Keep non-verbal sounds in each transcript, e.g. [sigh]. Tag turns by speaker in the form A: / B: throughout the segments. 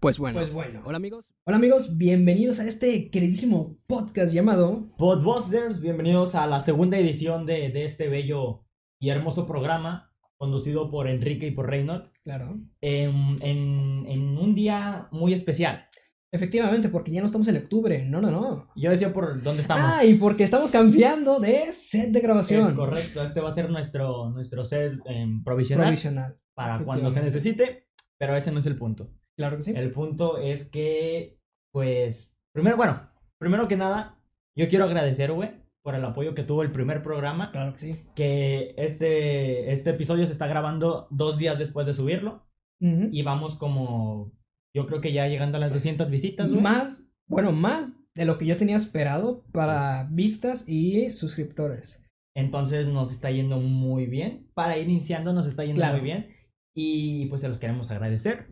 A: Pues bueno.
B: Pues bueno.
A: Hola amigos.
B: Hola amigos, bienvenidos a este queridísimo podcast llamado
C: Podbusters, bienvenidos a la segunda edición de, de este bello y hermoso programa conducido por Enrique y por Reynold
B: Claro.
C: en, en- en un día muy especial.
B: Efectivamente, porque ya no estamos en octubre. No, no, no.
C: Yo decía por dónde estamos.
B: Ah, y porque estamos cambiando de set de grabación.
C: es correcto, este va a ser nuestro, nuestro set em, provisional
B: Provisional.
C: para cuando se
B: efectivamente.
C: necesite, pero ese no es el punto.
B: Claro que sí.
C: El punto es que, pues, primero, bueno, primero que nada, yo quiero agradecer, güey, por el apoyo que tuvo el primer programa.
B: Claro que sí.
C: que este, este episodio se está grabando dos días después de subirlo
B: Ujú.
C: y vamos como, yo creo que ya llegando a las 200 visitas. güey.
B: Más, bueno, más de lo que yo tenía esperado para vistas y suscriptores.
C: Entonces nos está yendo muy bien. Para ir iniciando nos está yendo
B: Claro.
C: muy bien y pues se los queremos agradecer.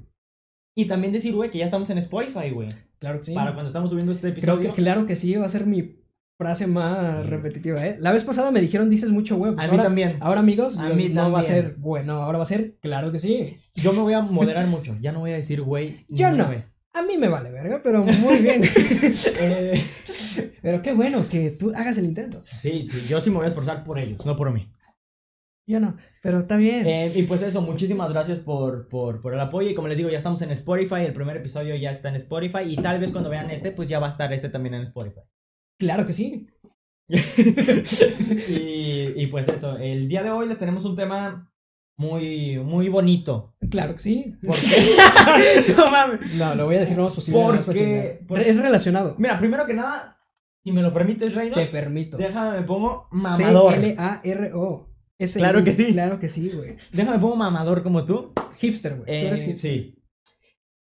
C: Y también decir, güey, que ya estamos en Spotify, güey.
B: Claro que sí.
C: Para cuando estamos subiendo este
B: Creo
C: episodio.
B: que claro que sí va a ser mi frase más
C: Sí.
B: repetitiva, ¿eh? La vez pasada me dijeron dices mucho web. Pues
C: A mí
B: ahora,
C: también.
B: ahora, amigos,
C: A
B: lo-
C: mí
B: no va a
C: también.
B: ser bueno, ahora va a ser claro que sí.
C: Yo me voy a moderar mucho. Ya no voy a decir, güey. ni
B: Yo
C: una
B: no.
C: vez.
B: A mí me vale verga,
C: [laughs]
B: pero muy bien.
C: Eh,
B: pero qué bueno que tú hagas el intento.
C: sí, sí, yo sí me voy a esforzar por ellos, no por mí.
B: Yo no, pero está bien.
C: Eh, y pues eso, muchísimas gracias por, por, por el apoyo. Y como les digo, ya estamos en Spotify. El primer episodio ya está en Spotify. Y tal vez cuando vean este, pues ya va a estar este también en Spotify.
B: Claro que sí.
C: y, y pues eso, el día de hoy les tenemos un tema muy, muy bonito.
B: Claro que sí.
C: Porque... no mames.
B: No, lo voy a decir lo más posible. nada más para
C: Porque-
B: chingar.
C: porque-
B: Es relacionado.
C: Mira, primero que nada, si me lo permites, Reino,
B: Te permito.
C: déjame me pongo mamador.
B: C-L-A-R-O. S-I.
C: Claro que sí.
B: Claro que sí, güey.
C: Déjame me pongo mamador como tú.
B: Hipster, güey. Tú
C: Eh,
B: eres hipster.
C: sí.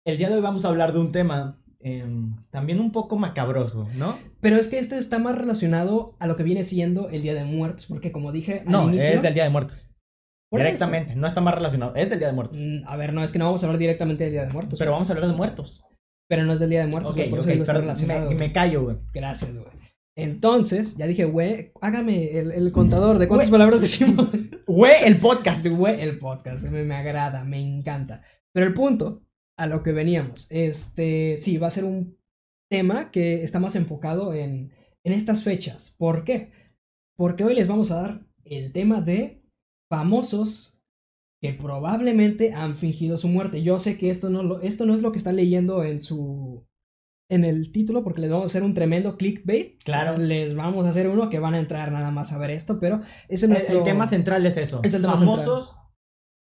C: El día de hoy vamos a hablar de un tema em, también un poco macabroso, ¿no?
B: Pero es que este está más relacionado a lo que viene siendo el Día de Muertos, porque como dije al inicio...
C: es del Día de Muertos.
B: por eso.
C: Directamente, no está más relacionado. Es del Día de Muertos.
B: Mm, A ver, no, es que no vamos a hablar directamente del Día de Muertos,
C: Pero
B: pero,
C: vamos a hablar de muertos.
B: pero no es del Día de Muertos,
C: Ok,
B: güey, por eso
C: ok,
B: digo está
C: perdón,
B: relacionado.
C: me, me callo, güey.
B: Gracias, güey. Entonces, ya dije, güey, hágame el, el contador de cuántas palabras
C: [laughs]
B: decimos.
C: Güey, el podcast.
B: Güey, Este el podcast, me, me agrada, me encanta. Pero el punto a lo que veníamos, este, sí, va a ser un tema que está más enfocado en, en estas fechas. ¿Por qué? Porque hoy les vamos a dar el tema de famosos que probablemente han fingido su muerte. Yo sé que esto no, lo, esto no es lo que están leyendo en su... En el título, porque les vamos a hacer un tremendo clickbait.
C: Claro.
B: Les vamos a hacer uno que van a entrar nada más a ver esto, pero ese es
C: El,
B: nuestro.
C: el tema central es eso.
B: Es el tema
C: Famosos,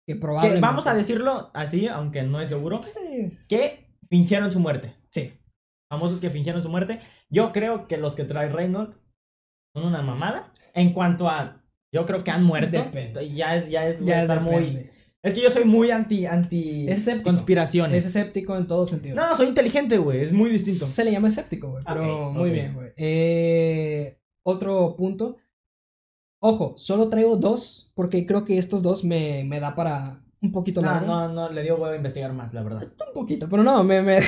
B: que
C: que
B: probablemente.
C: vamos a decirlo así, aunque no es seguro,
B: Eh,
C: que fingieron su muerte.
B: Sí.
C: Famosos que fingieron su muerte. Yo creo que los que trae Reynolds son una mamada. En cuanto a... Yo creo que han muerto.
B: Depende.
C: Ya es, ya es, voy a
B: Ya
C: estar muy...
B: muy.
C: Es que yo soy muy anti... anti
B: Es escéptico.
C: conspiraciones.
B: Es escéptico en todo sentido.
C: No, soy inteligente, güey. Es muy distinto.
B: Se le llama escéptico, güey. Pero
C: Ok,
B: muy
C: ok.
B: bien, güey. Eh, otro punto. Ojo, solo traigo dos porque creo que estos dos me, me da para un poquito
C: Ah,
B: largo.
C: No, no, no, le dio huevo a investigar más, la verdad.
B: Un poquito, pero no, me, [laughs] me,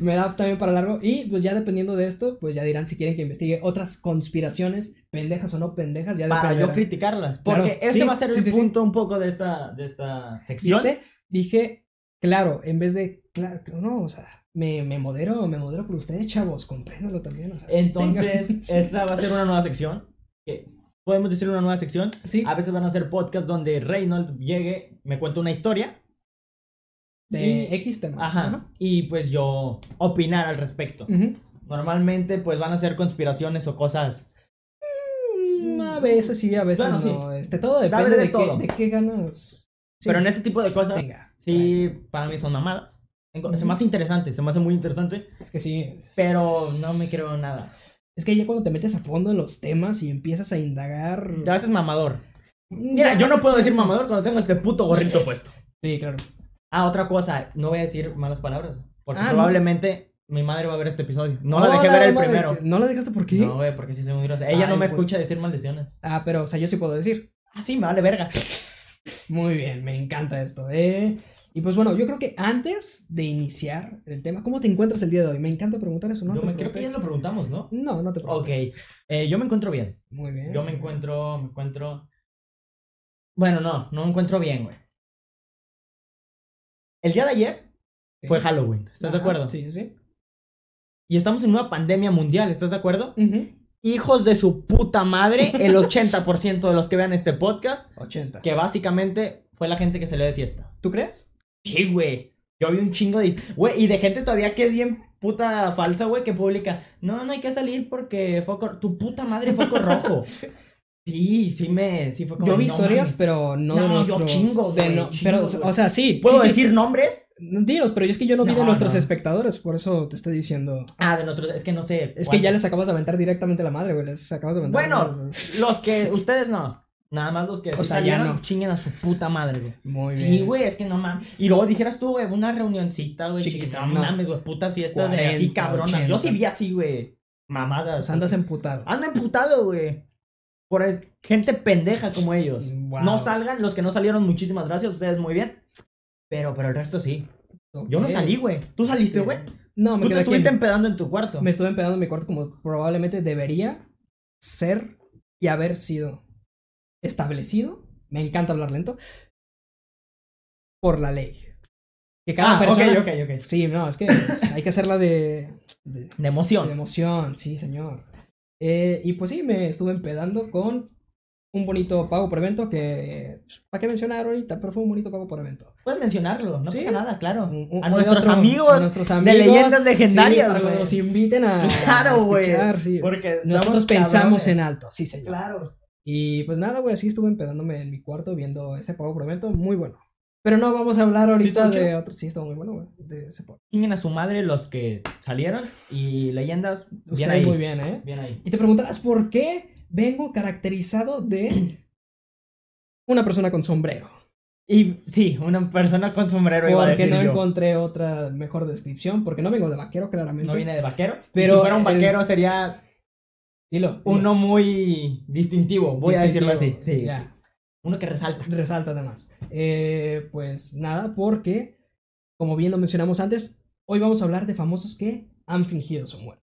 B: me da también para largo. Y pues ya dependiendo de esto, pues ya dirán si quieren que investigue otras conspiraciones, pendejas o no pendejas, ya
C: Para yo
B: dependerá.
C: criticarlas.
B: Claro.
C: Porque este
B: Sí,
C: va a ser
B: sí,
C: el
B: sí, sí.
C: punto un poco de esta, de esta sección.
B: ¿Viste? Dije, claro, en vez de, claro, no, o sea, me, me modero, me modero por ustedes, chavos, compréndalo también. o sea,
C: Entonces,
B: tengan-
C: esta va a ser una nueva sección. que Podemos decir una nueva sección.
B: [laughs] sí,
C: A veces van a hacer podcasts donde Reynolds llegue, me cuenta una historia.
B: de
C: y-
B: X tema.
C: Ajá. Y pues yo opinar al respecto.
B: Ujú.
C: Normalmente, pues van a ser conspiraciones o cosas.
B: Mm, A veces sí, a veces
C: Bueno,
B: no. Este, todo
C: a
B: depende
C: haber
B: de,
C: de
B: qué,
C: todo.
B: de qué ganas Sí. pues,
C: Pero en este tipo de cosas,
B: tenga.
C: sí, para mí son mamadas. Enco- Se me hace interesante, se me hace muy interesante.
B: Es que sí.
C: Pero no me creo nada.
B: Es que ya cuando te metes a fondo en los temas y empiezas a indagar.
C: Te haces mamador. Mira, yo no puedo decir mamador cuando tengo este puto [laughs] gorrito puesto.
B: Sí, claro.
C: Ah, otra cosa, no voy a decir malas palabras. Porque
B: Ah, no.
C: probablemente mi madre va a ver este episodio. No la dejé ver el
B: madre,
C: primero.
B: ¿No la dejaste por qué?
C: No, güey, porque sí soy muy grosero. Ella
B: Ay,
C: no me
B: güey.
C: escucha decir maldiciones.
B: Ah, pero, o sea, yo sí puedo decir.
C: Ah, sí, me vale verga.
B: Muy bien, me encanta esto. eh. Y pues bueno, yo creo que antes de iniciar el tema, ¿cómo te encuentras el día de hoy? Me encanta preguntar eso, ¿no?
C: Yo
B: Te
C: me creo que ya
B: pregunté.
C: lo preguntamos, ¿no?
B: No, no te
C: Ok.
B: pregunté.
C: eh, yo me encuentro bien.
B: Muy bien.
C: Yo me encuentro, me encuentro. Bueno, no, no me encuentro bien, güey. El día de ayer
B: Sí.
C: fue Halloween. ¿Estás
B: Ajá,
C: de acuerdo?
B: Sí, sí, sí.
C: Y estamos en una pandemia mundial, ¿estás de acuerdo?
B: Ujú.
C: Hijos de su puta madre,
B: [laughs]
C: el 80% de los que vean este podcast,
B: 80.
C: que básicamente fue la gente que salió de fiesta.
B: ¿Tú crees?
C: Sí, güey. Yo vi un chingo de... Güey, y de gente todavía que es bien puta falsa, güey, que publica. No, no hay que salir porque foco... Tu puta madre
B: [laughs]
C: foco rojo. Sí, sí me... Sí fue como,
B: Yo vi
C: no
B: historias,
C: mames.
B: pero no, de
C: No, yo
B: nuestros...
C: chingos,
B: de
C: güey,
B: no-
C: chingos,
B: pero,
C: güey.
B: o sea, sí.
C: ¿Puedo
B: sí, sí.
C: decir nombres?
B: Dios, pero yo es que yo no vi de
C: No,
B: nuestros
C: no.
B: espectadores, por eso te estoy diciendo.
C: Ah, de nosotros... Es que no sé.
B: Es que
C: cuántos.
B: ya les acabas de aventar directamente la madre, güey. Les acabas de aventar.
C: Bueno.
B: la madre, güey.
C: Los que... Ustedes no. Nada más los que...
B: O
C: sí
B: sea, ya
C: salieron,
B: no.
C: Chinguen a su puta madre, güey.
B: Muy bien.
C: Sí, güey, es que no mames. Y luego dijeras tú, güey, una reunioncita, güey, chiquita.
B: Chiquita,
C: No
B: no.
C: mames, güey, putas fiestas de así
B: 40,
C: cabronas.
B: 80.
C: Yo sí vi así, güey. Mamadas.
B: Pues andas
C: así.
B: emputado.
C: Ando emputado, güey. Por el- gente pendeja como ellos.
B: Wow.
C: No salgan, los que no salieron, muchísimas gracias, ustedes muy bien. Pero, pero el resto sí. Yo no
B: Ok.
C: salí, güey. ¿Tú saliste,
B: Sí.
C: güey?
B: No, me
C: Tú te
B: quedé aquí
C: estuviste
B: en-
C: empedando en tu cuarto. Ah,
B: Me estuve empedando en mi cuarto como probablemente debería ser y haber sido establecido. Me encanta hablar lento. Por la ley. Que cada
C: ah,
B: persona.
C: ok, ok, ok.
B: Sí, no, es que pues, hay que hacerla de- de,
C: De
B: De
C: emoción.
B: emoción, sí, señor. Eh, y pues sí, me estuve empedando con un bonito pago por evento que. eh, ¿Para qué mencionar ahorita? Pero fue un bonito pago por evento.
C: Puedes mencionarlo, no
B: Sí.
C: pasa nada, claro.
B: Un- un-
C: a
B: un-
C: nuestros
B: otro-
C: amigos
B: a nuestros
C: leyendas legendarias,
B: sí, para que
C: güey.
B: Nos inviten a.
C: Claro, güey.
B: escuchar, sí.
C: Porque
B: Nosotros
C: estamos
B: pensamos
C: cabrones.
B: en alto, sí, señor.
C: Claro.
B: Y pues nada, güey, así estuve empedándome en mi cuarto viendo ese pago por evento, muy bueno. Pero no vamos a hablar ahorita
C: estuvo
B: de
C: chido?
B: otro. Sí, estuvo muy bueno, güey. De ese pago.
C: Chinguen a su madre los que salieron y leyendas. Bien
B: Ustedes
C: ahí.
B: muy bien, ¿eh?
C: Bien ahí.
B: Y te preguntarás por qué vengo caracterizado de una persona con sombrero.
C: Y sí, una persona con sombrero iba a
B: Porque
C: decir
B: no
C: yo.
B: encontré otra mejor descripción, porque no vengo de vaquero, claramente.
C: No viene de vaquero.
B: Pero
C: Pero si fuera un
B: es-
C: vaquero sería
B: Dilo. dilo.
C: uno muy distintivo, voy a decirlo así.
B: Distintivo,
C: Sí.
B: ya.
C: Uno que resalta.
B: Resalta además. Eh, pues nada, porque, como bien lo mencionamos antes, hoy vamos a hablar de famosos que han fingido su muerte.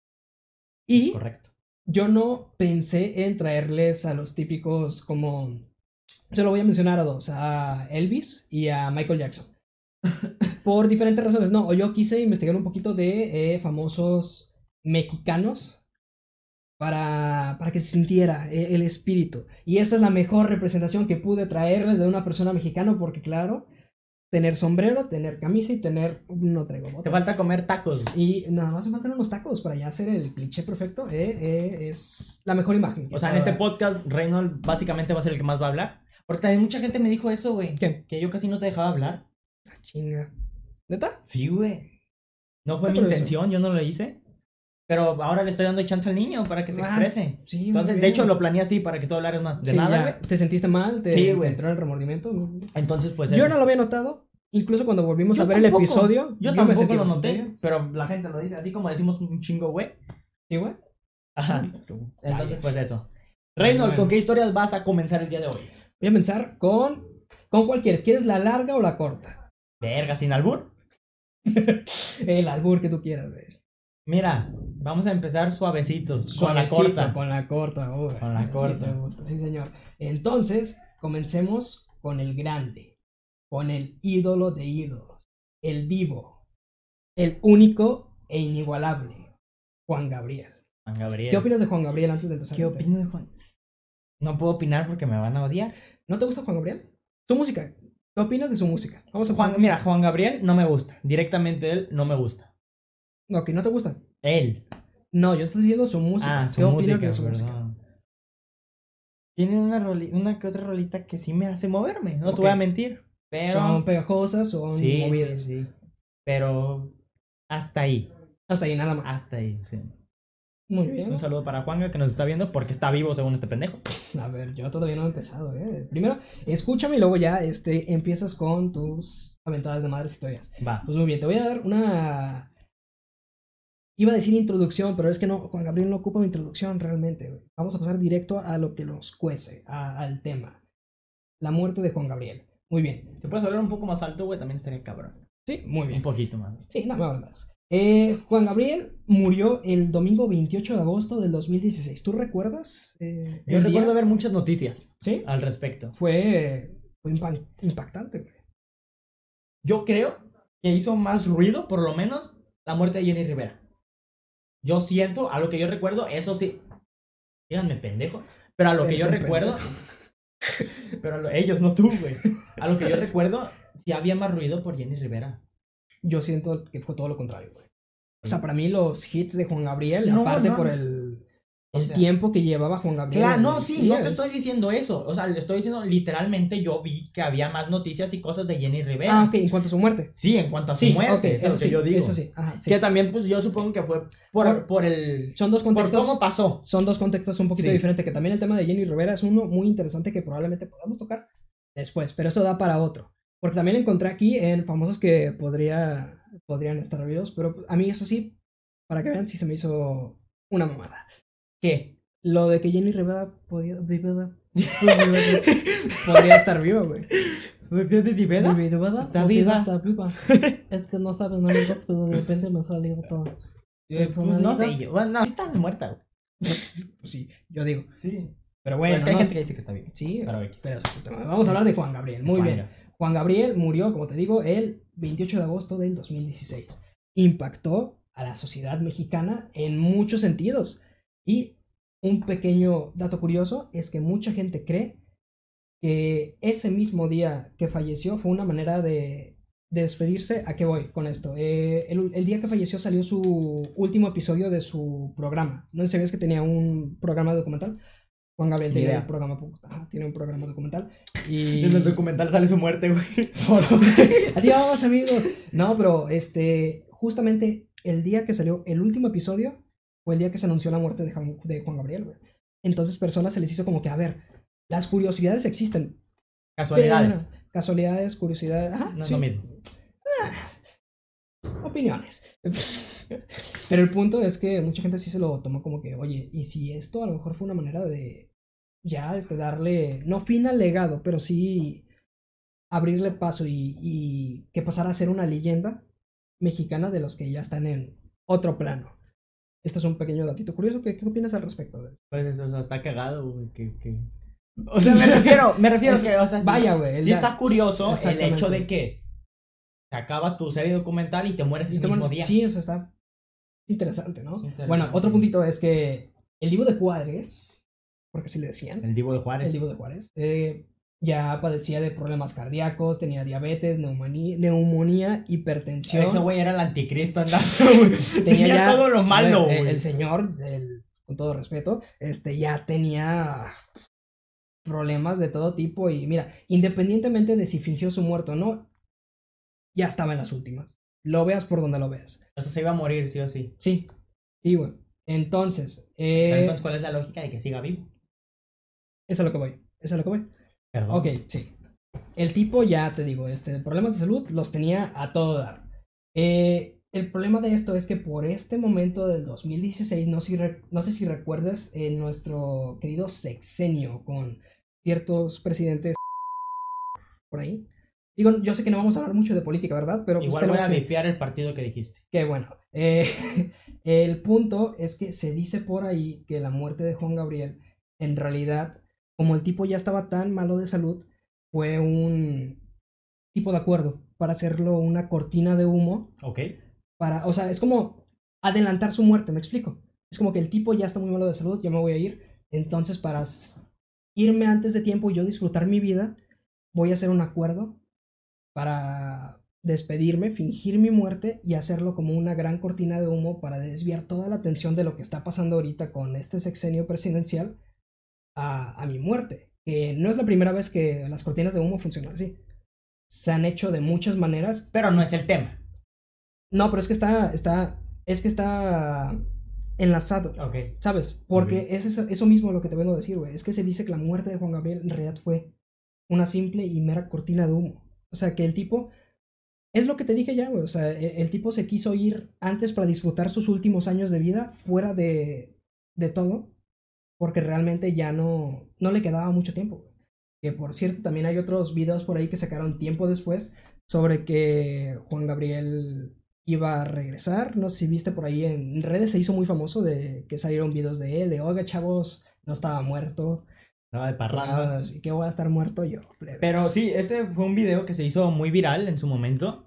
B: Y
C: Correcto.
B: yo no pensé en traerles a los típicos como... Solo voy a mencionar a dos, a Elvis y a Michael Jackson. [laughs] Por diferentes razones. No, o yo quise investigar un poquito de eh, famosos mexicanos para, para que se sintiera eh, el espíritu. Y esta es la mejor representación que pude traerles de una persona mexicana porque, claro, tener sombrero, tener camisa y tener... No traigo botas.
C: Te falta comer tacos.
B: Y nada más me faltan unos tacos para ya hacer el cliché perfecto. eh, eh, es la mejor imagen. que
C: O sea, en este
B: puedo
C: podcast, Reynold básicamente va a ser el que más va a hablar. Porque también mucha gente me dijo eso, güey.
B: dar. ¿Qué?
C: Que yo casi no te dejaba hablar.
B: Ah, Chinga. ¿Neta?
C: Sí, güey. No fue
B: Ah,
C: mi
B: pero eso.
C: intención, yo no lo hice. Pero ahora le estoy dando chance al niño para que se
B: Ah,
C: exprese.
B: Sí, muy
C: Entonces, de
B: bien.
C: hecho, lo planeé así para que tú hablaras más. De
B: Sí,
C: nada,
B: ya.
C: güey.
B: ¿Te sentiste mal? ¿Te,
C: Sí,
B: te
C: güey.
B: entró el remordimiento?
C: Entonces, pues
B: Yo
C: eso.
B: no lo había notado. Incluso cuando volvimos
C: Yo
B: a ver
C: tampoco.
B: el episodio.
C: Yo
B: me
C: tampoco
B: sentí
C: lo
B: bastante
C: noté,
B: bien.
C: pero la gente lo dice así como decimos un chingo, güey.
B: Sí, güey.
C: Ajá. Entonces,
B: Vaya.
C: pues eso. Reynold,
B: Bueno.
C: ¿con qué historias vas a comenzar el día de hoy?
B: Voy a empezar con. ¿Con cuál quieres? ¿Quieres la larga o la corta?
C: Verga, sin albur.
B: El albur que tú quieras, güey.
C: Mira, vamos a empezar suavecitos.
B: Suavecito,
C: Con la corta.
B: Con la corta, oh,
C: Con la
B: así
C: corta.
B: te gusta, sí, señor. Entonces, comencemos con el grande, con el ídolo de ídolos, el divo, el único e inigualable, Juan Gabriel.
C: Juan Gabriel.
B: ¿Qué opinas de Juan Gabriel antes de empezar?
C: ¿Qué
B: este?
C: opino de Juan? No puedo opinar porque me van a odiar.
B: ¿No te gusta Juan Gabriel? Su música. ¿Qué opinas de su música? Vamos a
C: Juan,
B: empezar.
C: mira, Juan Gabriel no me gusta. Directamente él no me gusta.
B: No, que no te gusta.
C: Él.
B: No, yo te estoy diciendo su música.
C: ah, su
B: ¿Qué
C: música,
B: opinas de su música?
C: perdón. Tiene una, roli- una que otra rolita que sí me hace moverme. No
B: Ok.
C: te voy a mentir. Pero.
B: Son pegajosas, son
C: sí,
B: movidas.
C: sí, sí. Pero. Hasta ahí.
B: Hasta ahí, nada más.
C: Hasta ahí, sí.
B: Muy bien.
C: Un saludo para Juanga que nos está viendo porque está vivo según este pendejo.
B: A ver, yo todavía no he empezado, ¿eh? Primero, escúchame y luego ya este, empiezas con tus aventadas de madres historias.
C: Va.
B: Pues muy bien, te voy a dar una... Iba a decir introducción, pero es que no, Juan Gabriel no ocupa introducción realmente. güey. Vamos a pasar directo a lo que nos cuece, a- al tema. La muerte de Juan Gabriel. Muy bien.
C: Si puedes hablar un poco más alto, güey, también estaría cabrón.
B: Sí, muy
C: Un
B: bien.
C: poquito más.
B: Sí, no me abordas. Eh, Juan Gabriel murió el domingo 28 de agosto del 2016. ¿Tú recuerdas? eh,
C: Yo
B: el día?
C: recuerdo ver muchas noticias
B: Sí.
C: al respecto.
B: fue, fue impa- impactante, güey.
C: Yo creo que hizo más ruido, por lo menos, la muerte de Jenny Rivera. Yo siento, a lo que yo recuerdo, eso sí. Díganme pendejo. Pero a lo que
B: Eres
C: yo
B: un
C: recuerdo. [laughs] Pero a lo- ellos, no tú, güey. A lo que yo recuerdo, sí había más ruido por Jenny Rivera.
B: Yo siento que fue todo lo contrario, güey. O sea, para mí los hits de Juan Gabriel,
C: Mm. No,
B: aparte
C: no,
B: por
C: no.
B: el,
C: O
B: el
C: sea,
B: tiempo que llevaba Juan Gabriel.
C: Claro,
B: en-
C: no, sí, no te
B: es- eh,
C: estoy diciendo eso. O sea, le estoy diciendo literalmente yo vi que había más noticias y cosas de Jenny Rivera.
B: Ah, ok, en cuanto a su muerte.
C: Sí, en cuanto a su
B: Sí,
C: muerte,
B: ok,
C: es lo
B: eso
C: que
B: sí,
C: yo digo.
B: Eso sí, ajá, sí.
C: Que también, pues yo supongo que fue por,
B: Por-
C: por, el.
B: Son dos
C: Por
B: contextos.
C: cómo pasó.
B: Son dos contextos un poquito
C: Sí.
B: diferentes, que también el tema de Jenny Rivera es uno muy interesante que probablemente podamos tocar después, pero eso da para otro. Porque también encontré aquí en famosos que podría, podrían estar vivos, pero a mí eso sí, para que vean si se me hizo una mamada.
C: ¿Qué?
B: Lo de que Jenny Rivera podía, vivida- podría estar viva, güey.
C: ¿Verdad?
B: Vivida,
C: Está
B: podría
C: viva.
B: estar viva. es que no saben no pero de repente me salió todo.
C: Eh, Pues no sé yo. Bueno, no, sí está muerta, güey.
B: Pues sí, yo digo.
C: Sí.
B: Pero
C: Bueno,
B: bueno,
C: es que hay
B: no-
C: gente que dice que está bien.
B: sí,
C: Pero X.
B: pero es otro tema. vamos a hablar de Juan Gabriel. Muy
C: Juan
B: bien.
C: Gabriel.
B: Juan Gabriel murió, como te digo, el 28 de agosto del 2016. Impactó a la sociedad mexicana en muchos sentidos. Y un pequeño dato curioso es que mucha gente cree que ese mismo día que falleció fue una manera de, de despedirse. ¿A qué voy con esto? Eh, el, el día que falleció salió su último episodio de su programa. ¿No sabías que tenía un programa documental? Juan Gabriel
C: Ni
B: tiene
C: idea.
B: un, programa, ajá, tiene un programa documental. Y...
C: En el documental sale su muerte, [laughs] güey.
B: Adiós,
C: [laughs]
B: amigos. No, pero este, justamente el día que salió el último episodio fue el día que se anunció la muerte de Juan, de Juan Gabriel, güey. Entonces, personas se les hizo como que, a ver, las curiosidades existen.
C: Casualidades.
B: pero- casualidades, curiosidades. Ajá,
C: No es
B: sí,
C: lo mismo.
B: opiniones. pero el punto es que mucha gente sí se lo tomó como que, oye, ¿y si esto a lo mejor fue una manera de ya este, darle, no fin al legado, pero sí abrirle paso y, y que pasara a ser una leyenda mexicana de los que ya están en otro plano. Esto es un pequeño datito curioso. ¿Qué, qué opinas al respecto de
C: Pues eso, eso está cagado, güey. Que, que... O sea, me refiero, me refiero
B: Es-
C: que, o sea, sí-
B: Vaya, güey.
C: sí
B: la-
C: está curioso el
B: Exactamente.
C: hecho de que se acaba tu serie documental y te mueres
B: Sí,
C: ese mismo día.
B: Sí, o sea, está interesante, ¿no?
C: Interesante.
B: Bueno, otro puntito es que el libro de Cuadres, porque así le decían,
C: El Divo de Juárez.
B: el libro de Juárez, eh, ya padecía de problemas cardíacos, tenía diabetes, neumonía, neumonía hipertensión.
C: Ese güey era el anticristo andando, güey. [laughs] Tenía,
B: ya-
C: todo lo malo,
B: A ver,
C: güey.
B: el- El señor, el- con todo respeto, este ya tenía problemas de todo tipo y mira, independientemente de si fingió su muerte o no, ya estaba en las últimas. Lo veas por donde lo veas.
C: O sea, se iba a morir, sí o sí.
B: Sí, sí, güey. Entonces, eh,
C: Pero Entonces, ¿cuál es la lógica de que siga vivo?
B: es a lo que voy. Es a lo que voy.
C: Perdón.
B: Ok, sí. El tipo, ya te digo, este, problemas de salud los tenía a todo dar. Eh, el problema de esto es que por este momento del 2016, no, si re- no sé si recuerdas eh, nuestro querido sexenio con ciertos presidentes por ahí. Digo, yo sé que no vamos a hablar mucho de política, ¿verdad? Pero pues,
C: Igual voy a
B: tenemos que-
C: vipear el partido que dijiste.
B: que bueno, eh, [laughs] el punto es que se dice por ahí que la muerte de Juan Gabriel, en realidad, como el tipo ya estaba tan malo de salud, fue un tipo de acuerdo para hacerlo una cortina de humo,
C: Ok.
B: para, o sea, es como adelantar su muerte, me explico. Es como que el tipo ya está muy malo de salud, ya me voy a ir, entonces para s- irme antes de tiempo y yo disfrutar mi vida, voy a hacer un acuerdo para despedirme, fingir mi muerte y hacerlo como una gran cortina de humo para desviar toda la atención de lo que está pasando ahorita con este sexenio presidencial a, a mi muerte. Que no es la primera vez que las cortinas de humo funcionan así. Se han hecho de muchas maneras.
C: Pero no es el tema.
B: No, pero es que está, está, es que está enlazado.
C: Ok.
B: ¿Sabes? Porque es eso, eso mismo lo que te vengo a decir, güey. Es que se dice que la muerte de Juan Gabriel en realidad fue una simple y mera cortina de humo. O sea, que el tipo... Es lo que te dije ya, güey. O sea, e- el, tipo se quiso ir antes para disfrutar sus últimos años de vida fuera de, de todo. Porque realmente ya no, no le quedaba mucho tiempo. güey. Que por cierto, también hay otros videos por ahí que sacaron tiempo después sobre que Juan Gabriel iba a regresar. No sé si viste por ahí en redes, se hizo muy famoso de que salieron videos de él, de oiga, chavos, no estaba muerto.
C: Nada de
B: Ah, sí, que voy a estar muerto yo. plebes".
C: Pero sí, ese fue un video que se hizo muy viral en su momento.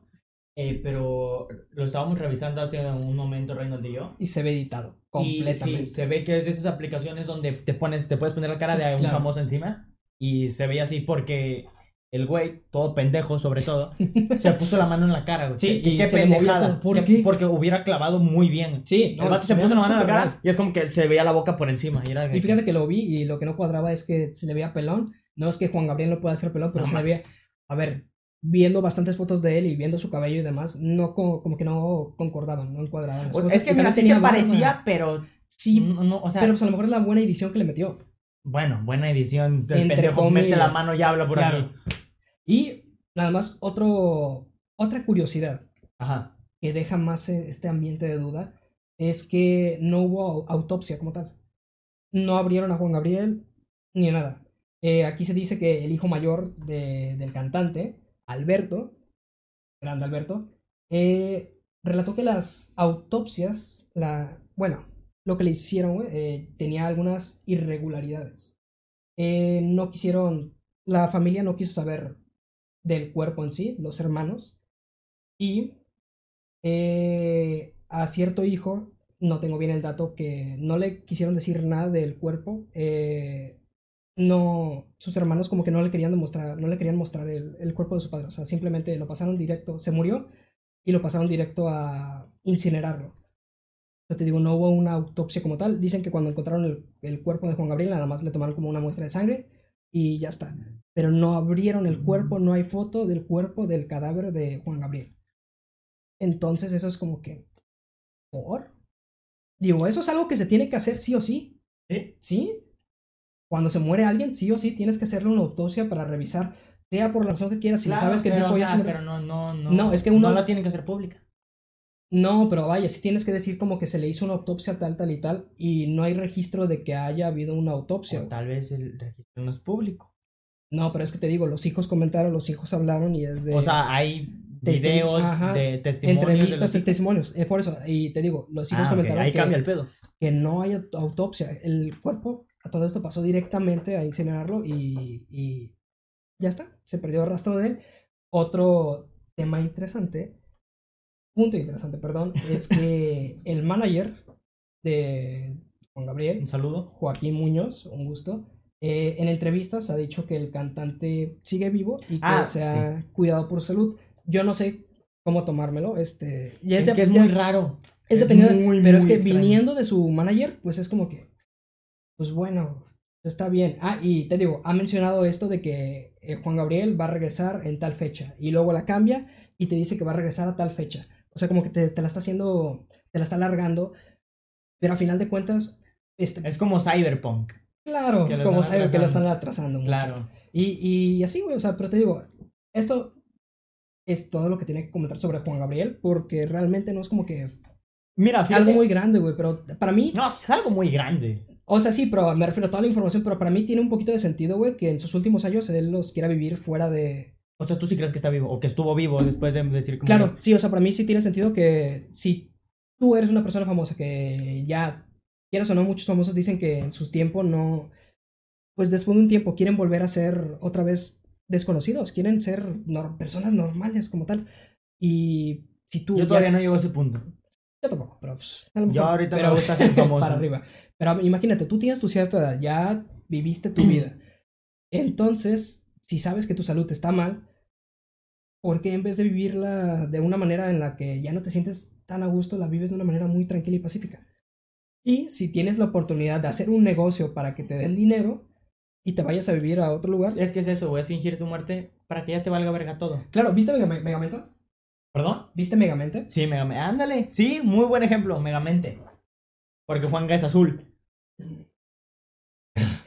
C: eh, pero lo estábamos revisando hace un momento, Reynolds y yo.
B: Y se ve editado
C: Y
B: completamente.
C: sí, se ve que es de esas aplicaciones donde te pones, te puedes poner la cara de un
B: Claro.
C: famoso encima. Y se veía así porque el güey, todo pendejo
B: [laughs]
C: sobre todo, se puso la mano en la cara, güey.
B: Sí,
C: Qué-
B: y
C: qué
B: se le movía
C: pendejada.
B: todo. ¿Por
C: Que-
B: qué?
C: Porque hubiera clavado muy bien.
B: Sí,
C: el
B: no,
C: vato se
B: ve
C: puso la mano en la
B: súper
C: cara
B: mal.
C: y es como que se veía la boca por encima. Y, era de
B: Y
C: que-
B: fíjate que lo vi y lo que no cuadraba es que se le veía pelón. No es que Juan Gabriel no pueda hacer pelón, pero
C: No
B: se le veía.
C: mames.
B: A ver, viendo bastantes fotos de él y viendo su cabello y demás, no co- como que no concordaban, no encuadraban. las cosas.
C: Es que
B: Y
C: mira,
B: también
C: sí se
B: barba.
C: parecía, pero.
B: Sí,
C: no- no, o sea,
B: pero pues a lo mejor es la buena edición que le metió.
C: bueno, buena edición. El
B: Entre
C: pendejo mete la
B: comillas.
C: mano y habla por
B: Claro.
C: aquí.
B: Y nada más, otro, otra curiosidad
C: Ajá.
B: que deja más eh, este ambiente de duda es que no hubo au- autopsia como tal. No abrieron a Juan Gabriel ni nada. Eh, aquí se dice que el hijo mayor de- del cantante, Alberto, grande Alberto, eh, relató que las autopsias, la, bueno, lo que le hicieron güey, eh, tenía algunas irregularidades. Eh, no quisieron, la familia no quiso saber del cuerpo en sí, los hermanos, y eh, a cierto hijo, no tengo bien el dato, que no le quisieron decir nada del cuerpo. eh, no, sus hermanos como que no le querían demostrar, no le querían mostrar el, el cuerpo de su padre. O sea, simplemente lo pasaron directo, se murió y lo pasaron directo a incinerarlo. O sea, te digo, no hubo una autopsia como tal. Dicen que cuando encontraron el, el cuerpo de Juan Gabriel, nada más le tomaron como una muestra de sangre y ya está. Pero no abrieron el cuerpo, no hay foto del cuerpo del cadáver de Juan Gabriel. Entonces eso es como que... ¿Por? Digo, eso es algo que se tiene que hacer sí o sí.
C: Sí.
B: ¿Sí? Cuando se muere alguien, sí o sí, tienes que hacerle una autopsia para revisar, sea por la razón que quieras, si
C: Claro,
B: sabes que el
C: pero,
B: tipo
C: o
B: ya
C: sea,
B: se murió.
C: pero no, no, no.
B: No, es que uno-
C: No la tiene que hacer pública.
B: No, pero vaya, si tienes que decir como que se le hizo una autopsia tal, tal y tal, y no hay registro de que haya habido una autopsia.
C: O
B: güey.
C: tal vez el registro no es público.
B: No, pero es que te digo, los hijos comentaron, los hijos hablaron y es de
C: o sea, hay
B: testimonios,
C: videos
B: ajá,
C: de testimonios.
B: entrevistas,
C: de los-
B: testimonios. Es por eso, y te digo, los hijos
C: Ah, ok,
B: comentaron
C: Ahí
B: que,
C: cambia el pedo.
B: que no hay aut- autopsia. El cuerpo a todo esto pasó directamente a incinerarlo y, y ya está, se perdió el rastro de él. Otro tema interesante, punto interesante,
C: [laughs]
B: perdón, es que el manager de Juan Gabriel,
C: Un saludo.
B: Joaquín Muñoz, un gusto. eh, en entrevistas ha dicho que el cantante sigue vivo y que
C: Ah,
B: se ha cuidado por su salud. Yo no sé cómo tomármelo. Este, ya
C: Es,
B: de-
C: que es
B: ya-
C: muy raro.
B: es
C: es
B: dependiendo.
C: muy,
B: pero es
C: muy
B: que
C: extraño.
B: viniendo de su manager, pues es como que, pues bueno, está bien. Ah, y te digo, ha mencionado esto de que eh, Juan Gabriel va a regresar en tal fecha y luego la cambia y te dice que va a regresar a tal fecha. O sea, como que te, te la está haciendo, te la está alargando. Pero a final de cuentas, este,
C: Es como Cyberpunk.
B: Claro,
C: Que lo
B: como
C: están
B: saben que lo
C: atrasando.
B: están atrasando. mucho.
C: Claro.
B: Y, y así, güey, o sea, pero te digo, esto es todo lo que tiene que comentar sobre Juan Gabriel, porque realmente no es como que
C: Mira, fíjate.
B: algo muy grande, güey, pero para mí,
C: No, es algo muy grande.
B: o sea, sí, pero me refiero a toda la información, pero para mí tiene un poquito de sentido, güey, que en sus últimos años él los quiera vivir fuera de...
C: O sea, tú sí crees que está vivo. O que estuvo vivo después de decir como.
B: Claro, sí, o sea, para mí sí tiene sentido que si tú eres una persona famosa que ya, quieras o no, muchos famosos dicen que en su tiempo no, pues después de un tiempo quieren volver a ser otra vez desconocidos, quieren ser nor- personas normales como tal. Y si tú...
C: Yo
B: ya-
C: todavía no llego a ese punto.
B: yo tampoco, pero pues, a lo
C: Yo
B: mejor,
C: ahorita
B: pero
C: me gusta ser
B: [laughs]
C: famoso.
B: para arriba. Pero imagínate, tú tienes tu cierta edad, ya viviste tu vida. [clears throat] Entonces, si sabes que tu salud está mal, ¿por qué en vez de vivirla de una manera en la que ya no te sientes tan a gusto, la vives de una manera muy tranquila y pacífica? Y si tienes la oportunidad de hacer un negocio para que te den dinero y te vayas a vivir a otro lugar.
C: Es que es eso, güey. Es fingir tu muerte para que ya te valga verga todo.
B: Claro, ¿viste Megame- Megamente?
C: ¿Perdón?
B: ¿Viste Megamente?
C: Sí, Megamente. Ándale. Sí, muy buen ejemplo, Megamente. Porque Juanga es azul.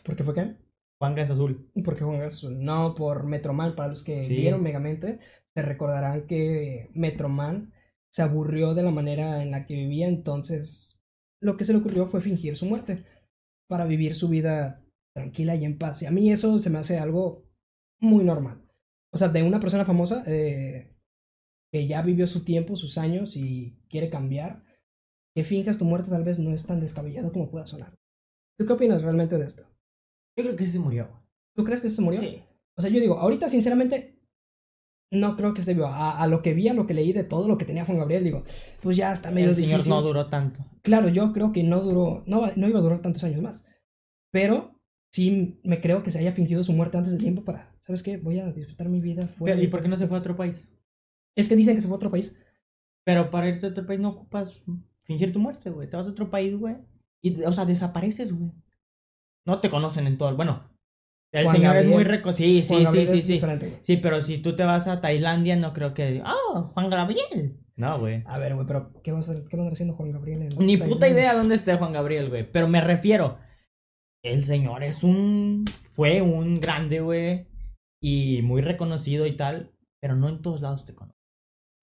B: ¿Por qué fue qué?
C: Juanga es azul.
B: porque Juan Gas- no por Metroman para los que
C: Sí.
B: vieron Megamente se recordarán que Metroman se aburrió de la manera en la que vivía entonces lo que se le ocurrió fue fingir su muerte para vivir su vida tranquila y en paz y a mí eso se me hace algo muy normal o sea de una persona famosa eh, que ya vivió su tiempo sus años y quiere cambiar que finjas tu muerte tal vez no es tan descabellado como pueda sonar ¿tú qué opinas realmente de esto?
C: Yo creo que sí se murió.
B: ¿tú crees que se murió?
C: Sí.
B: O sea, yo digo, ahorita sinceramente no creo que esté vivo. A, a lo que vi, a lo que leí de todo lo que tenía Juan Gabriel, digo, pues ya está medio
C: El señor
B: difícil.
C: no duró tanto.
B: Claro, yo creo que no duró, no, va- no iba a durar tantos años más. Pero sí me creo que se haya fingido su muerte antes de tiempo para, ¿sabes qué? Voy a disfrutar mi vida. fuera
C: Pero,
B: de-
C: ¿Y por qué no se fue a otro país?
B: Es que dicen que se fue a otro país.
C: Pero para irte a otro país no ocupas fingir tu muerte, güey. Te vas a otro país, güey. Y, o sea, desapareces, güey. No te conocen en todo. el- Bueno, el
B: Juan
C: señor es muy
B: Gabriel.
C: rico. Sí,
B: Juan
C: sí, sí,
B: Gabriel
C: sí,
B: es
C: sí.
B: diferente, güey.
C: Sí, pero si tú te vas a Tailandia, no creo que. ¡Ah! ¡Juan Gabriel! No, güey.
B: A ver, güey, pero ¿qué va a hacer- qué va a andar haciendo Juan Gabriel? en
C: Ni puta
B: Tailandia?
C: idea dónde esté Juan Gabriel, güey. Pero me refiero. El señor es un. Fue un grande, güey. Y muy reconocido y tal. Pero no en todos lados te conoce.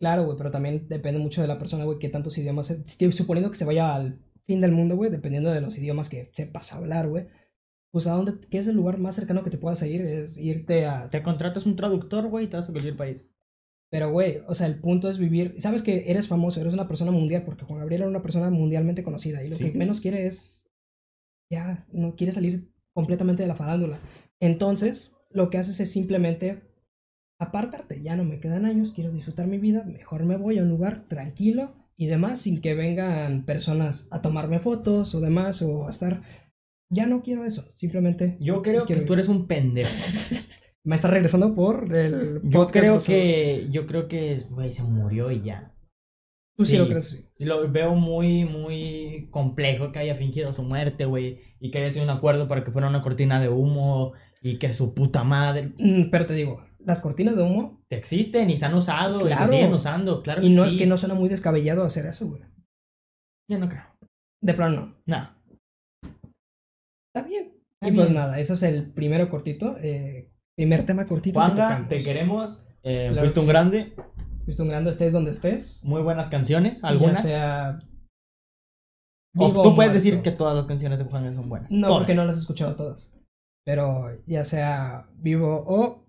B: Claro, güey, pero también depende mucho de la persona, güey, qué tantos idiomas. se- si- Suponiendo que se vaya al fin del mundo, güey, dependiendo de los idiomas que sepas hablar, güey. Pues a dónde, ¿qué es el lugar más cercano que te puedas ir? Es irte a.
C: Te contratas un traductor, güey, y te vas a cualquier país.
B: Pero, güey, o sea, el punto es vivir. Sabes que eres famoso, eres una persona mundial, porque Juan Gabriel era una persona mundialmente conocida y lo
C: Sí.
B: que menos quiere es. Ya, no quiere salir completamente de la farándula. Entonces, lo que haces es simplemente apartarte. Ya no me quedan años, quiero disfrutar mi vida, mejor me voy a un lugar tranquilo y demás, sin que vengan personas a tomarme fotos o demás, o a estar. Ya no quiero eso, simplemente.
C: Yo creo que
B: Quiero-
C: tú eres un pendejo.
B: Me está regresando por el
C: [laughs] Yo
B: podcast.
C: creo
B: pasado.
C: que. Yo creo que, güey, se murió y ya.
B: Tú sí, lo
C: sí.
B: crees, sí.
C: Y Lo veo muy, muy complejo que haya fingido su muerte, güey. Y que haya sido un acuerdo para que fuera una cortina de humo. Y que su puta madre.
B: Mm, Pero te digo, las cortinas de humo,
C: que existen y se han usado y
B: Claro.
C: se siguen usando, claro.
B: y no
C: sí.
B: es que no suena muy descabellado hacer eso, güey.
C: Yo no creo.
B: De plano,
C: No.
B: está bien.
C: Está
B: y pues
C: bien.
B: nada, eso es el primero cortito, eh, primer tema cortito que
C: Juanga,
B: tocamos.
C: te queremos. Eh,
B: Claro
C: fuiste
B: que
C: un
B: sí.
C: grande.
B: Acostumbrando, estés donde estés,
C: Muy buenas canciones,
B: ya
C: algunas.
B: sea... vivo
C: o tú
B: muerto.
C: puedes decir que todas las canciones de Juanga son buenas.
B: No,
C: Todas.
B: porque no las he escuchado todas. Pero ya sea vivo o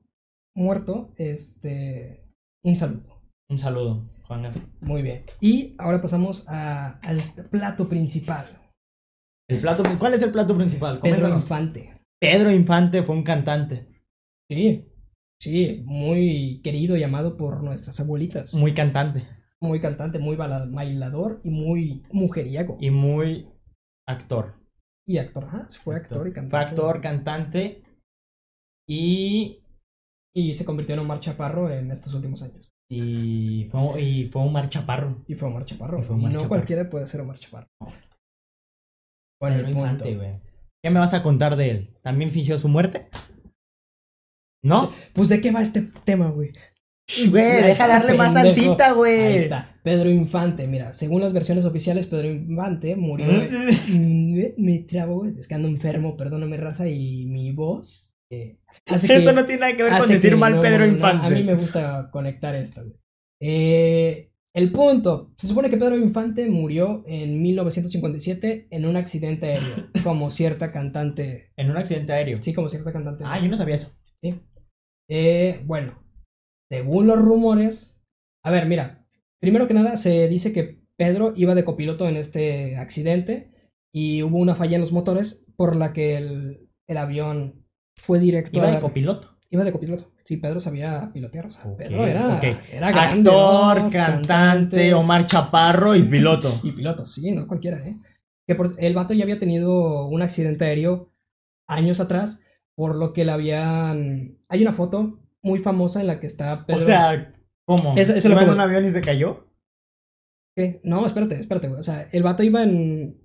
B: muerto, este... Un saludo.
C: Un saludo, Juanga.
B: Muy bien. Y ahora pasamos a- al plato principal.
C: El plato, ¿Cuál es el plato principal?
B: Pedro
C: Coméntanos.
B: Infante.
C: Pedro Infante fue un cantante
B: Sí, sí, muy querido y amado por nuestras abuelitas. Muy,
C: muy cantante
B: cantante, muy bala- bailador y muy mujeriego. Y,
C: y muy actor.
B: actor, ajá, fue actor y
C: Fue
B: cantante.
C: actor, cantante y,
B: Y se convirtió en Omar Chaparro en estos últimos años.
C: y, fue, y fue un marchaparro.
B: Y fue Omar Chaparro.
C: Y fue Omar
B: y no
C: Chaparro.
B: cualquiera puede ser Omar Chaparro. Bueno,
C: Pedro
B: el punto.
C: Infante, güey. ¿Qué me vas a contar de él? ¿También fingió su muerte? ¿No?
B: Pues de qué va este tema, güey.
C: Güey,
B: deja darle más salsita,
C: güey.
B: Ahí está. Pedro Infante, mira, según las versiones oficiales, Pedro Infante murió en me, me trabo, Mm, güey, es que ando enfermo, perdóname raza, y mi voz eh, hace que,
C: Eso no tiene nada que ver con
B: hace
C: decir
B: que
C: mal
B: no-
C: Pedro
B: no,
C: Infante.
B: a mí me gusta conectar esto. güey. Eh, el punto, se supone que Pedro Infante murió en 1957 en un accidente aéreo, como cierta cantante,
C: En un accidente aéreo.
B: sí, como cierta cantante.
C: Ah, yo no sabía eso.
B: Eh, bueno, según los rumores, a ver, mira, primero que nada se dice que Pedro iba de copiloto en este accidente y hubo una falla en los motores por la que el, el avión fue directo
C: Iba
B: a
C: de
B: la-
C: copiloto.
B: iba de copiloto. Sí, Pedro sabía pilotear, o sea,
C: Ok,
B: Pedro era,
C: ok.
B: era grande,
C: Actor,
B: ¿no?
C: Ah, cantante, Omar Chaparro y piloto.
B: Y piloto, sí, no cualquiera, ¿eh? Que por- el vato ya había tenido un accidente aéreo años atrás, por lo que le habían... Hay una foto muy famosa en la que está Pedro...
C: O sea, ¿cómo?
B: Eso- eso lo
C: ¿Iba en
B: que-
C: un avión y
B: [laughs]
C: se cayó?
B: ¿Qué? No, espérate, espérate, güey. O sea, el vato iba en...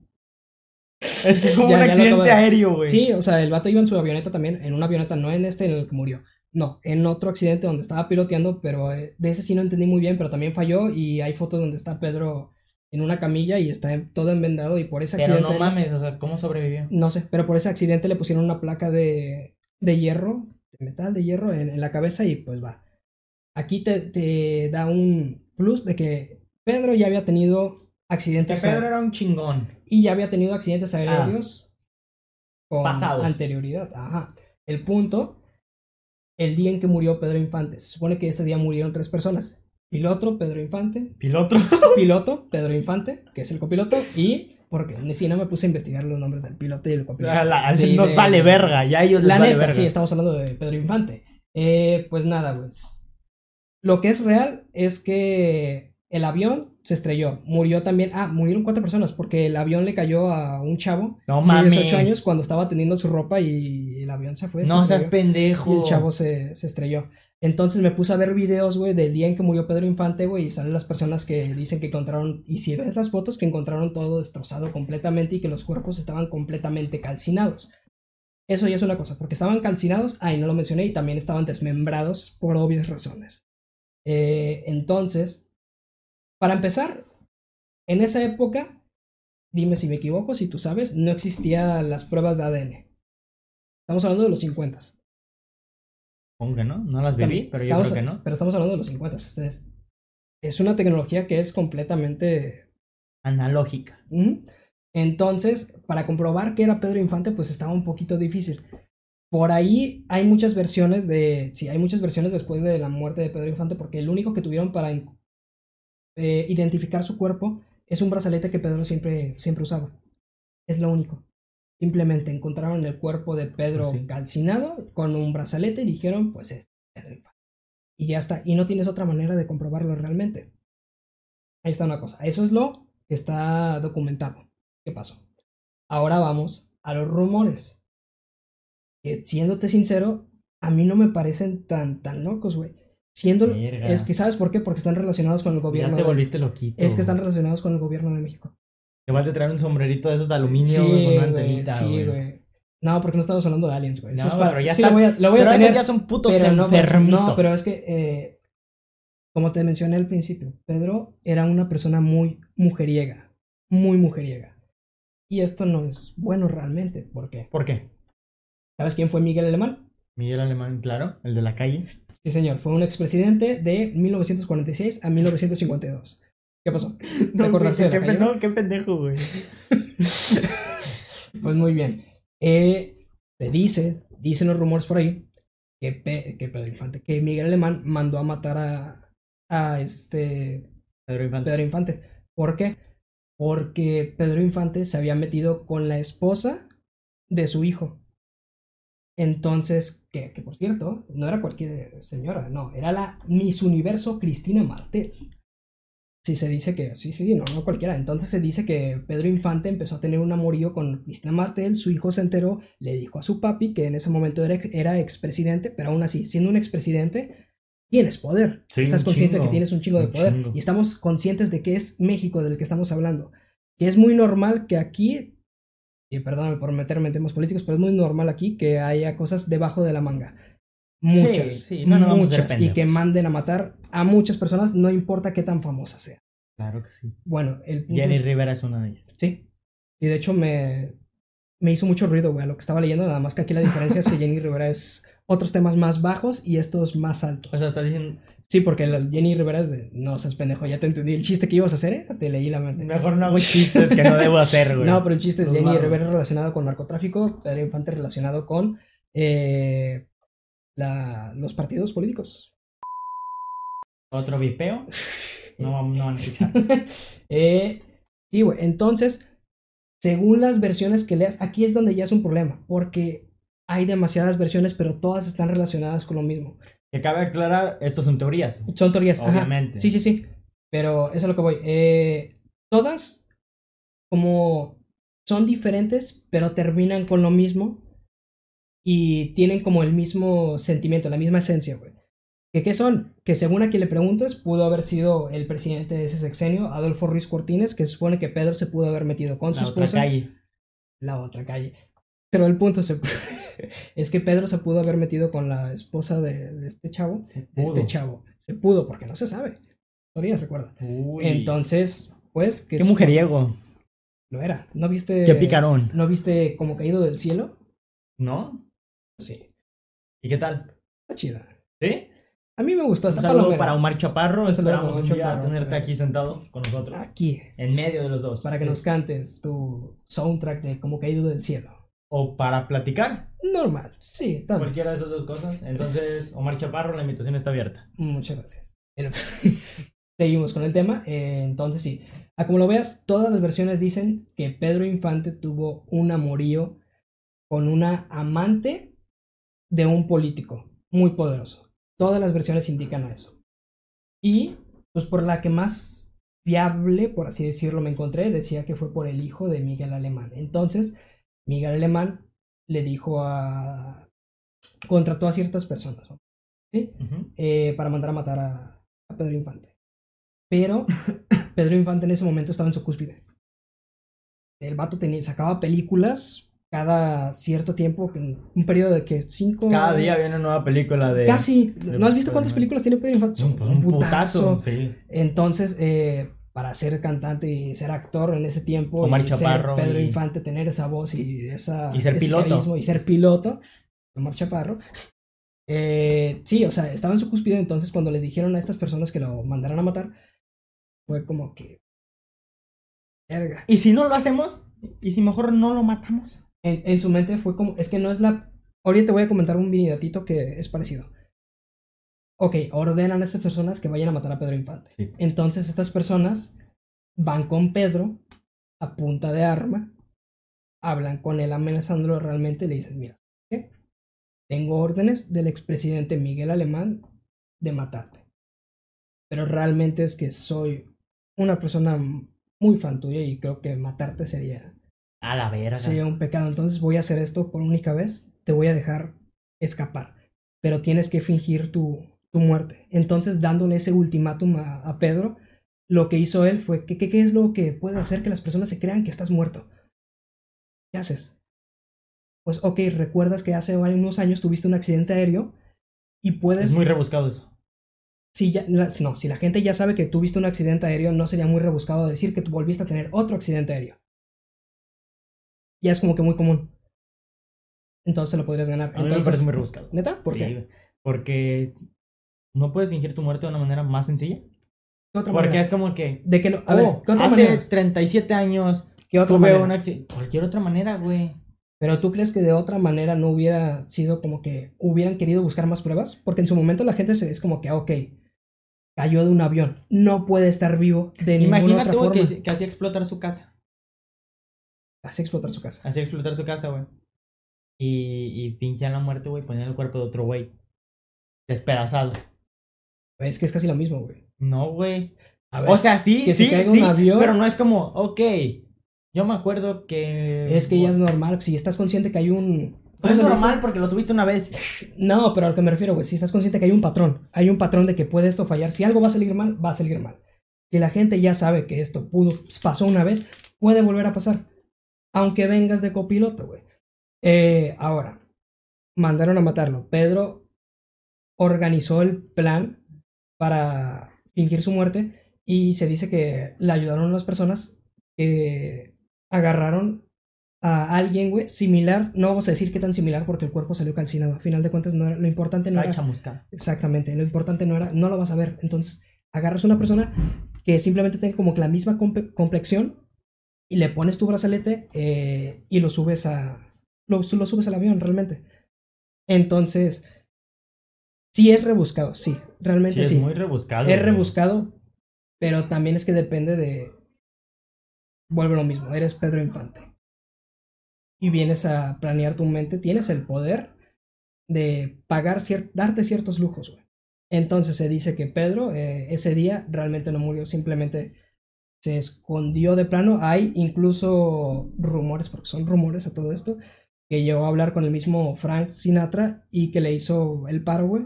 C: Es que es como
B: Ya,
C: un
B: ya lo acabo
C: accidente
B: de-
C: aéreo, güey.
B: Sí, o sea, el vato iba en su avioneta también, en una avioneta, no en este en el que murió. No, en otro accidente donde estaba piloteando, pero eh, de ese sí no entendí muy bien, pero también falló y hay fotos donde está Pedro en una camilla y está en- todo enmendado y por ese
C: Pero
B: accidente...
C: no mames, o sea, ¿cómo sobrevivió?
B: No sé, pero por ese accidente le pusieron una placa de, de hierro, de metal, de hierro en, en la cabeza y pues va. Aquí te, te da un plus de que Pedro ya había tenido
C: Que
B: accidentes
C: Pedro era un chingón.
B: y ya había tenido accidentes aéreos con
C: Pasados.
B: anterioridad. Ajá. El punto, el día en que murió Pedro Infante, se supone que este día murieron tres personas. Piloto, Pedro Infante,
C: Piloto.
B: piloto, [laughs] Pedro Infante, que es el copiloto, y porque ni si no me puse a investigar los nombres del piloto y el copiloto.
C: A la- a-
B: De-
C: nos
B: de-
C: vale verga, ya a ellos les
B: La
C: vale
B: neta,
C: verga.
B: sí, estamos hablando de Pedro Infante. Eh, pues nada, pues. Lo que es real es que el avión se estrelló. Murió también. Ah, murieron cuatro personas porque el avión le cayó a un chavo
C: No
B: de
C: mames.
B: 18 años cuando estaba teniendo su ropa y el avión se fue. se
C: no seas
B: estrelló.
C: pendejo.
B: Y el chavo se, se estrelló. Entonces me puse a ver videos, güey, del día en que murió Pedro Infante, güey, y salen las personas que dicen que encontraron, y si ves las fotos, que encontraron todo destrozado completamente y que los cuerpos estaban completamente calcinados. Eso ya es una cosa, porque estaban calcinados, ay, no lo mencioné, y también estaban desmembrados por obvias razones. Eh, entonces, para empezar, en esa época, dime si me equivoco, si tú sabes, no existían las pruebas de ADN. Estamos hablando de los 50.
C: Supongo que no, no las viví, pero yo
B: Estamos-
C: creo que no.
B: pero estamos hablando de los 50. Es, es una tecnología que es completamente...
C: Analógica.
B: ¿Mm? Entonces, para comprobar que era Pedro Infante, pues estaba un poquito difícil. Por ahí hay muchas versiones de... Sí, hay muchas versiones después de la muerte de Pedro Infante, porque el único que tuvieron para in- eh, identificar su cuerpo es un brazalete que Pedro siempre, siempre usaba. Es lo único. Simplemente encontraron el cuerpo de Pedro
C: Pues sí.
B: calcinado con un brazalete y dijeron, pues es Pedro Infante. Y ya está. Y no tienes otra manera de comprobarlo realmente. Ahí está una cosa. Eso es lo que está documentado. ¿Qué pasó? Ahora vamos a los rumores. Que siéndote sincero, a mí no me parecen tan, tan locos, güey. Siendo...
C: Verga.
B: Es que, ¿sabes por qué? Porque están relacionados con el
C: Ya
B: gobierno.
C: te
B: de-
C: volviste loquito.
B: es que están relacionados con el gobierno de México.
C: Igual te traer un sombrerito de esos de aluminio, güey, con una
B: güey,
C: antenita,
B: sí,
C: güey.
B: güey. No, porque no estamos hablando de aliens, güey. Eso
C: No,
B: es para-
C: pero ya
B: sí,
C: estás-
B: lo voy a, lo voy a
C: Pero
B: tener,
C: esos ya son putos
B: pero no, pues,
C: enfermitos.
B: no, pero es que, eh, como te mencioné al principio, Pedro era una persona muy mujeriega, muy mujeriega. Y esto no es bueno realmente, porque
C: ¿Por qué?
B: ¿sabes quién fue Miguel Alemán?
C: Miguel Alemán, claro, el de la calle.
B: Sí, señor, fue un expresidente de 1946 a 1952. ¿Qué pasó? ¿Te acordaste de la
C: qué,
B: calle?
C: pendejo, qué pendejo, güey.
B: [laughs] Pues muy bien. Eh, se dice, dicen los rumores por ahí, que, Pe- que Pedro Infante, que Miguel Alemán mandó a matar a, a este
C: Pedro Infante.
B: Pedro Infante. ¿Por qué? Porque Pedro Infante se había metido con la esposa de su hijo. Entonces, que, que por cierto, no era cualquier señora, no, era la Miss Universo Cristina Martel. Sí, se dice que, sí, sí, no, no cualquiera. Entonces se dice que Pedro Infante empezó a tener un amorío con Cristina Martel, su hijo se enteró, le dijo a su papi que en ese momento era, ex- era expresidente, pero aún así, siendo un expresidente, tienes poder.
C: Sí,
B: Estás
C: un
B: consciente de que
C: chingo,
B: tienes un chingo de
C: un
B: poder
C: chingo.
B: y estamos conscientes de que es México del que estamos hablando. Que es muy normal que aquí, y perdóname por meterme en temas políticos, pero es muy normal aquí que haya cosas debajo de la manga. Muchas,
C: Sí, sí, no, no vamos a ser
B: muchas, y que
C: pendejos.
B: manden a matar a muchas personas, no importa qué tan famosa sea.
C: Claro que sí.
B: Bueno, el punto
C: Jenny
B: es-
C: Rivera es una de ellas.
B: Sí. Y de hecho me, me hizo mucho ruido, güey, a lo que estaba leyendo, nada más que aquí la diferencia es que Jenny Rivera es otros temas más bajos y estos más altos.
C: O sea, estás diciendo,
B: sí, porque la Jenny Rivera es de, no seas pendejo, ya te entendí el chiste que ibas a hacer, ¿eh? te leí la mente.
C: mejor no hago chistes que no debo hacer, güey.
B: No, pero el chiste es
C: Pues
B: Jenny
C: va,
B: Rivera relacionado con narcotráfico, Pedro Infante relacionado con eh, la- los partidos políticos. [laughs]
C: Otro vipeo. No, vam- no van a escuchar.
B: Eh, sí, güey. Entonces, según las versiones que leas, aquí es donde ya es un problema, porque hay demasiadas versiones, pero todas están relacionadas con lo mismo.
C: Que cabe aclarar, estos son teorías.
B: Son teorías. ajá.
C: Obviamente.
B: Sí, sí, sí. Pero eso es a lo que voy. Eh, todas, como son diferentes, pero terminan con lo mismo y tienen como el mismo sentimiento, la misma esencia, güey. ¿Que ¿Qué son? Que según a quien le preguntes, pudo haber sido el presidente de ese sexenio, Adolfo Ruiz Cortines, que se supone que Pedro se pudo haber metido con
C: La
B: su
C: otra
B: esposa.
C: calle.
B: La otra calle. Pero el punto se- [laughs] es que Pedro se pudo haber metido con la esposa de, de este chavo de este
C: Pudo.
B: chavo. Se pudo, porque no se sabe. Todavía recuerda.
C: Uy.
B: Entonces, pues, que
C: Qué
B: es-
C: mujeriego.
B: Lo era. ¿No viste.
C: Qué picarón.
B: ¿No viste como caído del cielo?
C: ¿No?
B: Sí.
C: ¿Y qué tal?
B: Está chida.
C: ¿Sí?
B: A mí me gustó.
C: Un
B: Está
C: saludo
B: palomera.
C: para Omar Chaparro.
B: Un saludo
C: Esperamos
B: para
C: un
B: Omar
C: día
B: Chaparro.
C: tenerte aquí sentado con nosotros.
B: Aquí,
C: En medio de los dos.
B: para que nos cantes tu soundtrack de como caído del cielo.
C: O para platicar.
B: Normal. Sí, también.
C: Cualquiera de esas dos cosas. Entonces, Omar Chaparro, la invitación está abierta.
B: Muchas gracias. Pero- [laughs] Seguimos con el tema. eh, entonces, sí. A como lo veas, todas las versiones dicen que Pedro Infante tuvo un amorío con una amante de un político muy poderoso. Todas las versiones indican a eso. Y pues por la que más viable, por así decirlo, me encontré, decía que fue por el hijo de Miguel Alemán. Entonces, Miguel Alemán le dijo a... contrató a ciertas personas ¿no? ¿Sí?
C: Ujú.
B: Eh, para mandar a matar a, a Pedro Infante.
C: [laughs]
B: Pero Pedro Infante en ese momento estaba en su cúspide. El vato tenía, sacaba películas cada cierto tiempo, en un periodo de que cinco...
C: Cada día viene una nueva película de.
B: Casi.
C: de-
B: ¿No has visto
C: de-
B: cuántas películas tiene Pedro Infante?
C: Un, pues, un putazo. Sí.
B: Entonces, eh, para ser cantante y ser actor en ese tiempo,
C: Omar
B: y ser
C: Chaparro
B: Pedro
C: y-
B: Infante, tener esa voz y esa
C: y ser
B: ese
C: piloto.
B: carisma y ser piloto, Omar Chaparro. eh, sí, o sea, estaba en su cúspide entonces cuando le dijeron a estas personas que lo mandaran a matar, fue como que... Verga.
C: ¿Y si no lo hacemos? ¿Y si mejor no lo matamos?
B: En, en su mente fue como, es que no es la... Ahorita te voy a comentar un minidatito que es parecido. Ok, ordenan a estas personas que vayan a matar a Pedro Infante.
C: Sí.
B: Entonces estas personas van con Pedro a punta de arma, hablan con él amenazándolo realmente y le dicen, mira, ¿qué? tengo órdenes del expresidente Miguel Alemán de matarte. Pero realmente es que soy una persona muy fan tuya y creo que matarte sería
C: A la verga.
B: sería un pecado. Entonces voy a hacer esto por única vez, te voy a dejar escapar, pero tienes que fingir tu, tu muerte. Entonces dándole ese ultimátum a, a Pedro, lo que hizo él fue, ¿qué, qué, qué es lo que puede hacer que las personas se crean que estás muerto? ¿Qué haces? Pues ok, recuerdas que hace unos años tuviste un accidente aéreo y puedes...
C: Es muy rebuscado eso.
B: Si ya, las- no, si la gente ya sabe que tuviste un accidente aéreo, no sería muy rebuscado decir que tú volviste a tener otro accidente aéreo. Ya es como que muy común. Entonces lo podrías ganar.
C: A mí me
B: Entonces,
C: parece muy rebuscado.
B: ¿Neta? ¿Por
C: Sí,
B: qué?
C: güey. Porque no puedes fingir tu muerte de una manera más sencilla.
B: ¿Qué otra
C: Porque
B: manera?
C: es como que.
B: ¿De qué no? A
C: oh,
B: ver, ¿qué otra
C: hace
B: manera?
C: 37 años
B: ¿Qué otra
C: tuve
B: manera?
C: un accidente. Cualquier otra manera, güey.
B: Pero tú crees que de otra manera no hubiera sido como que hubieran querido buscar más pruebas? Porque en su momento la gente se, es como que, ah, ok, cayó de un avión. No puede estar vivo de ninguna otra
C: Imagínate, güey,
B: forma.
C: que, que hacía explotar su casa.
B: Hace explotar su casa.
C: Hacía explotar su casa, güey. Y, y fingían la muerte, güey, ponían el cuerpo de otro güey. Despedazado.
B: Es que es casi lo mismo, güey.
C: No, güey.
B: A ver.
C: O sea, sí,
B: que se
C: sí,
B: caiga un
C: sí,
B: avión.
C: pero no es como, ok, yo me acuerdo que...
B: Es que ya es normal, si estás consciente que hay un...
C: No
B: ¿cómo
C: es
B: se le dice?
C: normal porque lo tuviste una vez.
B: No, pero a lo que me refiero, güey, si estás consciente que hay un patrón, hay un patrón de que puede esto fallar, si algo va a salir mal, va a salir mal. Si la gente ya sabe que esto pudo, pues, pasó una vez, puede volver a pasar, aunque vengas de copiloto, güey. Eh, ahora, mandaron a matarlo. Pedro organizó el plan para fingir su muerte y se dice que le ayudaron las personas que agarraron a alguien, güey, similar, no vamos a decir qué tan similar porque el cuerpo salió calcinado. A final de cuentas, no era- lo importante no
C: Ay,
B: era...
C: chamusca.
B: Exactamente, lo importante no era, no lo vas a ver. Entonces, agarras una persona que simplemente tenga como que la misma comple- complexión y le pones tu brazalete eh, y lo subes a. Lo, su- lo subes al avión, realmente. Entonces, sí es rebuscado, sí,
C: Sí,
B: realmente
C: es
B: Este sí.
C: muy rebuscado.
B: Es
C: güey.
B: rebuscado, pero también es que depende de. Vuelve lo mismo, eres Pedro Infante. Y vienes a planear tu mente, tienes el poder de pagar, cier- darte ciertos lujos, güey. Entonces se dice que Pedro eh, ese día realmente no murió, simplemente se escondió de plano. Hay incluso rumores, porque son rumores a todo esto, que llegó a hablar con el mismo Frank Sinatra y que le hizo el paro, güey.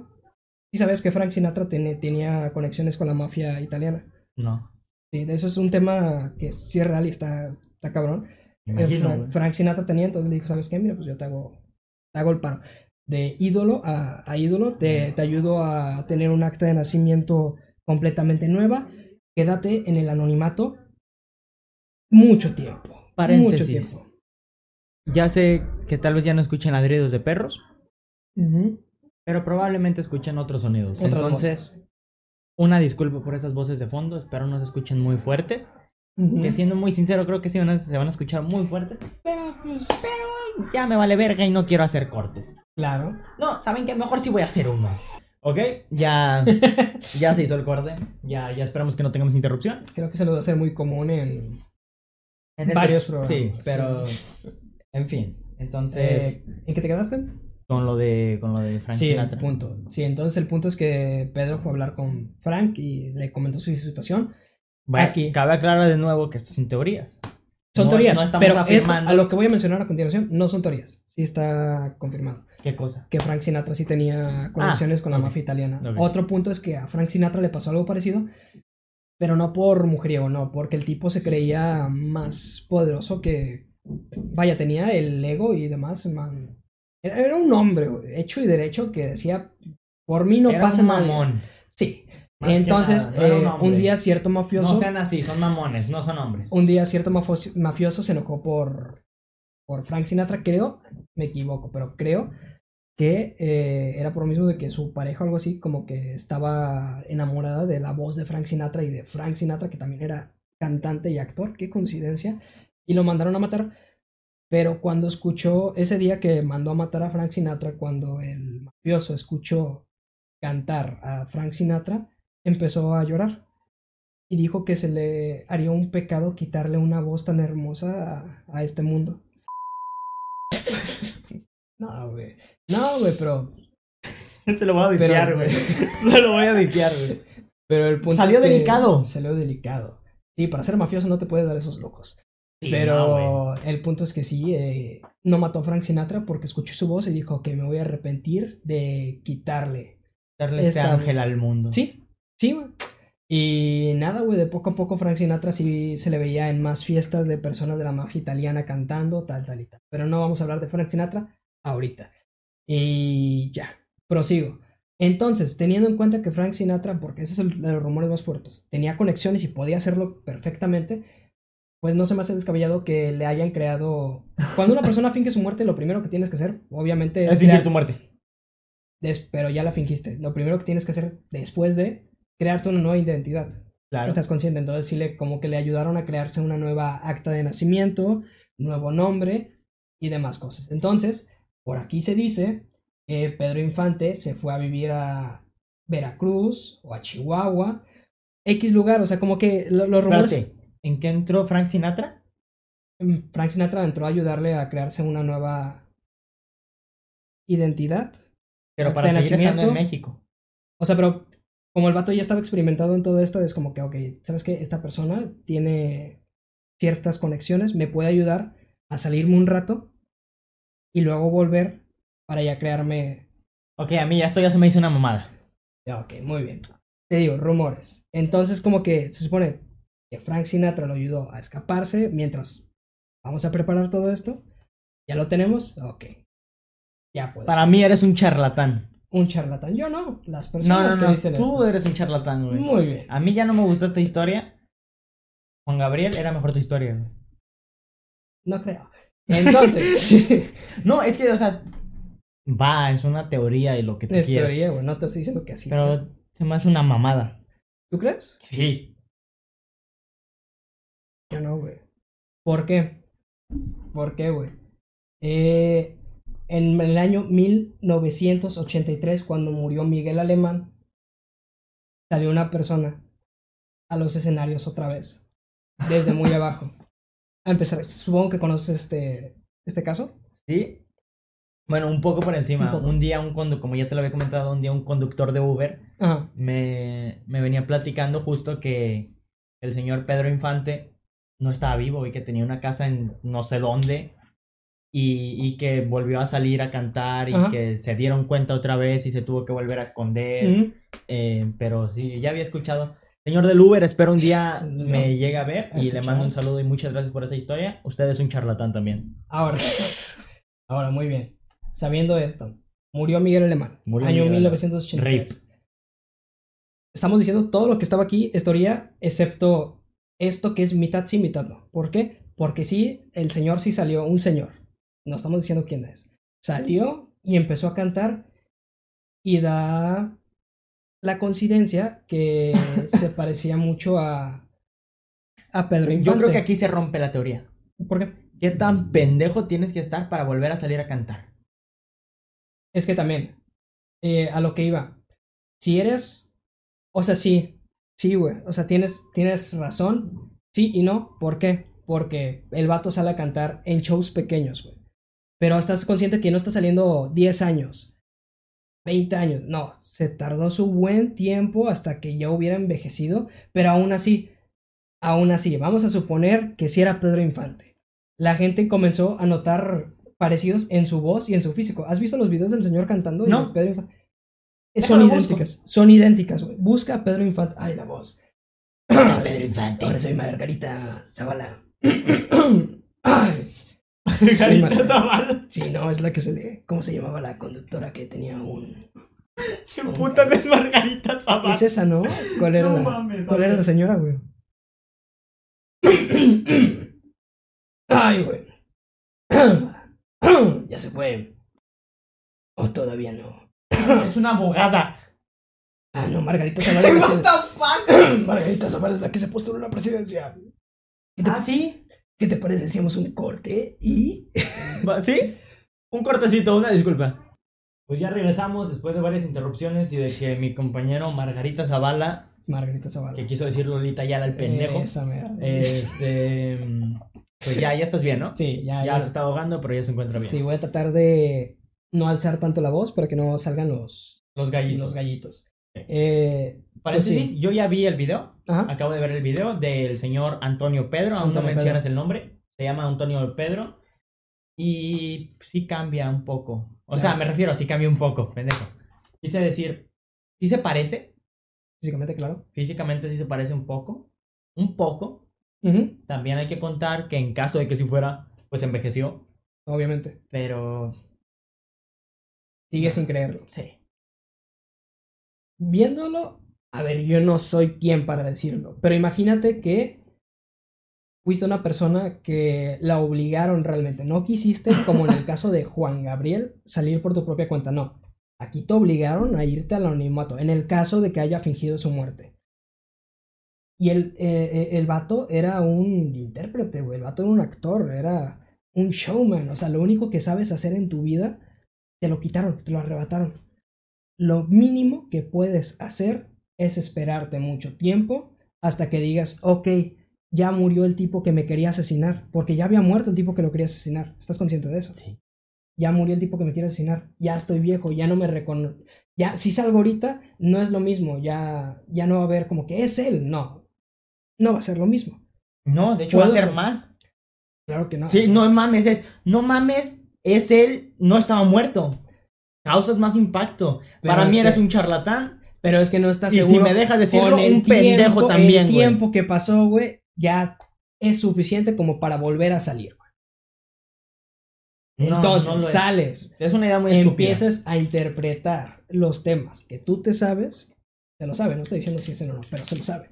B: Sí sabes que Frank Sinatra tiene- tenía conexiones con la mafia italiana.
C: No.
B: Sí, de eso es un tema que sí es real y está, está cabrón.
C: me
B: Eh,
C: Imagino,
B: Frank,
C: güey.
B: Frank Sinatra tenía, entonces le dijo, ¿sabes qué? Mira, pues yo te hago, te hago el paro. De ídolo a, a ídolo, te, te ayudo a tener un acta de nacimiento completamente nueva. Quédate en el anonimato mucho tiempo. Mucho
C: Paréntesis.
B: tiempo.
C: Ya sé que tal vez ya no escuchen ladridos de perros, pero probablemente escuchen otros sonidos.
B: Otras
C: Entonces,
B: voces.
C: una disculpa por esas voces de fondo, espero no se escuchen muy fuertes.
B: Ujú.
C: Que siendo muy sincero, creo que sí van a- se van a escuchar muy fuertes. Pero, pues, pero ya me vale verga y no quiero hacer cortes.
B: Claro.
C: No, ¿saben qué? Mejor sí voy a hacer uno. Ok, [laughs] ya, ya se hizo el corte. Ya, ya esperamos que no tengamos interrupción.
B: Creo que se lo va a hacer muy común en...
C: En este-
B: Varios programas,
C: Sí, pero. En fin. Entonces.
B: Eh, ¿En qué te quedaste?
C: Con lo de, con lo de Frank
B: Sí, el
C: Sinatra.
B: punto. Sí, entonces el punto es que Pedro fue a hablar con Frank y le comentó su situación.
C: Bueno,
B: Aquí.
C: Cabe aclarar de nuevo que esto sin teorías.
B: Son
C: No,
B: teorías,
C: no estamos
B: pero esto,
C: afirmando.
B: a lo que voy a mencionar a continuación no son teorías. Sí está confirmado
C: ¿Qué cosa?
B: que Frank Sinatra sí
C: Ah.
B: tenía conexiones con la
C: ok,
B: mafia italiana.
C: ok.
B: Otro punto es que a Frank Sinatra le pasó algo parecido, pero no por mujeriego, no, porque el tipo se creía más poderoso que... Vaya, tenía el ego y demás, man. Era era un hombre güey, hecho y derecho que decía, por mí no
C: Era
B: pasa
C: un
B: nada.
C: mamón.
B: Sí.
C: Más que
B: Entonces,
C: nada, era un
B: eh, un,
C: hombre.
B: día cierto
C: No
B: mafioso,
C: sean así, son mamones, no son hombres.
B: un día cierto mafos- mafioso se enojó por, por Frank Sinatra, creo, me equivoco, pero creo que eh, era por lo mismo de que su pareja o algo así, como que estaba enamorada de la voz de Frank Sinatra y de Frank Sinatra, que también era cantante y actor, qué coincidencia, y lo mandaron a matar. Pero cuando escuchó, ese día que mandó a matar a Frank Sinatra, cuando el mafioso escuchó cantar a Frank Sinatra, empezó a llorar y dijo que se le haría un pecado quitarle una voz tan hermosa a, a este
C: [laughs]
B: mundo. No, güey. No, güey, pero,
C: [laughs] Se lo voy a
B: vipear, güey.
C: [laughs] Se lo voy a vipear, güey.
B: pero el punto
C: Salió
B: es que
C: delicado.
B: Salió delicado. Sí, para ser mafioso no te puedes dar esos locos.
C: Sí, no,
B: pero el punto es que sí, eh, no mató a Frank Sinatra porque escuchó su voz y dijo que me voy a arrepentir de quitarle
C: Darle este
B: Esta-
C: ángel al mundo.
B: Sí, sí, güey. Y nada, güey, de poco a poco Frank Sinatra sí se le veía en más fiestas de personas de la mafia italiana cantando, tal, tal y tal. Pero no vamos a hablar de Frank Sinatra ahorita. Y ya, prosigo. Entonces, teniendo en cuenta que Frank Sinatra, porque ese es el de los rumores más fuertes, tenía conexiones y podía hacerlo perfectamente, pues no se me hace descabellado que le hayan creado... Cuando una persona [laughs] finge su muerte, lo primero que tienes que hacer, obviamente, es,
C: Es
B: crear-
C: fingir tu muerte.
B: Des- pero ya la fingiste. Lo primero que tienes que hacer después de crearte una nueva identidad.
C: Claro.
B: Estás consciente, entonces sí le como que le ayudaron a crearse una nueva acta de nacimiento, nuevo nombre y demás cosas. Entonces, por aquí se dice que Pedro Infante se fue a vivir a Veracruz o a Chihuahua, X lugar, o sea, como que lo- los rumores
C: Espérate, ¿en qué entró Frank Sinatra?
B: Mm, Frank Sinatra entró a ayudarle a crearse una nueva identidad.
C: Pero para
B: Acta de
C: seguir estando en
B: nacimiento.
C: México.
B: O sea, pero como el vato ya estaba experimentado en todo esto, es como que, ok, ¿sabes qué? Esta persona tiene ciertas conexiones, me puede ayudar a salirme un rato y luego volver para ya crearme...
C: Ok, a mí ya esto ya se me hizo una mamada.
B: Ya, ok, muy bien. Te digo, rumores. Entonces como que se supone que Frank Sinatra lo ayudó a escaparse mientras vamos a preparar todo esto. Ya lo tenemos, ok. Ya puedes.
C: Para mí eres un charlatán.
B: un charlatán. Yo no, las
C: No, no,
B: personas que
C: no.
B: dicen
C: Tú
B: esto.
C: eres un charlatán, güey.
B: Muy bien.
C: A mí ya no me gustó esta historia. Juan Gabriel era mejor tu historia, güey.
B: No creo. [laughs] Entonces,
C: No, es que, o sea. Va, es una teoría y lo que te
B: Es
C: quieras.
B: teoría, güey. No te estoy diciendo que sí.
C: Pero se me hace una mamada.
B: ¿Tú crees?
C: Sí.
B: Yo no, güey. ¿Por qué? ¿Por qué, güey? Eh, en el año 1983, cuando murió Miguel Alemán, salió una persona a los escenarios otra vez, desde [laughs] muy abajo. A empezar, supongo que conoces este, este caso.
C: Sí. Bueno, un poco por
B: Un
C: encima.
B: poco.
C: Un día, un condu como ya te lo había comentado, un día un conductor de Uber
B: Ajá.
C: me, me venía platicando justo que el señor Pedro Infante no estaba vivo y que tenía una casa en no sé dónde y, y que volvió a salir a cantar y
B: Ajá.
C: que se dieron cuenta otra vez y se tuvo que volver a esconder.
B: Ujú.
C: Eh, pero sí, ya había escuchado. Señor del Uber, espero un día
B: No.
C: me llegue a ver
B: ¿Ha
C: y le
B: escuchado?
C: mando un saludo y muchas gracias por esa historia. Usted es un charlatán también.
B: Ahora, [laughs] ahora, muy bien. Sabiendo esto, murió Miguel Alemán,
C: Murió
B: año
C: Miguel Alemán.
B: 1983. Estamos diciendo todo lo que estaba aquí es teoría, excepto esto que es mitad sí, mitad no. ¿Por qué? Porque sí, el señor sí salió, un señor. No estamos diciendo quién es. Salió y empezó a cantar y da la coincidencia
C: [laughs]
B: que se parecía mucho a, a Pedro Infante.
C: Yo creo que aquí se rompe la teoría.
B: ¿Por qué?
C: ¿Qué tan pendejo tienes que estar para volver a salir a cantar?
B: Es que también, eh, a lo que iba, si eres, o sea, sí, sí, güey, o sea, tienes, tienes razón, sí y no, ¿por qué? Porque el vato sale a cantar en shows pequeños, güey. Pero estás consciente que no está saliendo 10 años, 20 años. No, se tardó su buen tiempo hasta que ya hubiera envejecido. Pero aún así, aún así, vamos a suponer que si sí era Pedro Infante. La gente comenzó a notar parecidos en su voz y en su físico. ¿Has visto los videos del señor cantando? y
C: No.
B: de Pedro Infante? Eh,
C: Déjalo,
B: Son
C: busco.
B: idénticas, son idénticas, güey. Busca a Pedro Infante. Ay, la voz.
C: Pedro Infante.
B: Ahora soy Margarita Zavala. Ay, soy
C: [laughs] Carita
B: Margarita.
C: Zavala.
B: Sí, no, es la que se le. ¿Cómo se llamaba la conductora que tenía un.
C: ¿Qué putas [laughs] es Margarita Zavala?
B: Es esa, ¿no? ¿Cuál era,
C: Ah, No
B: la,
C: mames,
B: ¿cuál era
C: ok.
B: la señora, güey? Ay, güey. Ya se fue. O todavía no.
C: Es una abogada.
B: Ah, no, Margarita
C: [laughs]
B: Zavala. es la [coughs]
C: What the fuck?
B: que- Margarita Zavala es la que se postuló a la presidencia. ¿Qué te,
C: ¿Ah, sí?
B: qué te parece? Hacíamos un corte y. [coughs]
C: Va- ¿Sí? Un cortecito, una disculpa. Pues ya regresamos después de varias interrupciones y de que mi compañero Margarita Zavala,
B: Margarita Zavala.
C: que quiso decir Lolita Yala el pendejo,
B: Esa mera.
C: este. Pues ya, ya estás bien, ¿no?
B: sí, ya.
C: Ya
B: ya.
C: se está ahogando, pero ya se encuentra bien.
B: Sí, voy a tratar de no alzar tanto la voz para que no salgan los,
C: Los
B: los
C: gallitos.
B: gallitos.
C: Sí.
B: Eh,
C: Paréntesis, yo ya vi el video.
B: ajá.
C: Acabo de ver el video del señor Antonio Pedro. Aún no
B: Antonio
C: mencionas el nombre. Se llama Antonio Pedro. Y sí cambia un poco. O sea,
B: Claro.
C: me refiero, sí cambia un poco, pendejo. Quise decir, sí se parece.
B: Físicamente, claro.
C: Físicamente sí se parece un poco. Un poco.
B: Ujú,
C: También hay que contar que en caso de que sí fuera, pues envejeció.
B: Obviamente.
C: Pero
B: Sigue sin creerlo.
C: sí.
B: Viéndolo, a ver, yo no soy quien para decirlo, pero imagínate que fuiste una persona que la obligaron realmente. No quisiste, como en el caso de Juan Gabriel, salir por tu propia cuenta. No. Aquí te obligaron a irte al anonimato, en el caso de que haya fingido su muerte. Y el, eh, eh, el vato era un intérprete, güey. El vato era un actor, era un showman. O sea, lo único que sabes hacer en tu vida, te lo quitaron, te lo arrebataron. Lo mínimo que puedes hacer es esperarte mucho tiempo hasta que digas, ok, ya murió el tipo que me quería asesinar, porque ya había muerto el tipo que lo quería asesinar. ¿Estás consciente de eso?
C: Sí.
B: Ya murió el tipo que me quiere asesinar. Ya estoy viejo, ya no me reconozco. Ya, si salgo ahorita, no es lo mismo. Ya, ya no va a haber como que es él. No. No va a ser lo mismo.
C: No, de hecho va a
B: Puedo
C: ser
B: ser-
C: más.
B: Claro que no.
C: Sí, no mames, es. No mames, es él, no estaba muerto. Causas más impacto.
B: Pero
C: Para
B: es
C: mí eres
B: que-
C: un charlatán.
B: Pero es que no estás
C: Y
B: seguro.
C: si me dejas decirlo,
B: con el
C: un
B: tiempo-
C: pendejo también,
B: El
C: güey.
B: tiempo que pasó, güey, ya es suficiente como para volver a salir.
C: No,
B: Entonces
C: no lo es.
B: sales,
C: Es una idea muy estúpida.
B: empiezas a interpretar los temas que tú te sabes. Se lo sabe, no estoy diciendo si es él o no, pero se lo sabe.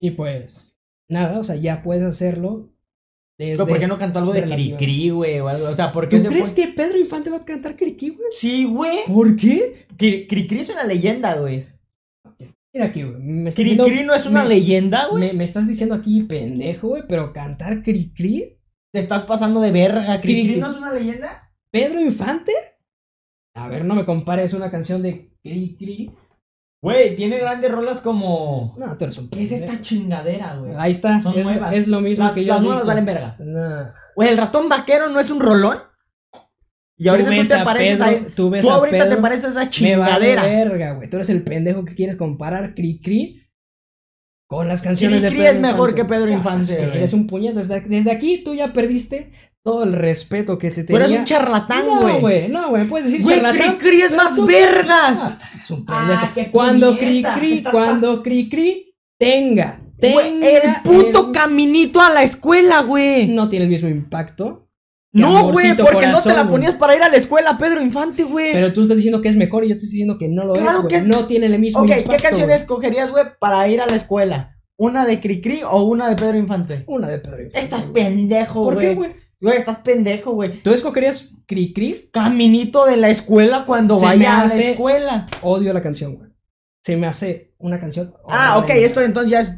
B: Y pues, nada, o sea, ya puedes hacerlo desde...
C: Pero ¿Por qué no cantó algo de
B: Relativa.
C: Cricri, güey? O algo, o sea, ¿por qué
B: ¿Tú
C: se
B: crees
C: fue?
B: que Pedro Infante va a cantar Criqui, güey?
C: Sí, güey.
B: ¿Por qué?
C: Cri- Cricri es una leyenda, güey.
B: Mira aquí, güey, me estás diciendo-
C: Cricri no es una
B: me-
C: leyenda, güey.
B: Me, me estás diciendo aquí pendejo, güey, pero cantar Cricri,
C: Te estás pasando de verga.
B: Cricri.
C: ¿Cricri no es una leyenda?
B: Pedro Infante. A ver, no me compares una canción de Cricri.
C: Güey, tiene grandes rolas como.
B: No, tú eres un
C: ¿Qué es
B: pendejo.
C: esta chingadera, güey?
B: Ahí está,
C: Son
B: es,
C: nuevas.
B: es lo mismo
C: Las,
B: que yo.
C: las nuevas
B: dije.
C: valen verga.
B: Nah.
C: Güey, el ratón vaquero no es un rolón. Y ahorita tú,
B: ves
C: te
B: a
C: pareces
B: Pedro-
C: a. e-
B: tú ves
C: Tú
B: a
C: ahorita
B: Pedro,
C: te pareces a esa
B: Me vale
C: chingadera.
B: verga, güey. Tú eres el pendejo que quieres comparar Cricri con las canciones de
C: Cricri
B: Pedro
C: es mejor
B: Infante.
C: que Pedro
B: Ya estás,
C: Infante,
B: que
C: güey.
B: Eres un puñet. Desde, desde aquí tú ya perdiste todo el respeto que te
C: Tú
B: tenía.
C: eres un charlatán,
B: No,
C: güey.
B: güey, no, güey. Puedes decir
C: Güey,
B: charlatán,
C: Cricri es más
B: tú-
C: vergas.
B: Ah, está- es un pendejo.
C: Ah, qué
B: cuando cri
C: puñetas,
B: cri,
C: estás
B: cuando cri cri, tenga, tenga.
C: Güey, el puto
B: el-
C: caminito a la escuela, güey.
B: No tiene el mismo impacto. que
C: No, güey,
B: Amorcito
C: porque no
B: Corazón,
C: te la
B: güey.
C: ponías para ir a la escuela, Pedro Infante, güey.
B: Pero tú estás diciendo que es mejor y yo te estoy diciendo que no lo
C: Claro
B: es.
C: que
B: güey.
C: es-
B: No tiene el mismo
C: ok,
B: impacto.
C: ¿qué canciones
B: güey.
C: escogerías, güey, para ir a la escuela? ¿Una de Cricri o una de Pedro Infante?
B: Una de Pedro. Infante,
C: Estás
B: güey.
C: pendejo,
B: ¿Por qué,
C: güey.
B: güey?
C: Güey, estás pendejo, güey.
B: ¿Tú escogerías cri cri?
C: Caminito de la escuela cuando
B: Se me
C: vaya a la
B: hace-
C: escuela.
B: Odio la canción, güey. Se me hace una canción.
C: Ah, ok,
B: horrible.
C: esto entonces ya es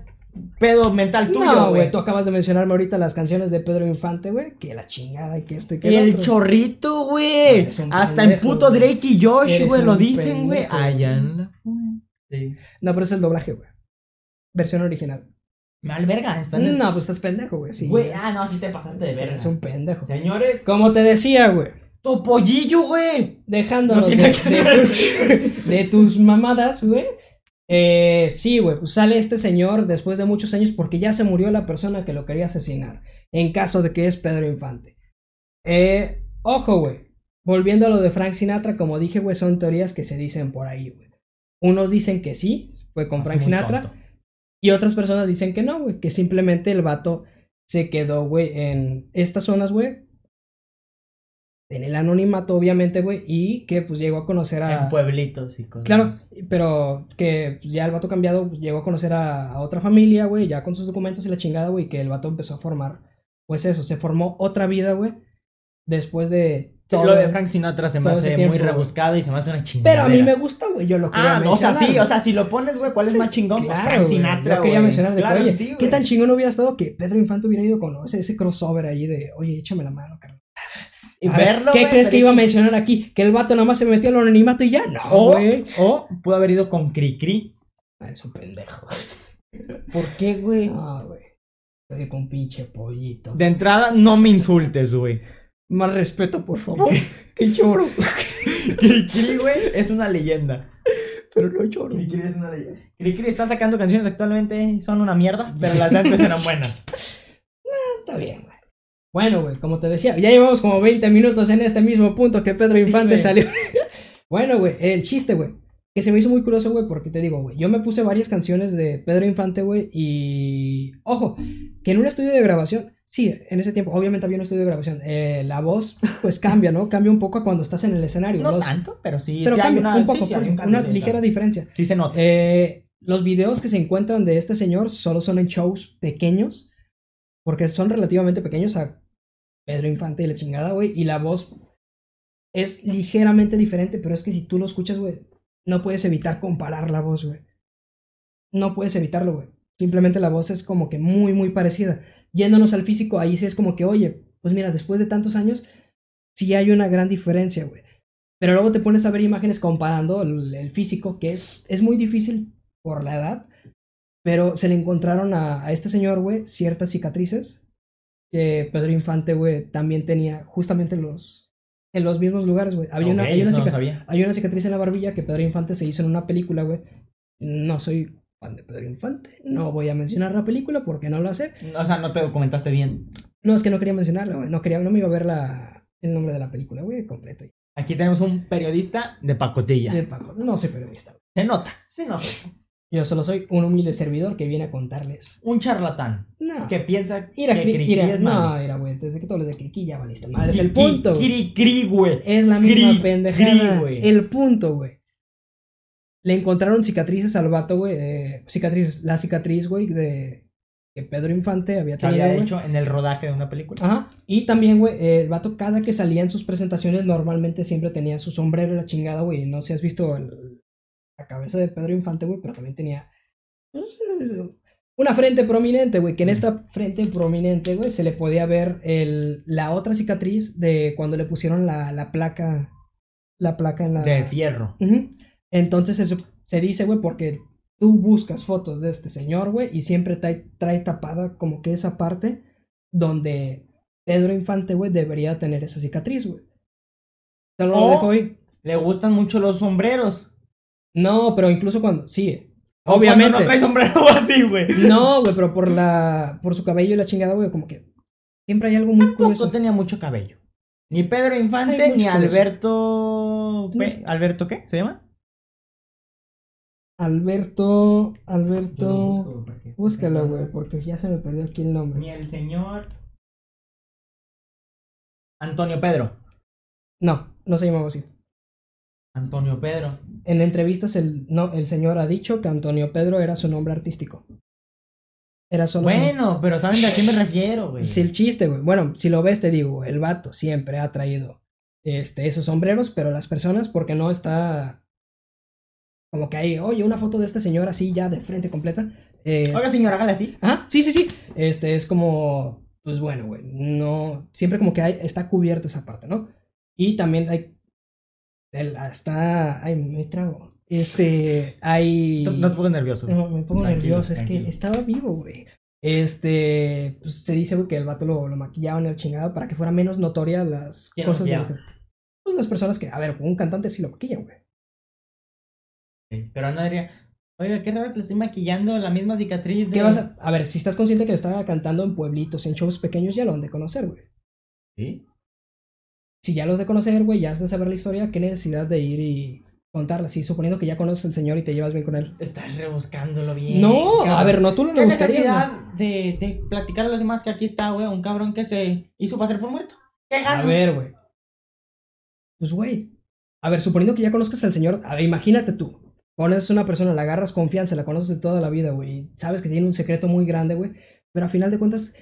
C: pedo mental tuyo,
B: No,
C: güey.
B: güey, tú acabas de mencionarme ahorita las canciones de Pedro Infante, güey. Que la chingada y que esto y que
C: Y
B: lo
C: el
B: otro.
C: chorrito, güey.
B: Eres un
C: Hasta en
B: pendejo,
C: puto
B: güey.
C: Drake y Josh,
B: Eres
C: güey, lo
B: un
C: dicen, güey.
B: pendejo,
C: Allá
B: güey.
C: en la fuente.
B: No, pero es el doblaje, güey. Versión original.
C: Me alberga. Están en-
B: No, pues estás pendejo, güey. Sí,
C: güey,
B: es-
C: ah, no, sí te pasaste de verga.
B: Eres un pendejo.
C: Señores,
B: Como te decía, güey.
C: tu pollillo, güey.
B: Dejándonos
C: No tiene
B: de,
C: que
B: de
C: ver.
B: tus, [laughs] de tus mamadas, güey. Eh, sí, güey, pues sale este señor después de muchos años porque ya se murió la persona que lo quería asesinar. En caso de que es Pedro Infante. Eh, ojo, güey. Volviendo a lo de Frank Sinatra, como dije, güey, son teorías que se dicen por ahí, güey. Unos dicen que sí, fue con
C: Así
B: Frank
C: muy
B: Sinatra.
C: tonto.
B: Y otras personas dicen que no, güey, que simplemente el vato se quedó, güey, en estas zonas, güey. En el anonimato, obviamente, güey, y que pues llegó a conocer a...
C: En pueblitos y cosas.
B: Claro,
C: así.
B: pero que pues, ya el vato cambiado pues, llegó a conocer a, a otra familia, güey, ya con sus documentos y la chingada, güey, que el vato empezó a formar, pues eso, se formó otra vida, güey, después de todo.
C: Lo de Frank Sinatra se me
B: todo ese
C: hace
B: tiempo,
C: muy
B: güey.
C: rebuscado y se me hace una
B: Pero
C: chingadera.
B: a mí me gusta, güey, yo lo quería
C: Ah, o sea, sí,
B: mencionar,
C: o sea, si lo pones, güey, ¿cuál es más chingón? Pues
B: Claro,
C: Frank
B: güey,
C: Sinatra,
B: yo quería
C: güey.
B: mencionar de que,
C: Claro,
B: oye,
C: sí,
B: qué
C: güey.
B: tan chingón hubiera estado que Pedro Infante hubiera ido con ese, ese crossover ahí de, oye, échame la mano, carnal.
C: Y
B: A ver,
C: verlo,
B: ¿Qué crees
C: güey,
B: que
C: estaría
B: iba a
C: chingón.
B: mencionar aquí? Que el vato nada más se metió al anonimato y ya, no,
C: O,
B: güey.
C: o pudo haber ido con Cricri.
B: Ah, es un [laughs] pendejo.
C: ¿Por qué, güey?
B: Ah, güey. Oye, con pinche pollito.
C: De entrada, no me insultes, güey.
B: Más respeto, por favor. [laughs] que lloro.
C: [laughs] Cricri, güey, es una leyenda.
B: Pero no lloro.
C: es una leyenda. Cricri está sacando canciones actualmente, son una mierda, pero las de antes eran buenas.
B: Está bien, güey. Bueno, güey, como te decía, ya llevamos como 20 minutos en este mismo punto que Pedro
C: Sí,
B: Infante
C: güey.
B: salió. [laughs] bueno, güey, el chiste, güey. Que se me hizo muy curioso, güey, porque te digo, güey, yo me puse varias canciones de Pedro Infante, güey, y... Ojo, que en un estudio de grabación, sí, en ese tiempo, obviamente había un estudio de grabación, eh, la voz, pues cambia, ¿no? Cambia un poco a cuando estás en el escenario.
C: [laughs] No
B: los-
C: tanto, pero sí,
B: pero
C: sí hay
B: cambia
C: una,
B: un
C: sí,
B: poco,
C: sí hay
B: pues,
C: un
B: una
C: cambio,
B: ligera diferencia.
C: Sí se nota.
B: Eh, los videos que se encuentran de este señor solo son en shows pequeños, porque son relativamente pequeños a Pedro Infante y la chingada, güey, y la voz es ligeramente diferente, pero es que si tú lo escuchas, güey, no puedes evitar comparar la voz, güey. No puedes evitarlo, güey. Simplemente la voz es como que muy, muy parecida. Yéndonos al físico, ahí sí es como que, oye, pues mira, después de tantos años, sí hay una gran diferencia, güey. Pero luego te pones a ver imágenes comparando el, el físico, que es, es muy difícil por la edad, pero se le encontraron a, a este señor, güey, ciertas cicatrices que Pedro Infante, güey, también tenía justamente en los, en los mismos lugares, güey. Había una,
C: Ok,
B: hay una
C: eso no
B: cica-
C: sabía.
B: hay una cicatriz en la barbilla que Pedro Infante se hizo en una película, güey. No soy fan de Pedro Infante. No voy a mencionar la película porque no lo sé.
C: O sea, no te documentaste bien.
B: No, es que no quería mencionarla, güey. No, quería, no me iba a ver la, el nombre de la película, güey, completo.
C: Aquí tenemos un periodista de pacotilla.
B: De Paco. No soy periodista. güey.
C: Se nota, se nota.
B: Yo solo soy un humilde servidor que viene a contarles.
C: Un charlatán
B: No.
C: que piensa
B: Ir a
C: que
B: cri-
C: Cricri
B: ir a-
C: es malo.
B: no, era, güey. Desde que tú hables de Kiki ya valiste. Madre, es
C: Cri-
B: el punto. güey.
C: Cricri, güey.
B: Es la misma
C: Cri-
B: pendejada.
C: cri, güey.
B: el punto, güey. Le encontraron cicatrices al vato, güey. eh, cicatrices. La cicatriz, güey, de que Pedro Infante había
C: que
B: tenido.
C: había
B: güey.
C: hecho en el rodaje de una película.
B: Ajá. Y también, güey, eh, el vato cada que salía en sus presentaciones normalmente siempre tenía su sombrero y la chingada, güey. No sé si has visto el- la cabeza de Pedro Infante, güey, pero también tenía eh, una frente prominente, güey. Que en esta frente prominente, güey, se le podía ver el, la otra cicatriz de cuando le pusieron la, la placa. La placa en la.
C: De fierro.
B: Ujú. Entonces eso se dice, güey, porque tú buscas fotos de este señor, güey, y siempre trae, trae tapada como que esa parte donde Pedro Infante, güey, debería tener esa cicatriz, güey. Solo lo
C: O-
B: dejo ahí.
C: Le gustan mucho los sombreros.
B: No, pero incluso cuando... Sí.
C: O cuando
B: Obviamente.
C: No trae sombrero [laughs] así, güey.
B: No, güey, pero por la... Por su cabello y la chingada, güey, como que... Siempre hay algo muy
C: Tampoco
B: curioso.
C: tenía mucho cabello. Ni Pedro
B: Hay
C: Infante,
B: mucho
C: ni
B: curioso.
C: Alberto.
B: No
C: Pe-
B: es-
C: ¿Alberto qué? ¿Se llama?
B: Alberto... Alberto... Búscalo, güey, porque ya se me perdió aquí el nombre.
C: Ni el señor. Antonio Pedro.
B: No, no se llamaba así.
C: Antonio Pedro.
B: En entrevistas el, no, el señor ha dicho que Antonio Pedro era su nombre artístico. Era solo su nombre.
C: Bueno, pero ¿saben de a qué me refiero, güey?
B: Sí, el chiste, güey. Bueno, si lo ves, te digo, el vato siempre ha traído este, esos sombreros, pero las personas, porque no está. Como que hay, oye, una foto de este señor así ya de frente completa. eh,
C: Oiga, señor, hágale así.
B: Ajá, sí, sí, sí. Este es como, pues bueno, güey, no, siempre como que hay, está cubierta esa parte, ¿no? Y también hay, el- está, ay, me trago. Este, hay...
C: No te pongas nervioso.
B: No, me pongo
C: Tranquilo,
B: nervioso, es que
C: tranquilo.
B: estaba vivo, güey. Este, pues, se dice güey, que el vato lo, lo maquillaban al chingado para que fuera menos notoria las
C: ¿Quién lo
B: cosas de lo que,
C: maquillaba?
B: pues, las personas que, a ver, un cantante sí lo maquilla, güey.
C: Sí, Pero no diría, oiga, qué raro que le estoy maquillando la misma cicatriz.
B: ¿Qué
C: de-
B: vas a, a ver, si estás consciente que lo estaba cantando en pueblitos, en shows pequeños, ya lo han de conocer, güey.
C: Sí.
B: Si ya los de conocer, güey, ya has de saber la historia, qué necesidad de ir y contarla, sí, suponiendo que ya conoces al señor y te llevas bien con él.
C: Estás rebuscándolo bien.
B: no, a
C: cabrón.
B: ver, no tú lo
C: ¿Qué
B: buscarías. güey.
C: necesidad de, de platicar a los demás que aquí está, güey, un cabrón que se hizo pasar por muerto? ¿Qué
B: A
C: gano?
B: ver, güey. Pues, güey. A ver, suponiendo que ya conozcas al señor, a ver, imagínate tú. Conoces a una persona, la agarras confianza, la conoces de toda la vida, güey. Sabes que tiene un secreto muy grande, güey. Pero a final de cuentas,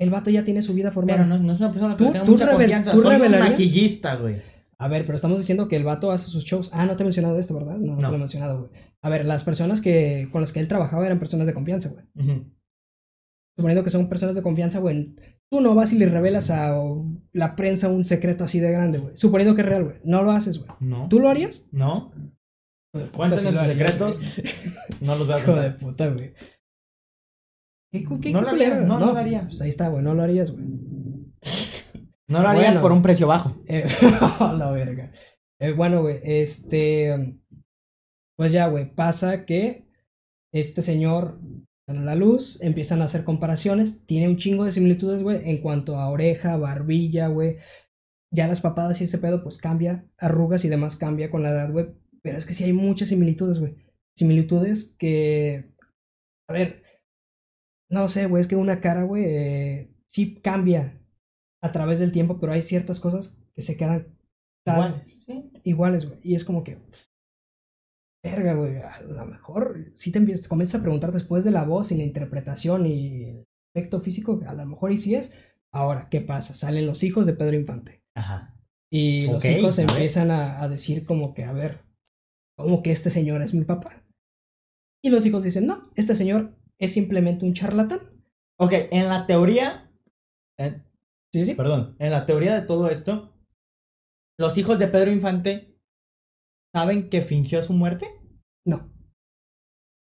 B: el vato ya tiene su vida formada.
C: Pero no, no es una persona que
B: ¿Tú-
C: le tenga
B: tú
C: mucha
B: revel-
C: confianza.
B: tú
C: Soy un
B: revelarías?
C: maquillista, güey.
B: A ver, pero estamos diciendo que el vato hace sus shows. Ah, no te he mencionado esto, ¿verdad? No, no, te
C: No.
B: lo he mencionado, güey. A ver, las personas que con las que él trabajaba eran personas de confianza, güey.
C: Ujú.
B: Suponiendo que son personas de confianza, güey. Tú no vas y le revelas a o, la prensa un secreto así de grande, güey. Suponiendo que es real, güey. No lo haces, güey.
C: No.
B: ¿Tú lo harías?
C: No.
B: Joder,
C: Cuéntanos
B: puta, sí lo
C: sus
B: haría,
C: secretos. No los voy
B: güey.
C: a
B: Hijo
C: contar.
B: de puta, güey. ¿Qué, cu- qué,
C: No
B: qué
C: lo
B: culero,
C: haría, no, no lo
B: güey.
C: haría.
B: Pues ahí está, güey, no lo harías, güey.
C: No lo harían
B: Bueno.
C: por un precio bajo.
B: Eh, [laughs] a la verga. Eh, bueno, güey, este. Pues ya, güey, pasa que este señor sale a la luz, empiezan a hacer comparaciones, tiene un chingo de similitudes, güey, en cuanto a oreja, barbilla, güey. Ya las papadas y ese pedo, pues cambia, arrugas y demás cambia con la edad, güey. Pero es que sí hay muchas similitudes, güey. Similitudes que. A ver. No sé, güey, es que una cara, güey, eh, sí cambia a través del tiempo, pero hay ciertas cosas que se quedan tan
C: Igual. Sí.
B: iguales, güey. Y es como que. Verga, güey. A lo mejor si te empiezas, te comienzas a preguntar después de la voz y la interpretación y el efecto físico, a lo mejor y sí es. Ahora, ¿qué pasa? Salen los hijos de Pedro Infante.
C: Ajá.
B: Y los
C: Ok,
B: hijos
C: a ver.
B: empiezan a, a decir como que, a ver, como que este señor es mi papá. Y los hijos dicen, no, este señor es simplemente un charlatán.
C: Ok, en la teoría. eh,
B: Sí, sí.
C: perdón. En la teoría de todo esto, los hijos de Pedro Infante saben que fingió su muerte.
B: No.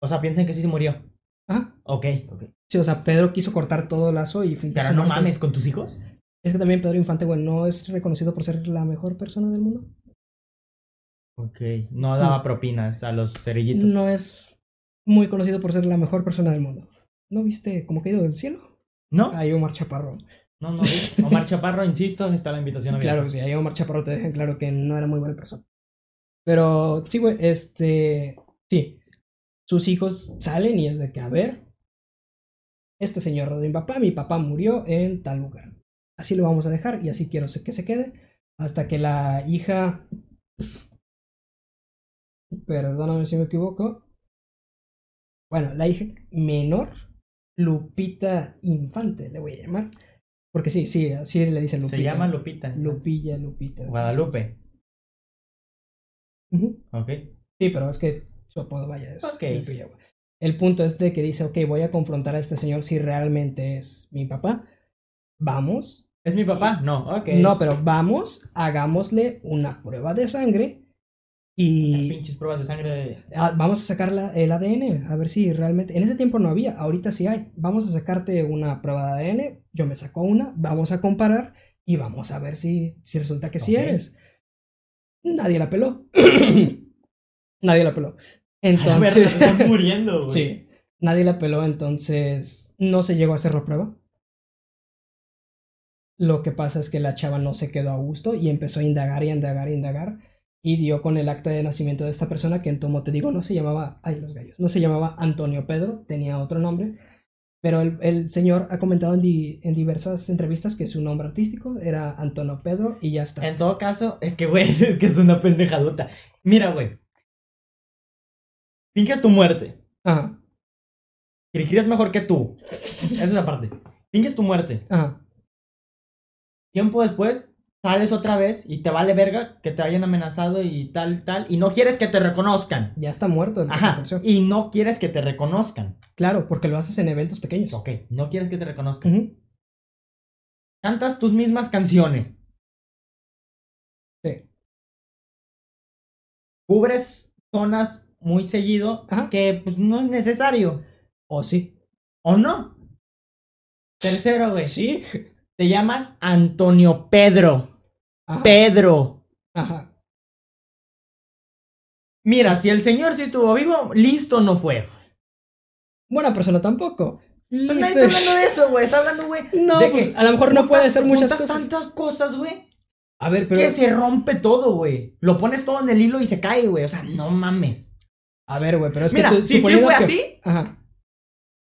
C: O sea, piensan que sí se murió.
B: Ajá.
C: Ok, ok.
B: Sí, o sea, Pedro quiso cortar todo lazo y fingió
C: Pero
B: su
C: no
B: muerte.
C: mames, ¿con tus hijos?
B: Es que también Pedro Infante, güey, no es reconocido por ser la mejor persona del mundo.
C: Ok, no daba propinas a los cerillitos.
B: No es muy conocido por ser la mejor persona del mundo. ¿No viste como caído del cielo?
C: ¿No?
B: Hay Omar Chaparro.
C: No, no.
B: [laughs]
C: vi. Omar Chaparro, insisto, está la invitación abierta.
B: Claro que sí, ahí Omar Chaparro te dejan claro que no era muy buena persona. Pero sí, güey, este. Sí. Sus hijos salen y es de que, a ver. Este señor de mi papá, mi papá murió en tal lugar. Así lo vamos a dejar y así quiero se- que se quede. Hasta que la hija. Perdóname si me equivoco. Bueno, la hija menor, Lupita Infante, le voy a llamar. Porque sí, sí, así le dicen Lupita.
C: Se llama Lupita.
B: Lupilla, Lupita.
C: Guadalupe.
B: Ujú.
C: Ok.
B: Sí, pero es que su apodo, vaya, es
C: Ok.
B: Lupilla, güey. El punto es de que dice, ok, voy a confrontar a este señor si realmente es mi papá. Vamos.
C: ¿Es mi papá? No, ok.
B: No, pero vamos, hagámosle una prueba de sangre y
C: Pinches pruebas de sangre. de-
B: ah, vamos a sacar la- el ADN, a ver si realmente... En ese tiempo no había, ahorita sí hay. Vamos a sacarte una prueba de ADN, yo me saco una, vamos a comparar y vamos a ver si, si resulta que sí
C: Ok.
B: eres. Nadie la peló. [clears throat] Nadie la peló. [laughs]
C: [laughs]
B: Entonces...
C: Entonces... Están muriendo, güey.
B: Sí, nadie la peló, entonces no se llegó a hacer la prueba. Lo que pasa es que la chava no se quedó a gusto y empezó a indagar y a indagar y a indagar y dio con el acta de nacimiento de esta persona que en tomo te digo no se llamaba, ay los gallos, no se llamaba Antonio Pedro, tenía otro nombre, pero el, el señor ha comentado en, di- en diversas entrevistas que su nombre artístico era Antonio Pedro y ya está.
C: En todo caso, es que, güey, [laughs] es que es una pendejadota. Mira, güey. Finges tu muerte.
B: Ajá,
C: Kirikiri es mejor que tú. Esa es la parte. Finges tu muerte.
B: ajá,
C: Tiempo después, sales otra vez y te vale verga que te hayan amenazado y tal, tal. Y no quieres que te reconozcan.
B: ya está muerto. el-
C: Ajá. Y no quieres que te reconozcan.
B: Claro, porque lo haces en eventos pequeños.
C: Ok, no quieres que te reconozcan.
B: Ujú.
C: Cantas tus mismas canciones.
B: Sí.
C: Cubres zonas muy seguido
B: Ajá.
C: que pues no es necesario.
B: O sí.
C: ¿O no? Tercero, güey.
B: Sí.
C: Te llamas Antonio Pedro.
B: Ajá.
C: Pedro.
B: Ajá.
C: Mira, si el señor sí estuvo vivo, listo no fue.
B: Buena persona tampoco.
C: Pero nadie
B: Listo.
C: está hablando de eso, güey. Está hablando, güey.
B: No,
C: de
B: pues
C: que
B: a lo mejor no puede
C: juntas-
B: ser muchas
C: juntas
B: cosas.
C: tantas cosas, güey.
B: A ver, pero.
C: Que se rompe todo, güey. Lo pones todo en el hilo y se cae, güey. O sea, no mames.
B: A ver, güey, pero es
C: Mira,
B: que. tú-
C: si sí
B: suponiendo
C: fue
B: que-
C: así,
B: Ajá.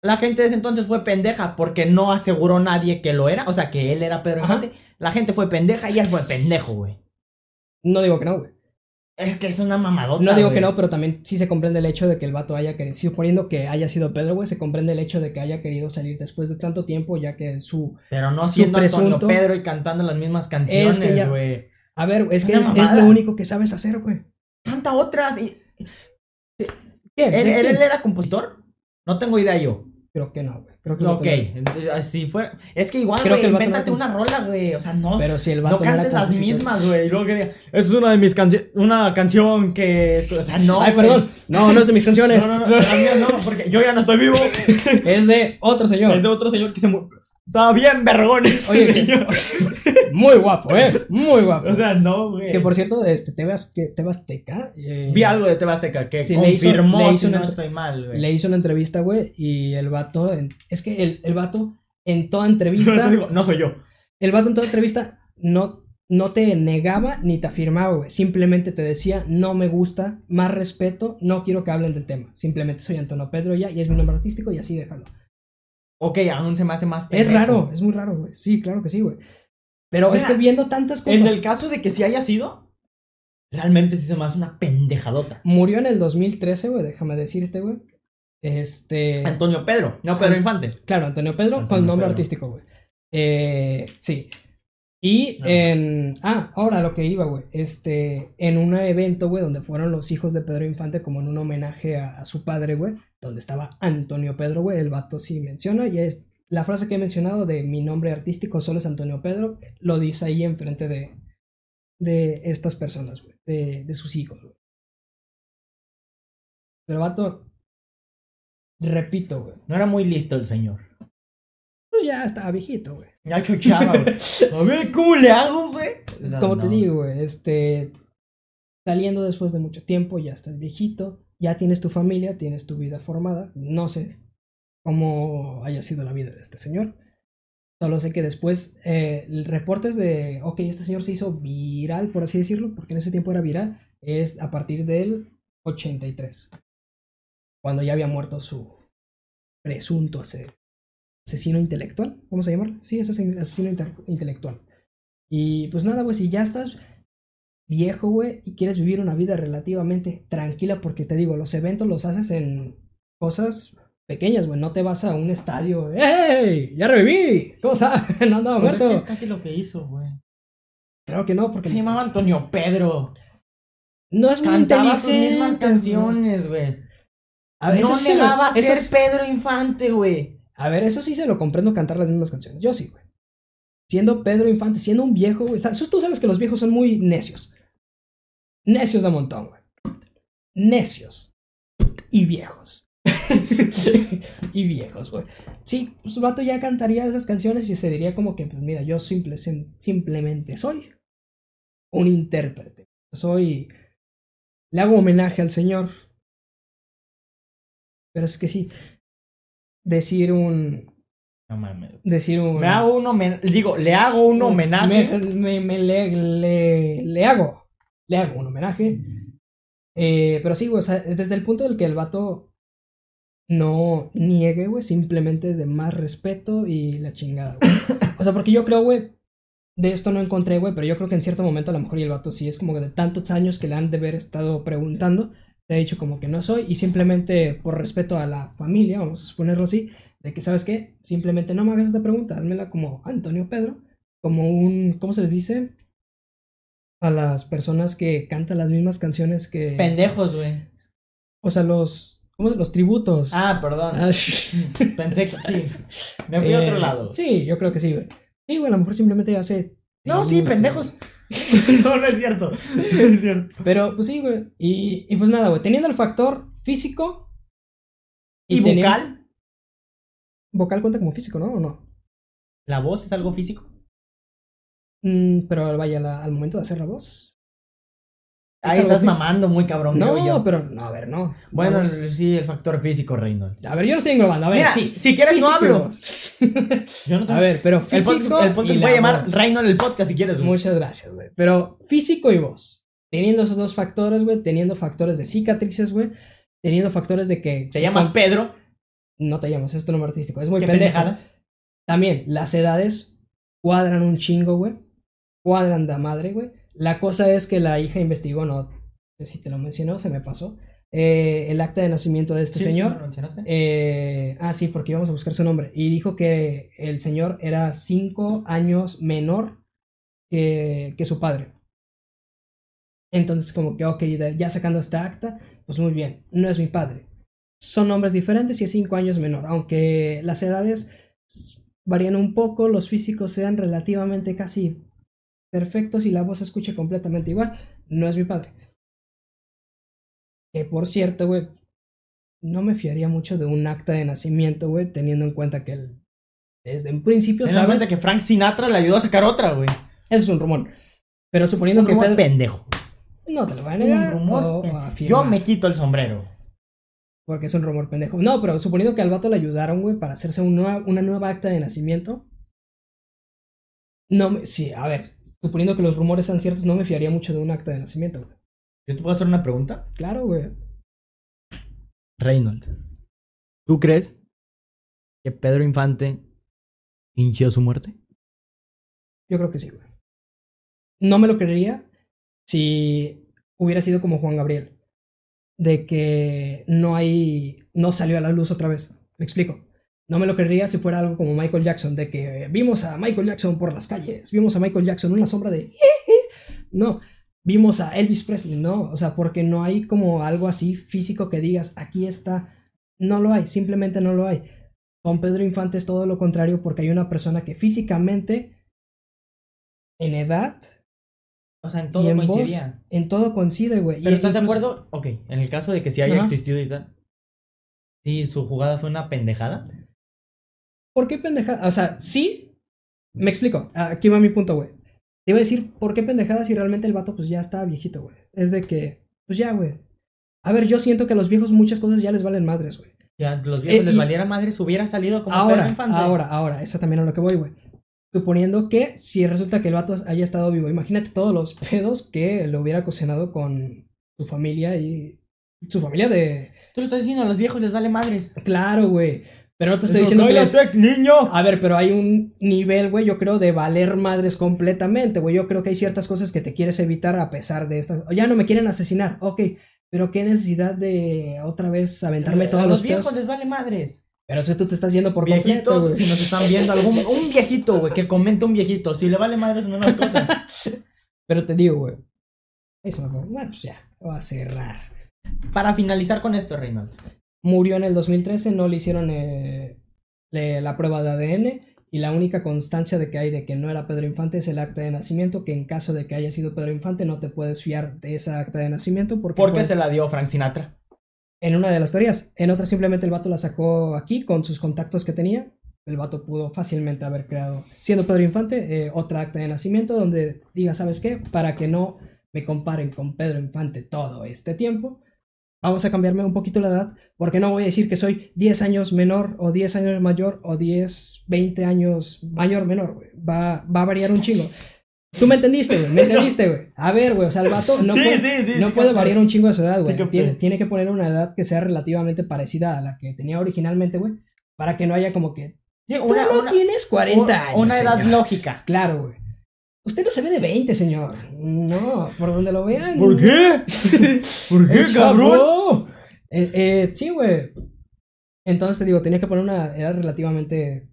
C: La gente de ese entonces fue pendeja porque no aseguró nadie que lo era, o sea, que él era Pedro
B: Ajá.
C: Infante. La gente fue pendeja y él fue pendejo, güey.
B: No digo que no, güey.
C: Es que es una mamadota.
B: No digo
C: güey.
B: que no, pero también sí se comprende el hecho de que el vato haya querido. Suponiendo que haya sido Pedro, güey, se comprende el hecho de que haya querido salir después de tanto tiempo, ya que su.
C: Pero no siendo
B: presunto-
C: Antonio Pedro y cantando las mismas canciones,
B: ya-
C: güey.
B: A ver, es
C: Es
B: que
C: una
B: es, es
C: mamada.
B: lo único que sabes hacer, güey.
C: Canta otras. y-
B: ¿Qué?
C: ¿Él,
B: ¿De
C: él-
B: qué?
C: él era compositor? No tengo idea yo.
B: Creo que no, güey. Creo que no
C: Ok.
B: tengo-
C: Si fue... Es que igual,
B: Creo
C: güey,
B: que el vato no
C: invéntate
B: era
C: una rola, güey. O sea, no.
B: Pero si el vato
C: No cantes
B: era
C: las
B: compositor-
C: mismas, güey. Y luego que diga, es una de mis canciones. Una canción que. O sea, no.
B: Ay,
C: güey.
B: perdón. No, no es de mis canciones.
C: No, no, no, la mía no, porque yo ya no
B: [laughs]
C: estoy vivo.
B: Es de otro señor.
C: Es de otro señor que se murió. Estaba bien vergón.
B: Oye, que-
C: Señor.
B: Muy guapo, ¿eh? Muy guapo.
C: o sea, no, güey.
B: que por cierto, este, Tebas, que, Tebas Teca. eh,
C: Vi algo de Tebasteca que
B: Sí, le hizo-
C: confirmó,
B: le hizo
C: si
B: una-
C: no estoy mal, güey.
B: Le hizo una entrevista, güey, y el vato. en- es que el, el vato, en toda entrevista.
C: Te digo, [laughs] [laughs] no soy yo.
B: el vato en toda entrevista no, no te negaba ni te afirmaba, güey. Simplemente te decía, no me gusta, más respeto, no quiero que hablen del tema. Simplemente soy Antonio Pedro ya, y es mi nombre artístico, y así déjalo.
C: Ok, aún se me hace más
B: Es
C: pendejo.
B: raro, es muy raro, güey. Sí, claro que sí, güey. Pero es
C: Mira,
B: que viendo tantas cosas.
C: En el caso de que sí haya sido, realmente sí se me hace una pendejadota.
B: Murió en el 2013, güey, déjame decirte, güey. Este.
C: Antonio Pedro, no Pedro
B: Ah.
C: Infante.
B: Claro, Antonio Pedro con
C: Antonio
B: nombre
C: Pedro.
B: artístico, güey. Eh, sí. Y
C: Ah.
B: en. Ah, ahora lo que iba, güey. Este. En un evento, güey, donde fueron los hijos de Pedro Infante, como en un homenaje a, a su padre, güey. Donde estaba Antonio Pedro, güey. El vato sí menciona. Y es la frase que he mencionado de mi nombre artístico solo es Antonio Pedro. Lo dice ahí enfrente de. De estas personas, güey. De, de sus hijos, güey. Pero vato. Repito, güey.
C: No era muy listo el señor.
B: Pues ya estaba viejito, güey.
C: Ya chochaba, güey. [laughs] A ver, ¿cómo le hago, güey? O sea,
B: Como te
C: no.
B: digo, güey, este. Saliendo después de mucho tiempo, ya estás viejito, ya tienes tu familia, tienes tu vida formada. No sé cómo haya sido la vida de este señor. Solo sé que después eh, reportes de, ok, este señor se hizo viral, por así decirlo, porque en ese tiempo era viral, es a partir del 83, cuando ya había muerto su presunto ase- asesino intelectual, vamos a llamarlo, sí, es asesin- asesino inter- intelectual. Y pues nada, güey, si ya estás viejo, güey, y quieres vivir una vida relativamente tranquila, porque te digo, los eventos los haces en cosas pequeñas, güey, no te vas a un estadio, ¡Ey! ¡Ya reviví! ¿Cómo está? [laughs] No andaba
C: Pues es
B: muerto.
C: que es casi lo que hizo, güey.
B: Claro que no, porque
C: Se llamaba Antonio Pedro.
B: no es muy
C: Cantaba sus
B: inteligente.
C: mismas canciones, güey.
B: A ver,
C: no
B: eso sí lo-
C: negaba a
B: eso
C: ser
B: sí-
C: Pedro Infante, güey.
B: A ver, eso sí se lo comprendo cantar las mismas canciones. Yo sí, güey. Siendo Pedro Infante, siendo un viejo, güey. sa- Tú sabes que los viejos son muy necios. Necios de montón, güey. Necios. Y viejos. [laughs] y viejos, güey. Sí, pues el vato ya cantaría esas canciones y se diría como que, pues mira, yo simple, sim- simplemente soy un intérprete. Soy. Le hago homenaje al señor. Pero es que sí. Decir un.
C: No mames.
B: Decir un.
C: Me hago un homenaje. Digo, le hago un homenaje.
B: Me, me- me- le, le- le hago. Le hago un homenaje. Eh, pero sí, güey, o sea, desde el punto del que el vato no niegue, güey, simplemente es de más respeto y la chingada, güey. O sea, porque yo creo, güey, de esto no encontré, güey, pero yo creo que en cierto momento a lo mejor y el vato sí es como que de tantos años que le han de haber estado preguntando, te ha dicho como que no soy y simplemente por respeto a la familia, vamos a suponerlo así, de que, ¿sabes qué? Simplemente no me hagas esta pregunta, házmela como Antonio Pedro, como un, ¿cómo se les dice? A las personas que cantan las mismas canciones que...
C: Pendejos, güey.
B: O sea, los. ¿Cómo se- Los tributos.
C: Ah, perdón.
B: Ah, sí.
C: Pensé que sí. Me fui a
B: Eh,
C: otro lado.
B: Sí, yo creo que sí, güey. Sí, güey, a lo mejor simplemente hace.
C: No, sí,
B: tributos.
C: pendejos. [laughs] no, no es cierto. No es cierto.
B: Pero, pues sí, güey. Y, y pues nada, güey. Teniendo el factor físico.
C: ¿Y
B: teniendo-
C: vocal?
B: Vocal cuenta como físico, ¿no? ¿O no?
C: ¿La voz es algo físico?
B: Mm, pero vaya, la- al momento de hacer la voz. Es
C: Ahí
B: algo
C: estás
B: fí-
C: mamando muy cabrón, creo
B: No,
C: yo.
B: pero no, a ver, no.
C: Bueno,
B: Vamos.
C: sí, el factor físico, Reynolds.
B: a ver, yo no estoy englobando. A ver,
C: Mira,
B: sí.
C: si quieres no
B: físico y
C: hablo.
B: voz.
C: Yo no tengo-
B: a ver, pero
C: el
B: físico.
C: podcast, el podcast
B: y
C: voy a
B: la
C: llamar
B: voz.
C: Reynolds el podcast si quieres. güey.
B: Muchas gracias, güey. Pero físico y voz. Teniendo esos dos factores, güey. Teniendo factores de cicatrices, güey. Teniendo factores de que.
C: Te llamas Pedro.
B: No te llamas, es tu nombre artístico. Es muy
C: Qué
B: pendejo.
C: pendejada.
B: También, las edades cuadran un chingo, güey. Cuadran da madre, güey. La cosa es que la hija investigó, no sé si te lo mencionó, se me pasó. eh, el acta de nacimiento de este
C: Sí,
B: señor.
C: ¿me lo mencionaste?
B: Eh, ah, sí, porque íbamos a buscar su nombre. Y dijo que el señor era cinco años menor que, que su padre. Entonces, como que, ok, de- ya sacando esta acta, pues muy bien, no es mi padre. Son nombres diferentes y es cinco años menor, aunque las edades s- varían un poco, los físicos sean relativamente casi perfectos y la voz se escucha completamente igual, no es mi padre. Que por cierto, güey, no me fiaría mucho de un acta de nacimiento, güey, teniendo en cuenta que él desde un principio
C: Ten en
B: sabes
C: cuenta que Frank Sinatra le ayudó a sacar otra, güey.
B: eso es un rumor. Pero suponiendo
C: Un
B: que
C: rumor
B: Pedro-
C: pendejo.
B: No te lo voy a
C: Un
B: negar.
C: rumor
B: o
C: pendejo.
B: afirmar,
C: Yo me quito el sombrero.
B: Porque es un rumor pendejo. No, pero suponiendo que al vato le ayudaron, güey, para hacerse un nueva- una nueva acta de nacimiento. No me... Sí, a ver. Suponiendo que los rumores sean ciertos, no me fiaría mucho de un acta de nacimiento, güey.
C: ¿Yo te puedo hacer una pregunta?
B: Claro, güey.
C: Reynolds. ¿Tú crees que Pedro Infante hinchó su muerte?
B: Yo creo que sí, güey. No me lo creería si hubiera sido como Juan Gabriel. De que no hay. No salió a la luz otra vez. Me explico. No me lo creería si fuera algo como Michael Jackson. De que vimos a Michael Jackson por las calles. Vimos a Michael Jackson una sombra de. [laughs] No. Vimos a Elvis Presley. No. O sea, porque no hay como algo así físico que digas aquí está. No lo hay. Simplemente no lo hay. Con Pedro Infante es todo lo contrario porque hay una persona que físicamente en edad
C: O sea, en
B: y en voz, en todo coincide, güey. Y
C: ¿Pero estás de
B: incluso-
C: acuerdo? Ok, en el caso de que sí haya
B: Ajá.
C: existido y tal. Sí, su jugada fue una pendejada.
B: ¿Por qué pendejada? O sea, sí, me explico. Aquí va mi punto, güey. Te iba a decir, ¿por qué pendejada si realmente el vato pues ya está viejito, güey? Es de que, pues ya, güey. A ver, yo siento que a los viejos muchas cosas ya les valen madres, güey.
C: Ya los viejos
B: Eh,
C: les
B: y-
C: valiera madre, si hubiera salido como Pedro
B: Ahora,
C: Infante.
B: ahora, ahora, eso también a lo que voy, güey. Suponiendo que si resulta que el vato haya estado vivo, imagínate todos los pedos que le hubiera ocasionado con su familia y su familia de...
C: Tú lo estás diciendo, a los viejos les vale madres.
B: Claro, güey. Pero no te estoy diciendo que les-
C: niño!
B: A ver, pero hay un nivel, güey, yo creo, de valer madres completamente, güey. Yo creo que hay ciertas cosas que te quieres evitar a pesar de estas. Ya no me quieren asesinar, ok. Pero qué necesidad de otra vez aventarme todos
C: Eh, a
B: los
C: los
B: pedos.
C: viejos les vale madres.
B: Pero eso tú te estás yendo por completo,
C: Viejitos,
B: güey.
C: si nos están viendo algún un viejito, güey, que comenta un viejito, si le vale madres una nuevas
B: [laughs]
C: cosas.
B: Pero te digo, güey. Eso me acuerdo. Bueno, pues ya, lo voy a cerrar.
C: Para finalizar con esto, Reynolds.
B: Murió en el 2013, no le hicieron eh, le- la prueba de ADN. Y la única constancia de que hay de que no era Pedro Infante es el acta de nacimiento, que en caso de que haya sido Pedro Infante no te puedes fiar de esa acta de nacimiento porque pues,
C: ¿Por qué
B: puede-
C: se la dio Frank Sinatra?
B: En una de las teorías. En otra simplemente el vato la sacó aquí con sus contactos que tenía. El vato pudo fácilmente haber creado, siendo Pedro Infante, eh, otra acta de nacimiento donde diga, ¿sabes qué? Para que no me comparen con Pedro Infante todo este tiempo, vamos a cambiarme un poquito la edad, porque no voy a decir que soy 10 años menor o 10 años mayor o 10, 20 años mayor menor, güey. Va, va a variar un chingo. Tú me entendiste,
C: [laughs]
B: güey, me entendiste, güey. A ver, güey, o sea, el vato no puede-
C: sí,
B: no
C: sí,
B: puede
C: capté.
B: variar un chingo de su edad,
C: Sí,
B: güey.
C: capté.
B: tiene, tiene que poner una edad que sea relativamente parecida a la que tenía originalmente, güey. Para que no haya como que.
C: Sí,
B: Tú
C: Una,
B: no
C: una-
B: tienes 40 años.
C: una edad
B: señor".
C: lógica.
B: Claro, güey. Usted no se ve de 20, señor. No, por donde lo vean.
C: qué? ¿Por [laughs]
B: ¡Eh, chavo! Eh, eh, sí, güey. Entonces te digo, tenías que poner una edad relativamente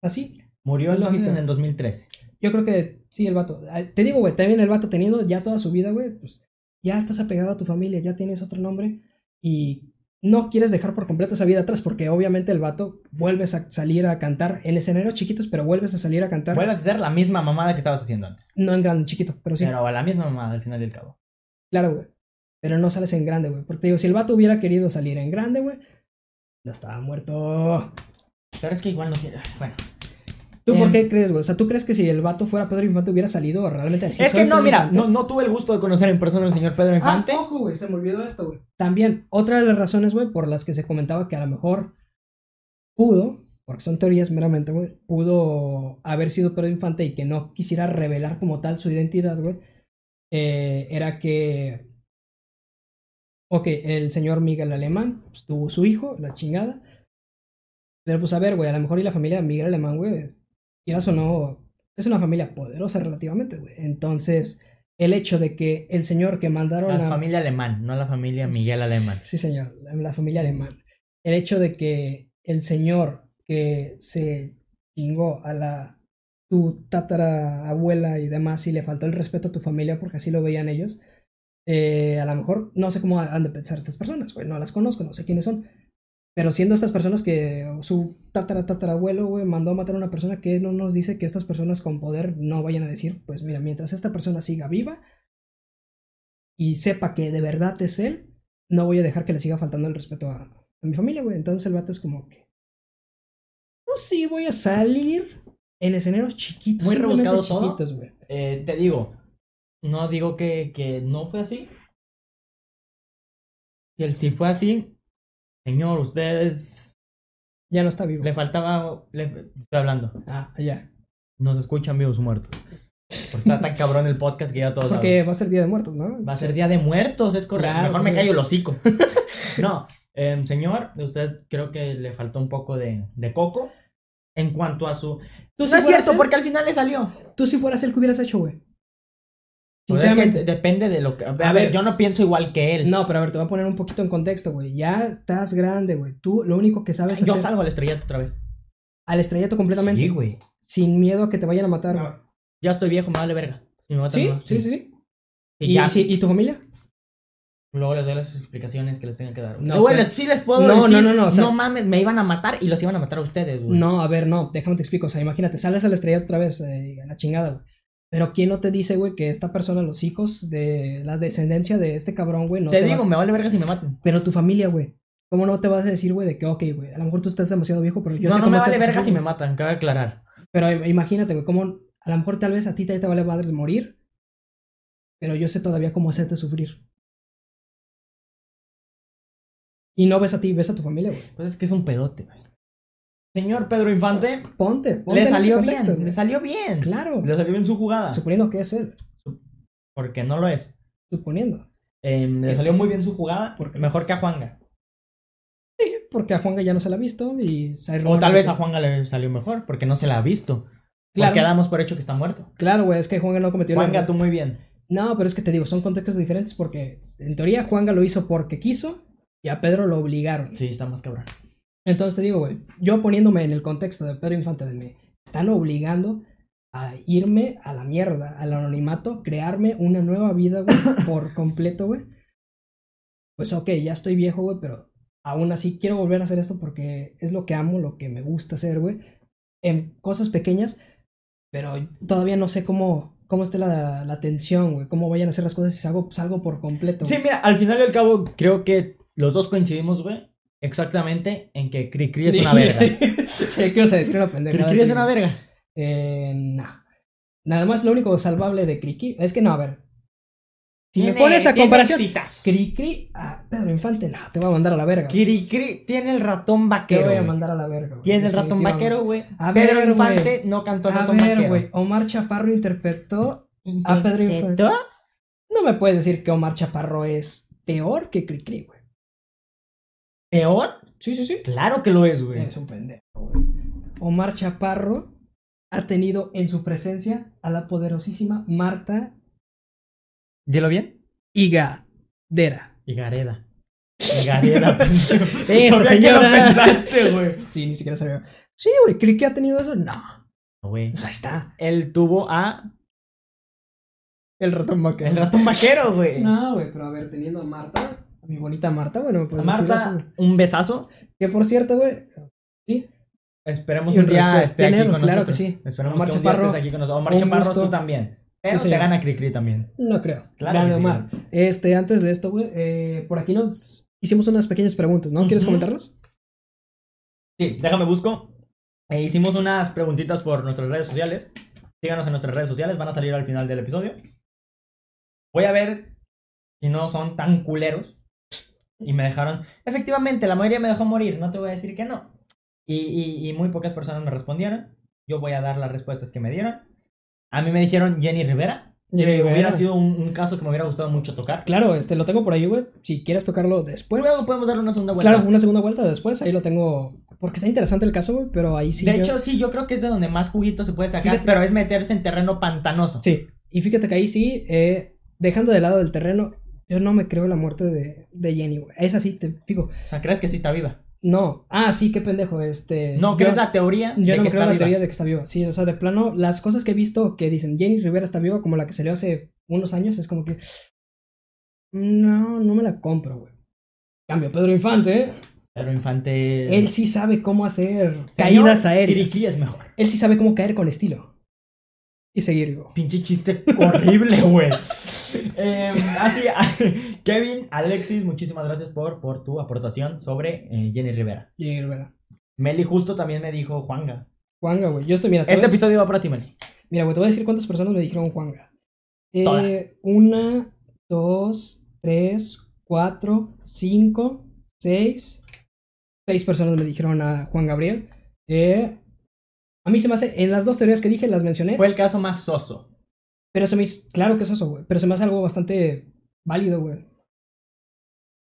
B: así.
C: Murió entonces
B: Lógica.
C: en el 2013.
B: Yo creo que sí, el vato. Ah, Te digo, güey, también el vato teniendo ya toda su vida, güey, pues ya estás apegado a tu familia, ya tienes otro nombre y no quieres dejar por completo esa vida atrás porque obviamente el vato vuelves a salir a cantar en escenarios chiquitos, pero vuelves a salir a cantar.
C: Vuelves a hacer la misma mamada que estabas haciendo antes.
B: No en grande, chiquito, pero sí,
C: Pero la misma mamada al final del cabo.
B: claro, güey. Pero no sales en grande, güey. Porque te digo, si el vato hubiera querido salir en grande, güey, no estaba muerto.
C: Pero es que igual no tiene. Bueno,
B: ¿Tú ¿Tú por
C: Em,
B: qué crees, güey? O sea, ¿tú crees que si el vato fuera Pedro Infante hubiera salido realmente a decir,
C: es
B: "Soy
C: que no,
B: Pedro
C: mira,
B: Infante"?
C: no, no tuve el gusto de conocer en persona al señor Pedro
B: Ah,
C: Infante.
B: ojo, güey, se me olvidó esto, güey. También, otra de las razones, güey, por las que se comentaba que a lo mejor pudo, porque son teorías meramente, güey, pudo haber sido Pedro Infante y que no quisiera revelar como tal su identidad, güey, eh, era que. Ok, el señor Miguel Alemán pues, tuvo su hijo, la chingada. Pero pues a ver, güey, a lo mejor y la familia de Miguel Alemán, güey, quieras o no, es una familia poderosa relativamente, güey. Entonces, el hecho de que el señor que mandaron
C: La
B: a.
C: familia alemán, no la familia Miguel Alemán.
B: Sí, señor, la, la familia alemán. El hecho de que el señor que se chingó a la tu tatara abuela y demás y le faltó el respeto a tu familia porque así lo veían ellos, eh, a lo mejor no sé cómo han de pensar estas personas, güey, no las conozco, no sé quiénes son. Pero siendo estas personas que su tatara tatarabuelo, güey, mandó a matar a una persona que no nos dice que estas personas con poder no vayan a decir, pues mira, mientras esta persona siga viva y sepa que de verdad es él, no voy a dejar que le siga faltando el respeto a, a mi familia, güey. Entonces el vato es como que. Pues sí, voy a salir en escenarios chiquitos.
C: Muy
B: simplemente
C: rebuscado todo.
B: chiquitos, güey.
C: Eh, te digo, no digo que, que no fue así. Si él sí fue así, señor, ustedes
B: Ya no está vivo.
C: le faltaba. le- estoy hablando.
B: Ah, ya.
C: Nos escuchan vivos o muertos. Porque está tan cabrón el podcast que ya todos
B: Porque
C: lados.
B: va a ser Día de Muertos, ¿no?
C: Va a ser día de muertos, es correcto.
B: Claro,
C: Mejor me
B: sí.
C: callo
B: [laughs]
C: el hocico. no, em, señor, usted creo que le faltó un poco de, de coco. En cuanto a su.
B: ¿Tú sí
C: no es
B: fueras
C: cierto,
B: él?
C: porque al final le salió.
B: Tú si fueras el que hubieras hecho, güey.
C: Pues es que
B: Sinceramente.
C: depende de lo que. A ver,
B: ver.
C: yo no pienso igual que [laughs] él.
B: No, pero a ver, te voy a poner un poquito en contexto, güey. Ya estás grande, güey. Tú lo único que sabes
C: Yo
B: hacer
C: salgo al estrellato otra vez.
B: al estrellato completamente.
C: Sí, güey.
B: Sin miedo a que te vayan a matar, güey.
C: Ya estoy viejo, me vale verga. Si me matan,
B: ¿Sí?
C: no.
B: sí, sí, sí.
C: Y
B: ¿Y,
C: ya.
B: sí- ¿Y tu familia?
C: Luego les doy las explicaciones que les tengan que dar. güey.
B: No,
C: Luego
B: pero-
C: les- sí les puedo
B: No,
C: decir.
B: no, no, no, o sea-
C: mames, me iban a matar y los iban a matar a ustedes, güey.
B: No, a ver, no, déjame te explico. O sea, imagínate, sales al estrellato otra vez, eh, a la chingada, güey. Pero ¿quién no te dice, güey, que esta persona, los hijos de la descendencia de este cabrón, güey, no
C: te
B: va-
C: digo, me vale verga si me matan.
B: Pero tu familia, güey. ¿Cómo no te vas a decir, güey, de que, ok, güey, a lo mejor tú estás demasiado viejo, pero yo
C: no,
B: sé
C: no
B: cómo
C: me
B: hacer
C: vale
B: tus
C: verga
B: hijos,
C: si me
B: güey.
C: matan, cabe aclarar.
B: Pero im- imagínate, güey, cómo a lo mejor tal vez a ti te, te vale madres morir, pero yo sé todavía cómo hacerte sufrir. Y no ves a ti, ves a tu familia, güey.
C: Pues es que es un pedote, güey. Señor Pedro Infante,
B: Ponte, ponte
C: le
B: en este
C: salió
B: contexto,
C: bien.
B: güey.
C: Le salió bien.
B: Claro,
C: Le salió bien su jugada.
B: suponiendo que es él,
C: Porque no lo es.
B: suponiendo.
C: Eh, le
B: Que
C: salió
B: sí.
C: muy bien su jugada.
B: Porque
C: mejor
B: pues-
C: que a Juanga.
B: porque a Juanga ya no se la ha visto y se
C: O tal vez a Juanga le salió mejor porque no se la ha visto.
B: Claro.
C: Porque damos por hecho que está muerto.
B: Claro, güey, es que Juanga no cometió el
C: Juanga,
B: error.
C: tú muy bien.
B: No, pero es que te digo, son contextos diferentes porque en teoría Juanga lo hizo porque quiso y a Pedro lo obligaron.
C: Sí, está más cabrón.
B: Entonces te digo, güey, yo poniéndome en el contexto de Pedro Infante de me están obligando a irme a la mierda, al anonimato, crearme una nueva vida,
C: [coughs]
B: güey, por completo, güey. Pues ok, ya estoy viejo, güey, pero aún así quiero volver a hacer esto porque es lo que amo, lo que me gusta hacer, güey. En cosas pequeñas, pero todavía no sé cómo, cómo esté la, la tensión, güey, cómo vayan a hacer las cosas si salgo, salgo por completo.
C: Sí,
B: güey. [laughs]
C: mira, al final y al cabo, creo que los dos coincidimos, güey. Exactamente en que Cri Cri
B: [laughs]
C: es una verga. Cri
B: sí, que vas a decir una pendejada.
C: Cri es
B: sí,
C: una
B: güey.
C: verga.
B: Eh, no. Nada más lo único salvable de Criki es que no, a ver. Si me
C: Tiene-
B: pones a
C: tiene
B: comparación
C: exitazos.
B: Cricri a Pedro Infante, no, te voy a mandar a la verga. güey.
C: Cri Cri tiene el ratón
B: Te
C: vaquero.
B: voy a
C: güey.
B: mandar a la verga. güey,
C: Tiene el ratón
B: definitivamente.
C: vaquero, güey.
B: A
C: Pedro
B: ver,
C: Infante no cantó el
B: A
C: ratón
B: ver,
C: vaquero.
B: güey, Omar Chaparro interpretó.
C: Ah,
B: A Pedro Infante. No me puedes decir que Omar Chaparro es peor que Cricri, güey.
C: ¿Peor?
B: Sí, sí, sí.
C: Claro que lo es, güey.
B: Es un pendejo, güey. Omar Chaparro ha tenido en su presencia a la poderosísima Marta
C: Dilo bien.
B: [laughs] Higadera.
C: Y Gareda.
B: [laughs]
C: Y Gareda, pendejo.
B: Esa
C: ¿Por qué
B: señora. [laughs]
C: lo pensaste, güey?
B: Sí, ni siquiera sabía. Sí, güey, ¿cree que ha tenido eso? No. Pues
C: Güey.
B: Ahí está.
C: Él tuvo a
B: El ratón vaquero.
C: El ratón vaquero, güey.
B: No, güey, pero a ver, teniendo a Marta, a mi bonita Marta, bueno, pues
C: A
B: decir eso,
C: Marta,
B: güey.
C: un besazo.
B: que por cierto, güey,
C: Esperemos
B: Y
C: un
B: un
C: día
B: respeto.
C: esté aquí
B: Tenerlo,
C: con
B: claro
C: nosotros.
B: que sí.
C: Esperemos
B: Omar
C: que un día
B: Chaparro,
C: estés aquí con nosotros. Omar
B: un
C: Chaparro,
B: gusto.
C: tú también.
B: Sí,
C: Pero te
B: señor.
C: gana Cricri también.
B: no creo.
C: Claro
B: Grande
C: que sí.
B: Omar. Este, antes de esto, güey, eh, por aquí nos hicimos unas pequeñas preguntas, ¿no? ¿Quieres
C: Ujú.
B: comentarlas?
C: Sí, déjame busco. E hicimos unas preguntitas por nuestras redes sociales. Síganos en nuestras redes sociales, van a salir al final del episodio. Voy a ver si no son tan culeros. Y me dejaron. Efectivamente, la mayoría me dejó morir, no te voy a decir que no. Y, y- y muy pocas personas me respondieron. Yo voy a dar las respuestas que me dieron. A mí me dijeron Jenny Rivera. que
B: Jenny Rivera.
C: Eh, Hubiera sido un, un caso que me hubiera gustado mucho tocar.
B: Eh, Claro, este, lo tengo por ahí, güey. Si quieres tocarlo después.
C: Luego podemos darle una segunda vuelta.
B: Pues, claro, una segunda vuelta después. Ahí lo tengo. Porque está interesante el caso, güey. Pero ahí sí.
C: de
B: yo-
C: hecho, sí, yo creo que es de donde más juguito se puede sacar,
B: Fíjate.
C: pero es meterse en terreno pantanoso.
B: Sí. Y fíjate que ahí sí, eh, dejando de lado el terreno, yo no me creo la muerte de, de Jenny, güey. Es así, te digo.
C: O sea, ¿crees que sí está viva?
B: No. Ah, sí, qué pendejo. Este.
C: No,
B: yo-
C: ¿crees la teoría
B: Yo
C: de
B: no
C: que
B: creo
C: está
B: la
C: viva?
B: teoría de que está viva. Sí, o sea, de plano, las cosas que he visto que dicen Jenny Rivera está viva, como la que salió hace unos años, es como que. No, no me la compro, güey. Cambio, Pedro Infante, ¿eh?
C: Pero Infante...
B: él sí sabe cómo hacer
C: Señor
B: caídas aéreas.
C: Tiriquí es mejor.
B: Él sí sabe cómo caer con estilo. Y seguir vivo.
C: Pinche chiste horrible, [laughs] güey. Em, así, [laughs] Kevin, Alexis, muchísimas gracias por, por tu aportación sobre eh, Jenny Rivera.
B: Jenny Rivera.
C: Meli justo también me dijo Juanga.
B: Juanga, güey. Yo estoy, mira, te
C: Este
B: voy,
C: episodio va para ti, Meli.
B: mira, güey, te voy a decir cuántas personas me dijeron Juanga. Eh,
C: Todas.
B: Una, dos, tres, cuatro, cinco, seis. Seis personas me dijeron a Juan Gabriel. Eh, a mí se me hace, en las dos teorías que dije las mencioné,
C: Fue el caso más soso.
B: pero se me hizo, claro que es eso, güey. Pero se me hace algo bastante válido, güey.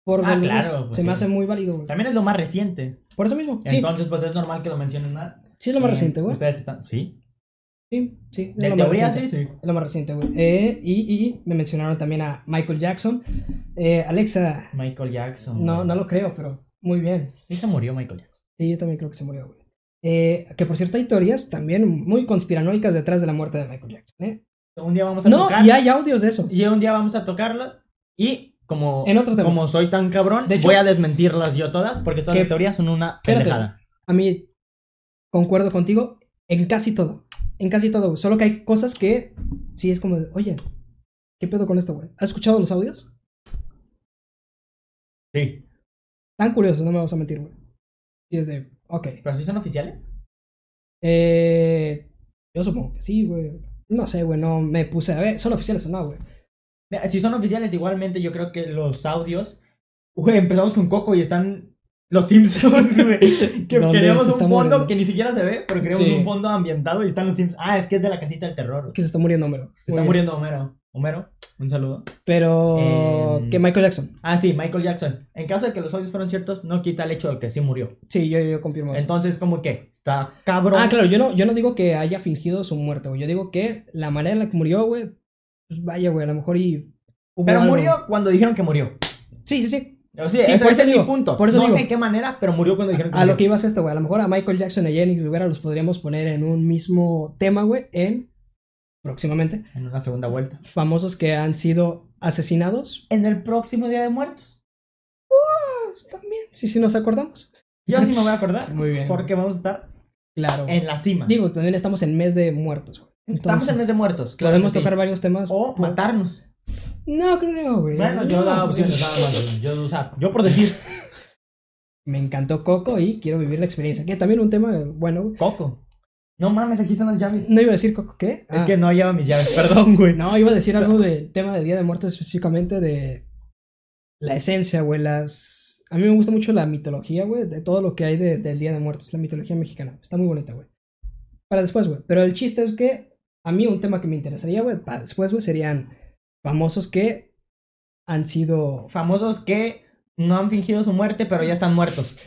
B: Por
C: Ah,
B: lo menos,
C: claro,
B: Se me
C: porque-
B: hace muy válido, güey.
C: También es lo más reciente.
B: Por eso mismo. Sí,
C: Entonces, pues es normal que lo mencionen más.
B: sí es lo más
C: Eh,
B: reciente, güey.
C: Ustedes están... Sí.
B: Sí, sí. Es
C: De
B: lo más
C: teoría,
B: reciente.
C: sí, sí.
B: Es lo más reciente, güey. Eh, y, y me mencionaron también a Michael Jackson. Eh, Alexa,
C: Michael Jackson.
B: no,
C: güey.
B: no lo creo, pero muy bien.
C: Sí se murió Michael Jackson.
B: Sí, yo también creo que se murió, güey. Eh, que por cierto hay teorías también muy conspiranoicas detrás de la muerte de Michael Jackson. ¿eh?
C: Un día vamos a
B: No,
C: tocar.
B: y hay audios de eso.
C: Y un día vamos a tocarlo. Y como,
B: En otro tema.
C: como soy tan cabrón,
B: De hecho-
C: voy a desmentirlas yo todas, porque todas
B: ¿Qué?
C: las teorías son una
B: Espérate.
C: pendejada.
B: A mí concuerdo contigo en casi todo. En casi todo, güey. Solo que hay cosas que sí es como, de, oye, ¿qué pedo con esto, güey? ¿Has escuchado los audios?
C: Sí.
B: Tan curiosos, no me vas a mentir, güey. Y es de, ok.
C: ¿Pero sí son oficiales?
B: Eh, yo supongo que sí, güey. No sé, güey, no me puse a ver. ¿Son oficiales o no, güey?
C: Mira, Si son oficiales, igualmente yo creo que los audios. Güey, empezamos con Coco y están los Simpsons, [laughs] güey. Que
B: ¿Dónde
C: queríamos
B: se
C: un
B: está
C: fondo
B: muriendo?
C: que ni siquiera se ve, pero queremos
B: Sí.
C: un fondo ambientado y están los Simpsons. Ah, es que es de la casita del terror. güey.
B: Que se está muriendo Homero.
C: Se
B: Muy
C: está
B: bien.
C: muriendo Homero. Homero, un saludo.
B: Pero
C: Eh,
B: que Michael Jackson.
C: Ah, sí, Michael Jackson. En caso de que los audios fueron ciertos, no quita el hecho de que sí murió.
B: Sí, yo, yo confirmo. eso.
C: Entonces, como que está cabrón.
B: ah, claro, yo no, yo no digo que haya fingido su muerte, güey. Yo digo que la manera en la que murió, güey. Pues vaya, güey, a lo mejor y. hubo
C: Pero
B: algo.
C: murió cuando dijeron que murió.
B: Sí, sí, sí.
C: O sea,
B: Sí,
C: ese,
B: por eso
C: ese es mi
B: digo,
C: punto.
B: por eso
C: no
B: digo.
C: sé qué manera, pero murió cuando [laughs] dijeron que
B: A
C: murió.
B: lo que iba es esto, güey. A lo mejor a Michael Jackson y a Jenny Rivera los podríamos poner en un mismo tema, güey. En. Próximamente.
C: En una segunda vuelta.
B: Famosos que han sido asesinados. Pues
C: En el próximo Día de Muertos.
B: También. Sí, sí, nos acordamos.
C: Yo sí me voy a [laughs] acordar.
B: Muy bien.
C: Porque vamos a estar
B: Claro. güey.
C: en la cima.
B: Digo, también estamos en mes de muertos, güey.
C: Estamos
B: Entonces,
C: en mes de muertos. Claro
B: podemos
C: que sí. Oh.
B: tocar varios temas.
C: O
B: Por-
C: matarnos.
B: No, creo, güey.
C: Bueno, yo
B: No,
C: daba
B: güey.
C: opciones. Daba más. Yo, o sea, yo por decir
B: Me encantó Coco y quiero vivir la experiencia. Que también un tema, bueno, güey.
C: Coco. No mames, aquí están las llaves.
B: No iba a decir Coco, ¿qué?
C: Es
B: Ah,
C: que no lleva mis [laughs] llaves, perdón, güey.
B: No, iba a decir algo del tema de Día de Muertos específicamente de la esencia, güey. Las... A mí me gusta mucho la mitología, güey, de todo lo que hay de- del Día de Muertos, la mitología mexicana. Está muy bonita, güey. Para después, güey. Pero el chiste es que a mí un tema que me interesaría, güey, para después, güey, serían famosos que han sido...
C: Famosos que no han fingido su muerte, pero ya
B: [laughs]
C: están muertos.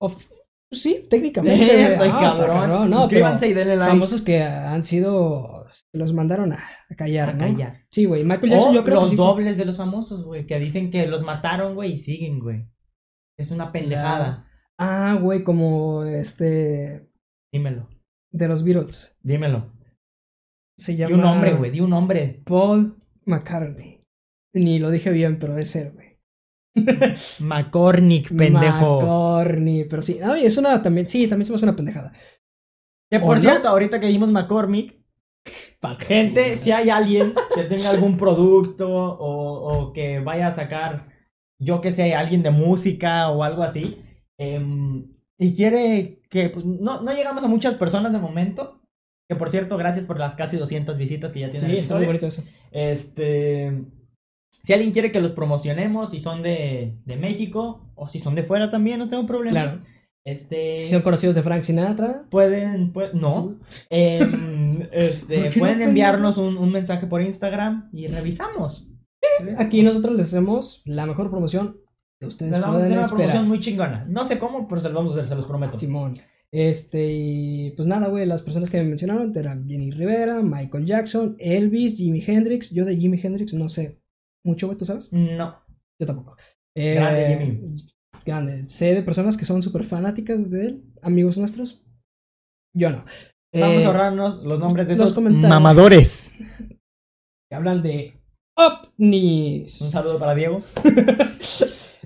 B: of- Sí, técnicamente. güey.
C: [laughs] Soy
B: Ah, está
C: cabrón.
B: No, pero
C: Suscríbanse y denle like.
B: famosos que han sido... que los mandaron a, a callar,
C: A
B: ¿no?
C: callar.
B: Sí, güey. Michael
C: O
B: Jackson yo creo que
C: los
B: sí fue-
C: dobles de los famosos, güey, que dicen que los mataron, güey, y siguen, güey. Es una pendejada.
B: Ah, güey, como este.
C: Dímelo,
B: De los Beatles.
C: dímelo.
B: Se
C: Di
B: llama.
C: un nombre, güey, di un nombre.
B: Paul McCartney. Ni lo dije bien, pero es él, güey.
C: McCormick, pendejo.
B: McCartney, pero sí. Ay, es una también. Sí, también se me hace una pendejada.
C: que
B: ¿O
C: por
B: no?
C: cierto, ahorita que dijimos McCormick, gente, si hay alguien
B: [laughs]
C: que tenga algún producto o, o que vaya a sacar, yo que sé, alguien de música o algo así, em, Y quiere que, pues, no, no llegamos a muchas personas de momento. Que por cierto, gracias por las casi 200 visitas que ya tiene.
B: Sí,
C: el
B: está muy
C: episodio.
B: bonito eso.
C: Este. Si alguien quiere que los promocionemos, si son de, de México o si son de fuera también, no tengo problema.
B: Claro.
C: Este.
B: Eh, Si son conocidos de Frank Sinatra.
C: Pueden, pue- no.
B: [laughs]
C: Em,
B: ¿Por
C: este,
B: qué no
C: pueden
B: fue
C: enviarnos un, un mensaje por Instagram y revisamos.
B: Aquí nosotros les hacemos la mejor promoción que ustedes
C: Les vamos a hacer
B: pueden
C: una promoción
B: esperar.
C: muy chingona. No sé cómo, pero se los vamos a hacer, se los prometo.
B: Simón. Este, y pues nada, güey, las personas que me mencionaron eran Jenny Rivera, Michael Jackson, Elvis, Jimi Hendrix. Yo de Jimi Hendrix no sé mucho, güey, ¿tú sabes?
C: No.
B: Yo tampoco.
C: Grande,
B: Eh, Grande. Sé de personas que son súper fanáticas de él, amigos nuestros. Yo no.
C: Vamos
B: Eh,
C: a ahorrarnos los nombres de
B: los
C: esos
B: comentarios.
C: mamadores.
B: que hablan de ovnis.
C: Un saludo para Diego.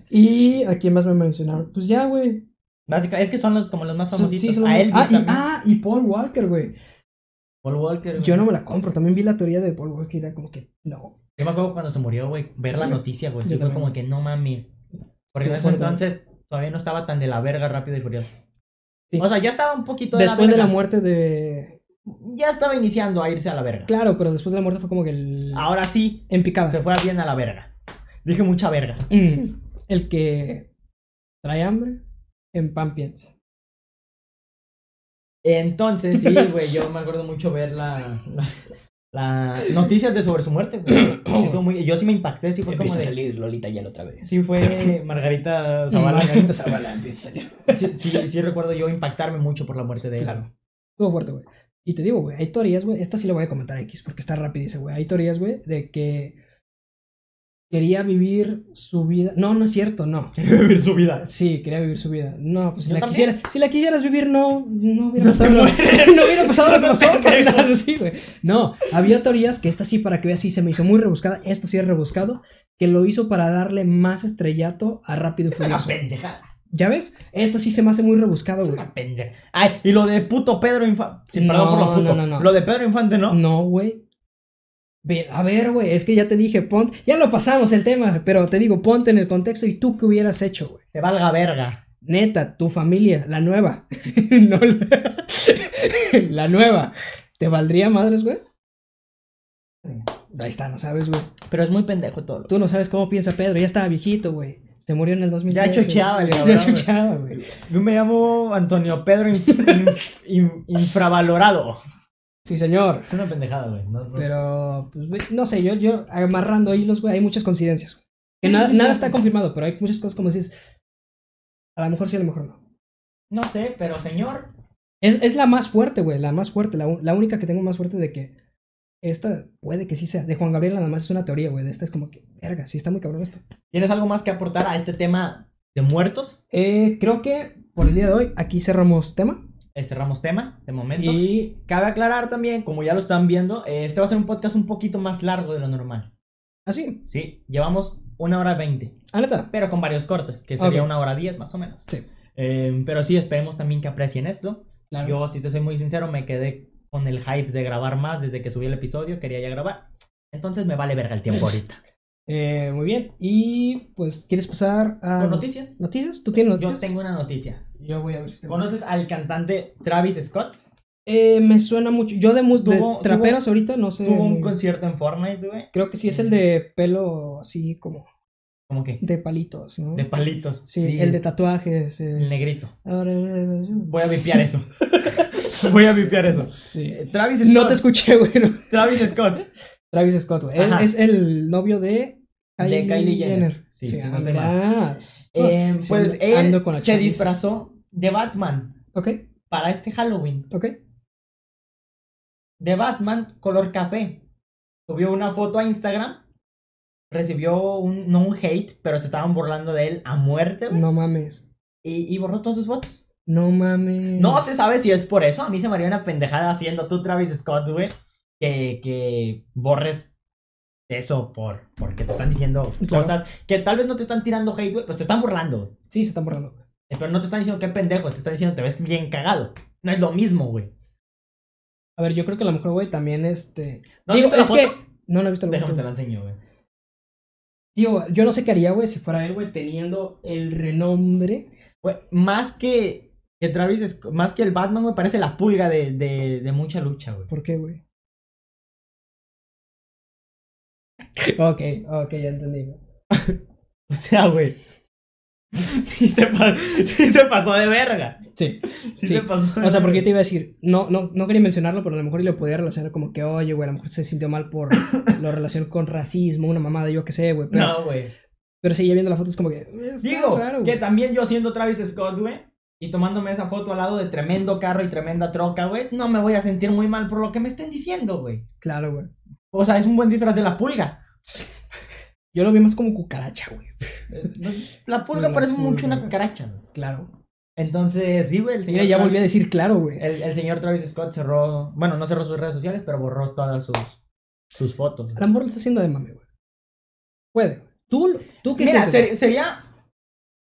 B: Y a quién más me mencionaron. Pues ya, güey.
C: Básicamente, es que son los como los más
B: Son-
C: famositos.
B: sí, son-
C: a Elvis
B: ah, y,
C: también.
B: ah, y Paul Walker, güey.
C: Paul Walker. güey.
B: Yo no me la compro. También vi la teoría de Paul Walker. y Era como que no.
C: Yo me acuerdo cuando se murió, güey, ver la
B: Sí.
C: noticia, güey.
B: Yo
C: Sí, fue
B: también.
C: como que no mames. Porque
B: Sí,
C: en ese
B: fuerte.
C: entonces todavía no estaba tan de la verga rápido y furioso.
B: Sí.
C: O sea, ya estaba un poquito
B: Después de
C: verga.
B: la muerte de.
C: ya estaba iniciando a irse a la verga.
B: Claro, pero después de la muerte fue como que el.
C: Ahora sí,
B: En picada.
C: se fue bien a la verga. Dije mucha verga.
B: Mm. El que trae hambre, en pan piensa.
C: Entonces, sí, güey, yo me acuerdo mucho ver la, la, la- noticias de sobre su muerte. güey. Sí, estuvo muy- yo sí me impacté, sí fue como
A: Empieza a
C: de...
A: salir Lolita ya otra vez.
C: Sí fue Margarita Zavala.
B: Margarita
A: Zavala empieza a salir.
C: Sí, sí, sí recuerdo yo impactarme mucho por la muerte de él.
B: Claro. Estuvo fuerte, güey. Y te digo, güey, hay teorías, güey. Esta sí la voy a comentar X porque está rapidísimo, güey. Hay teorías, güey, de que quería vivir su vida. No, no es cierto, no.
C: Quería vivir su vida.
B: Sí, quería vivir su vida. No, pues si
C: Yo
B: la,
C: también.
B: quisiera, si la quisieras vivir, no, [laughs] no hubiera
C: No
B: pasado.
C: te
B: lo- no hubiera pasado lo que
C: No
B: pasó,
C: seas
B: [laughs]
C: pendejo.
B: carnal, sí, güey. No, había teorías que esta sí, para que veas, sí se me hizo muy rebuscada. Esto sí es rebuscado. Que lo hizo para darle más estrellato a Rápido y
C: Es una
B: Furioso.
C: pendejada.
B: ¿Ya ves? Esto sí se me hace muy rebuscado,
C: Es
B: güey.
C: una pendeja. Ay, y lo de puto Pedro Infante.
B: No,
C: perdón por lo puto.
B: no, no, no.
C: Lo de Pedro Infante, ¿no?
B: No, güey. Ve- A ver, güey, es que ya te dije, pon, ya lo pasamos el tema, pero te digo, ponte en el contexto y tú qué hubieras hecho, güey.
C: Te valga verga.
B: Neta, tu familia, la nueva, [laughs] no la... la nueva, ¿te valdría madres, güey? Ahí está, no sabes, güey.
C: Pero es muy pendejo todo. lo-
B: Tú no sabes cómo piensa Pedro, ya estaba viejito, güey. Se murió en el 2013.
C: chocheaba el
B: güey.
C: cabrón,
B: [laughs] Ya
C: güey.
B: chocheaba, güey.
C: Yo me llamo Antonio Pedro Inf- Inf- Inf- Infravalorado.
B: Sí, señor.
C: Es una pendejada, güey. No, no-
B: Pero, pues, güey, no sé, yo, yo amarrando hilos, güey, hay muchas coincidencias. güey. Que
C: Sí,
B: nada,
C: sí, sí,
B: nada
C: sí.
B: está confirmado, pero hay muchas cosas como dices. A lo mejor sí, a lo mejor no.
C: no sé, pero señor.
B: Es, es la más fuerte, güey, la más fuerte, la, u- la única que tengo más fuerte de que esta puede que sí sea. De Juan Gabriel nada más es una teoría, güey, de esta es como que, verga, sí está muy cabrón esto.
C: ¿Tienes algo más que aportar a este tema de muertos?
B: Eh, creo que por el día de hoy aquí cerramos tema.
C: Eh, cerramos tema de momento. Y
B: Y
C: cabe aclarar también, como ya lo están viendo, eh, este va a ser un podcast un poquito más largo de lo normal.
B: así,
C: Sí, llevamos una hora veinte,
B: ah, neta,
C: pero con varios cortes, que sería
B: Ok.
C: una hora diez más o menos.
B: Sí.
C: Eh, pero sí, esperemos también que aprecien esto.
B: claro.
C: Yo, si te soy muy sincero, me quedé con el hype de grabar más desde que subí el episodio, quería ya grabar. Entonces me vale verga
B: [laughs]
C: el tiempo ahorita.
B: Eh, muy bien, y pues, ¿quieres pasar a
C: ¿Con noticias?
B: noticias? ¿Tú tienes
C: Yo
B: noticias?
C: tengo una noticia.
B: Yo voy a ver si tengo.
C: ¿Conoces al cantante Travis Scott?
B: Eh, me suena mucho. Yo de, mus- de
C: Tuvo-
B: traperos ahorita no sé.
C: Tuvo un
B: muy-
C: concierto en Fortnite, güey.
B: Creo que sí es el de pelo así como
C: Como que
B: de palitos, ¿no?
C: de palitos.
B: sí, el de tatuajes.
C: el
B: eh.
C: negrito.
B: Ahora-
C: Voy a
B: [laughs]
C: vipear eso. Voy a vipear eso.
B: Sí.
C: Eh, Travis Scott.
B: No te escuché, güey. no.
C: Travis Scott.
B: Travis Scott, güey. Él
C: Ajá.
B: es el novio de
C: De Kylie Jenner.
B: Sí,
C: Sí, sí, no sé
B: andas.
C: Eh,
B: Sí,
C: pues
B: ando-
C: él
B: ando con la
C: se
B: chaviza.
C: disfrazó de Batman
B: Ok,
C: para este Halloween.
B: ok.
C: de Batman color café. Subió una foto a Instagram. Recibió un, no un hate, pero se estaban burlando de él a muerte, güey,
B: No mames.
C: Y, y borró todas sus fotos.
B: No mames.
C: No se sabe si es por eso. A mí se me haría una pendejada haciendo tú, Travis Scott, güey. Que, que borres eso por porque te están diciendo
B: Claro.
C: cosas que tal vez no te están tirando hate, güey, pero te están burlando. güey.
B: Sí, se están borrando.
C: Eh, Pero no te están diciendo qué pendejo, te están diciendo te ves bien cagado. No es lo mismo, güey.
B: A ver, yo creo que a lo mejor, güey, también este.
C: ¿No
B: Digo,
C: viste la
B: es que. No, no he visto la
C: Déjame
B: foto.
C: te la enseño, güey.
B: Digo, yo no sé qué haría, güey, si fuera él, güey, teniendo el renombre.
C: Güey, más que Que Travis, es, más que el Batman, güey, parece la pulga de, de, de mucha lucha, güey. [laughs]
B: ¿Por qué, güey? Ok, ok, ya entendí.
C: O sea, güey. [laughs] Sí se, pa- sí se pasó de verga.
B: Sí. Sí.
C: Sí, se pasó de
B: O sea, porque yo
C: verga.
B: te iba a decir, no, no, no quería mencionarlo, pero a lo mejor lo podía relacionar como que, oye, güey, a lo mejor se sintió mal
C: [coughs]
B: por lo relación con racismo, una mamada, yo qué sé, güey. Pero,
C: No, güey.
B: pero sí, ya viendo la foto es como que. está
C: Digo
B: raro,
C: que
B: güey.
C: también yo siendo Travis Scott, güey, y tomándome esa foto al lado de tremendo carro y tremenda troca, güey, no me voy a sentir muy mal por lo que me estén diciendo, güey.
B: Claro, güey.
C: O sea, es un buen disfraz de la pulga.
B: [laughs] Yo lo vi más como cucaracha, güey.
C: Eh, no- La pulga
B: La
C: parece
B: pulga.
C: mucho una cucaracha, güey.
B: Claro.
C: Entonces, sí, güey, el señor
B: Mira, ya
C: Travis-
B: volví a decir claro, güey.
C: el, el señor Travis Scott cerró, bueno, no cerró sus redes sociales, pero borró todas sus, sus fotos.
B: A lo mejor lo está haciendo de mame, güey. Puede. güey. ¿Tú, tú qué
C: Mira,
B: sientes?
C: ser- sería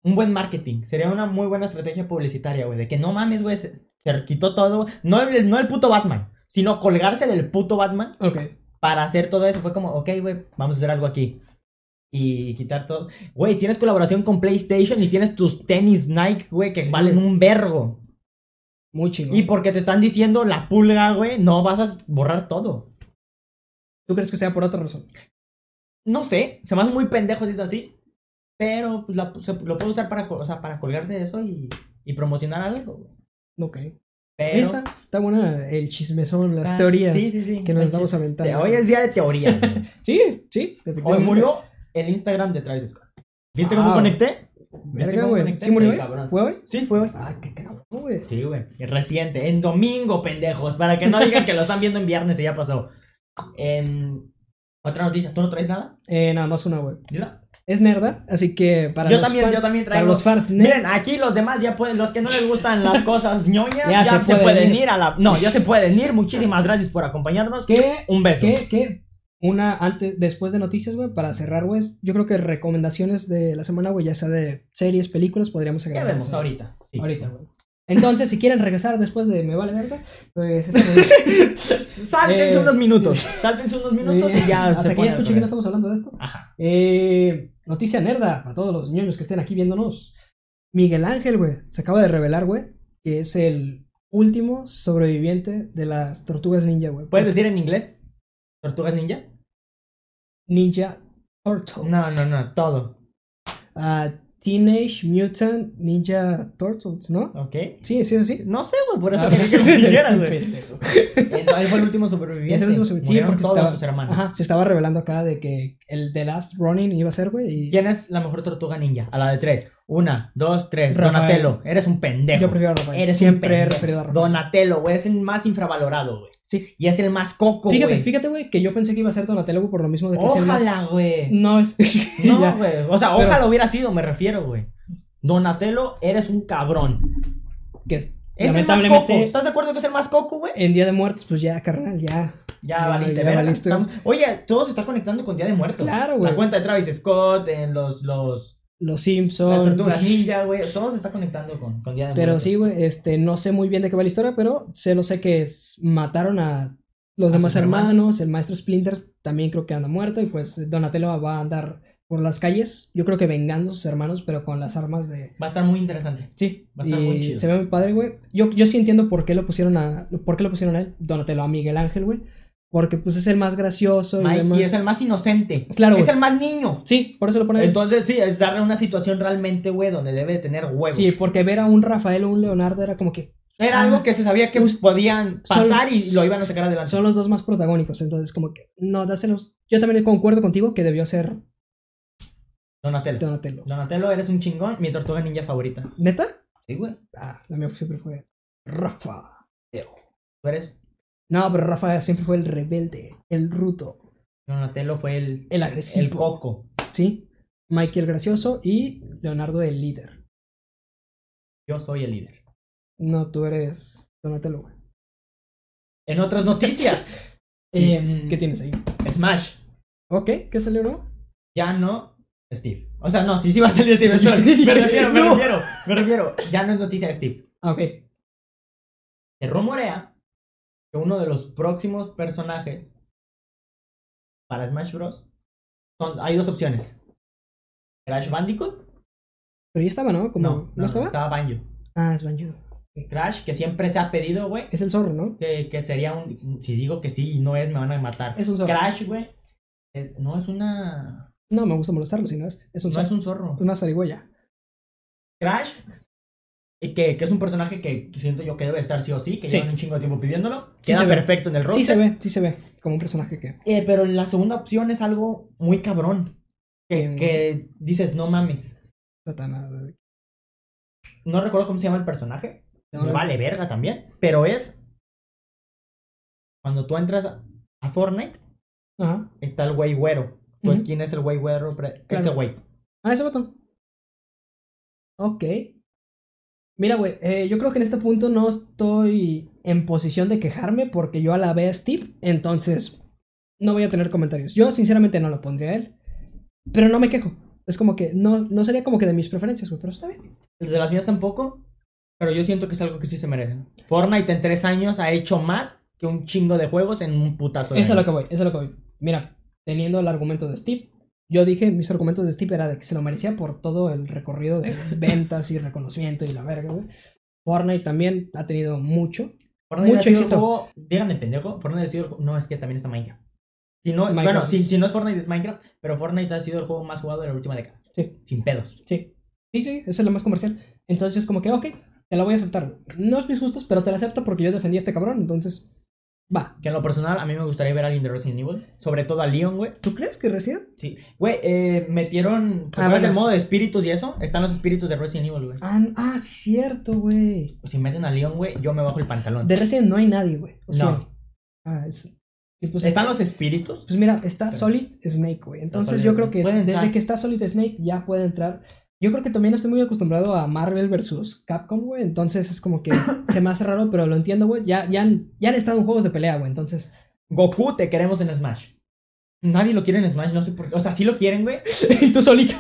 C: un buen marketing, sería una muy buena estrategia publicitaria, güey, de que no mames, güey, se, se quitó todo, no el, no el puto Batman, sino colgarse del puto Batman
B: Ok.
C: para hacer todo eso. Fue como, ok, güey, vamos a hacer algo aquí. Y quitar todo. Güey, tienes colaboración con PlayStation y tienes tus tenis Nike, güey, que
B: Sí,
C: valen
B: güey.
C: un vergo.
B: Muy chingón.
C: Y porque te están diciendo la pulga, güey, no vas a borrar todo.
B: ¿Tú crees que sea por otra razón?
C: No sé, se me hace muy pendejo si es así. Pero pues, la- se- lo puedo usar para, co- o sea, para colgarse de eso y, y promocionar algo. güey.
B: Ok.
C: Pero,
B: Ahí está. Está buena el chismezón, las
C: está-
B: teorías
C: sí, sí, sí.
B: que nos
C: Oye,
B: estamos aventando.
C: Hoy es día de
B: [laughs]
C: teoría. güey.
B: Sí, sí.
C: Hoy
B: efectivamente.
C: murió el Instagram de Travis Scott. ¿Viste
B: Ah,
C: cómo conecté? ¿Viste
B: Verga,
C: cómo
B: güey.
C: conecté?
B: ¿Sí murió
C: Sí,
B: hoy?
C: cabrón.
B: ¿Fue hoy?
C: Sí, fue hoy.
B: Ah, qué cabrón, güey.
C: Sí, güey. Es Reciente. En domingo, pendejos. Para que no digan que lo están viendo en viernes y ya pasó. En... Otra noticia. ¿Tú no traes nada?
B: Eh, nada más una, güey.
C: Yo,
B: Es nerda, así que para
C: yo
B: los
C: también,
B: fan-
C: yo también
B: para
C: traigo.
B: los fans
C: Miren, ah,
B: nerds,
C: aquí los demás ya pueden, los que no les
B: [laughs]
C: gustan las cosas ñoñas,
B: Ya
C: ya,
B: se
C: se,
B: pueden
C: pueden
B: ir.
C: ir. a la. No, ya se pueden ir. Muchísimas gracias por acompañarnos.
B: ¿Qué?
C: Un beso.
B: ¿Qué? ¿Qué? Una antes, después de noticias, güey, para cerrar, güey, es- yo creo que recomendaciones de la semana, güey, ya sea de series, películas, podríamos
C: ¿Qué
B: agregar.
C: vemos
B: eso.
C: ahorita? Sí.
B: Ahorita, güey. Entonces, si quieren regresar después de Me Vale Verga, pues...
C: [laughs]
B: este-
C: Sáltense
B: Eh, [laughs]
C: unos minutos. Sáltense unos minutos y ya. se
B: Hasta que
C: ponen
B: ya
C: otra
B: escuchen que
C: vez.
B: no estamos hablando de esto.
C: Ajá.
B: Eh, noticia nerda para todos los ñoños que estén aquí viéndonos. Miguel Ángel, güey, se acaba de revelar, güey, que es el último sobreviviente de las tortugas ninja, güey.
C: ¿Puedes decir en inglés? ¿Tortugas ninja?
B: Ninja Turtles.
C: No, no, no, todo.
B: Ah, Teenage Mutant Ninja Turtles, ¿no?
C: ¿Ok?
B: Sí, sí es así.
C: No sé, güey, por eso
B: Ah, [laughs]
C: quería que lo dijeras,
B: sí,
C: güey. [laughs]
B: pendejo.
C: Entonces, Él fue el último sobreviviente.
B: Es el último sobreviviente. Sí,
C: Murieron
B: porque
C: todos
B: estaba-
C: sus hermanos.
B: Ajá, se estaba revelando acá de que el The Last Running iba a ser, güey. y-
C: ¿Quién es la mejor tortuga ninja? A la de tres. Una, dos, tres.
B: Rafael.
C: Donatello, eres un pendejo.
B: Yo prefiero a Rafael.
C: Eres
B: Siempre
C: un
B: he
C: pendejo.
B: referido a Rafael.
C: Donatello, güey, es el más infravalorado, güey.
B: Sí.
C: Y es el más coco,
B: Fíjate,
C: güey.
B: fíjate, güey, que yo pensé que iba a ser Donatello güey, por lo mismo de que es el más-
C: Ojalá, güey.
B: No es. [laughs]
C: No,
B: Ya.
C: güey. O sea,
B: Pero-
C: ojalá hubiera sido, me refiero, güey. Donatello, eres un cabrón.
B: que es-
C: Es el más coco.
B: lamentablemente,
C: ¿Estás de acuerdo que es el más coco, güey?
B: en Día de Muertos, pues ya, carnal, ya.
C: Ya
B: Ya,
C: valiste,
B: ya
C: verga.
B: valiste.
C: Estamos- Oye, todo se está conectando con Día de Muertos.
B: Claro, güey.
C: La cuenta de Travis Scott, en los, los,
B: Los
C: las
B: Simpsons.
C: tortugas ninja, güey. Todo se está conectando con, con Día de
B: Pero
C: Muertos.
B: sí, güey, este, no sé muy bien de qué va la historia, pero sé lo sé que es- mataron a los
C: A
B: demás
C: sus
B: hermanos,
C: hermanos.
B: el maestro Splinter también creo que anda muerto, y pues Donatello va a andar por las calles, yo creo que vengando a sus hermanos, pero con las armas de...
C: Va a estar muy interesante.
B: Sí,
C: Va a estar muy
B: y
C: chido.
B: se ve muy padre, güey. Yo, yo sí entiendo por qué lo pusieron a... ¿Por qué lo pusieron a él? Donatello, a Miguel Ángel, güey. Porque pues es el más gracioso y
C: Mikey
B: demás.
C: es el más inocente.
B: Claro,
C: es
B: güey.
C: el más niño.
B: Sí, por eso lo ponen.
C: Entonces, sí, es darle una situación realmente, güey, donde debe de tener huevos.
B: Sí, porque ver a un Rafael o un Leonardo era como que
C: Era algo que se sabía que
B: Us-
C: podían pasar
B: Sol-
C: y lo iban a sacar adelante.
B: son los dos más protagónicos, entonces como que no, dáselos. Yo también concuerdo contigo que debió ser
C: Donatello.
B: Donatello.
C: Donatello, eres un chingón. Mi tortuga ninja favorita.
B: ¿Neta?
C: Sí, güey.
B: Ah, la mía siempre fue Rafa.
C: Tú eres...
B: No, pero Rafa siempre fue el rebelde, el ruto,
C: Donatello fue el...
B: el
C: El
B: agresivo.
C: coco.
B: ¿Sí? Michael gracioso y Leonardo el líder.
C: Yo soy el líder.
B: No, tú eres Donatello, güey.
C: En
B: [laughs]
C: otras noticias.
B: Sí.
C: em,
B: Eh, ¿Qué tienes ahí?
C: Smash.
B: Ok, ¿qué salió nuevo?
C: Ya no. Steve. O sea, no, sí, sí va a
B: [laughs]
C: salir Steve. Stone. Me refiero, me
B: No.
C: refiero. Me refiero. Ya no es noticia de Steve.
B: Ah, ok.
C: Se rumorea que uno de los próximos personajes para Smash Bros. Son, hay dos opciones. Crash Bandicoot.
B: Pero ya estaba, ¿no? Como,
C: no,
B: estaba?
C: Estaba Banjo.
B: Ah, es Banjo.
C: Crash, que siempre se ha pedido, güey.
B: Es el zorro, ¿no?
C: Que, que sería un. Si digo que sí y no es, me van a matar.
B: Es un zorro.
C: Crash, güey. es- no es una.
B: No, me gusta molestarlo, si no es. Es un
C: No
B: zorro.
C: es un zorro.
B: Una zarigüeya.
C: Crash. Y que, que es un personaje que siento yo que debe estar sí o sí, que
B: Sí.
C: llevan un chingo de tiempo pidiéndolo.
B: Sí
C: Queda
B: se ve.
C: perfecto en el roster.
B: Sí se ve, sí se ve. Como un personaje que.
C: Eh, pero la segunda opción es algo muy cabrón. Que,
B: Mm.
C: que dices, no mames.
B: Satanás.
C: No recuerdo cómo se llama el personaje.
B: No, no.
C: Vale verga también. Pero es. Cuando tú entras a- a Fortnite,
B: Ajá.
C: está el güey güero. Pues,
B: Ujú.
C: ¿quién es el güey güero? Pre- Ese
B: Claro.
C: güey.
B: Ah, ese botón. Ok. Mira, güey, eh, yo creo que en este punto no estoy en posición de quejarme porque yo alabé a Steve, entonces no voy a tener comentarios. Yo sinceramente no lo pondría a él, pero no me quejo. Es como que no, no sería como que de mis preferencias, güey, pero está bien.
C: El de las mías tampoco. Pero yo siento que es algo que sí se merece. Fortnite en tres años ha hecho más que un chingo de juegos en un putazo. de
B: Eso es lo
C: años.
B: que voy, eso es lo que voy. Mira, teniendo el argumento de Steve, yo dije, mis argumentos de Steve era de que se lo merecía por todo el recorrido de ventas y reconocimiento y la verga, güey. Fortnite también ha tenido mucho.
C: Fortnite
B: Mucho
C: ha sido el
B: éxito.
C: Juego, díganme, pendejo. Fortnite ha sido el ju- No, es que también está Minecraft. Si no,
B: Minecraft
C: bueno, si,
B: es-
C: si no es Fortnite, es Minecraft. Pero Fortnite ha sido el juego más jugado de la última década.
B: Sí.
C: Sin pedos.
B: Sí, sí, sí, esa es la más comercial. Entonces, como que, ok, te la voy a aceptar. No es mis gustos, pero te la acepto porque yo defendí a este cabrón, entonces, va.
C: Que en lo personal, a mí me gustaría ver a alguien de Resident Evil. Sobre todo a Leon, güey.
B: ¿Tú crees que recién?
C: Sí. Güey, eh, metieron. ¿Te
B: Ah,
C: acuerdas del
B: bueno,
C: modo de espíritus y eso? Están los espíritus de Resident Evil, güey.
B: Ah, n- ah, sí, cierto, güey.
C: Si meten a Leon, güey, yo me bajo el pantalón.
B: De recién no hay nadie, güey. O sea,
C: No.
B: Ah, es... y pues,
C: ¿Están los espíritus?
B: Pues mira, está
C: Sí.
B: Solid Snake, güey. Entonces
C: Solid
B: yo creo
C: Snake.
B: que
C: Puede entrar.
B: desde que está Solid Snake ya puede entrar. Yo creo que también estoy muy acostumbrado a Marvel versus Capcom, güey. Entonces es
C: [coughs]
B: como que se me hace raro, pero lo entiendo, güey. Ya, ya, han- ya han estado en juegos de pelea, güey. Entonces,
C: Goku, te queremos en Smash. Nadie lo quiere en Smash, no sé por qué. O sea, sí lo quieren, güey.
B: [laughs] y tú solito.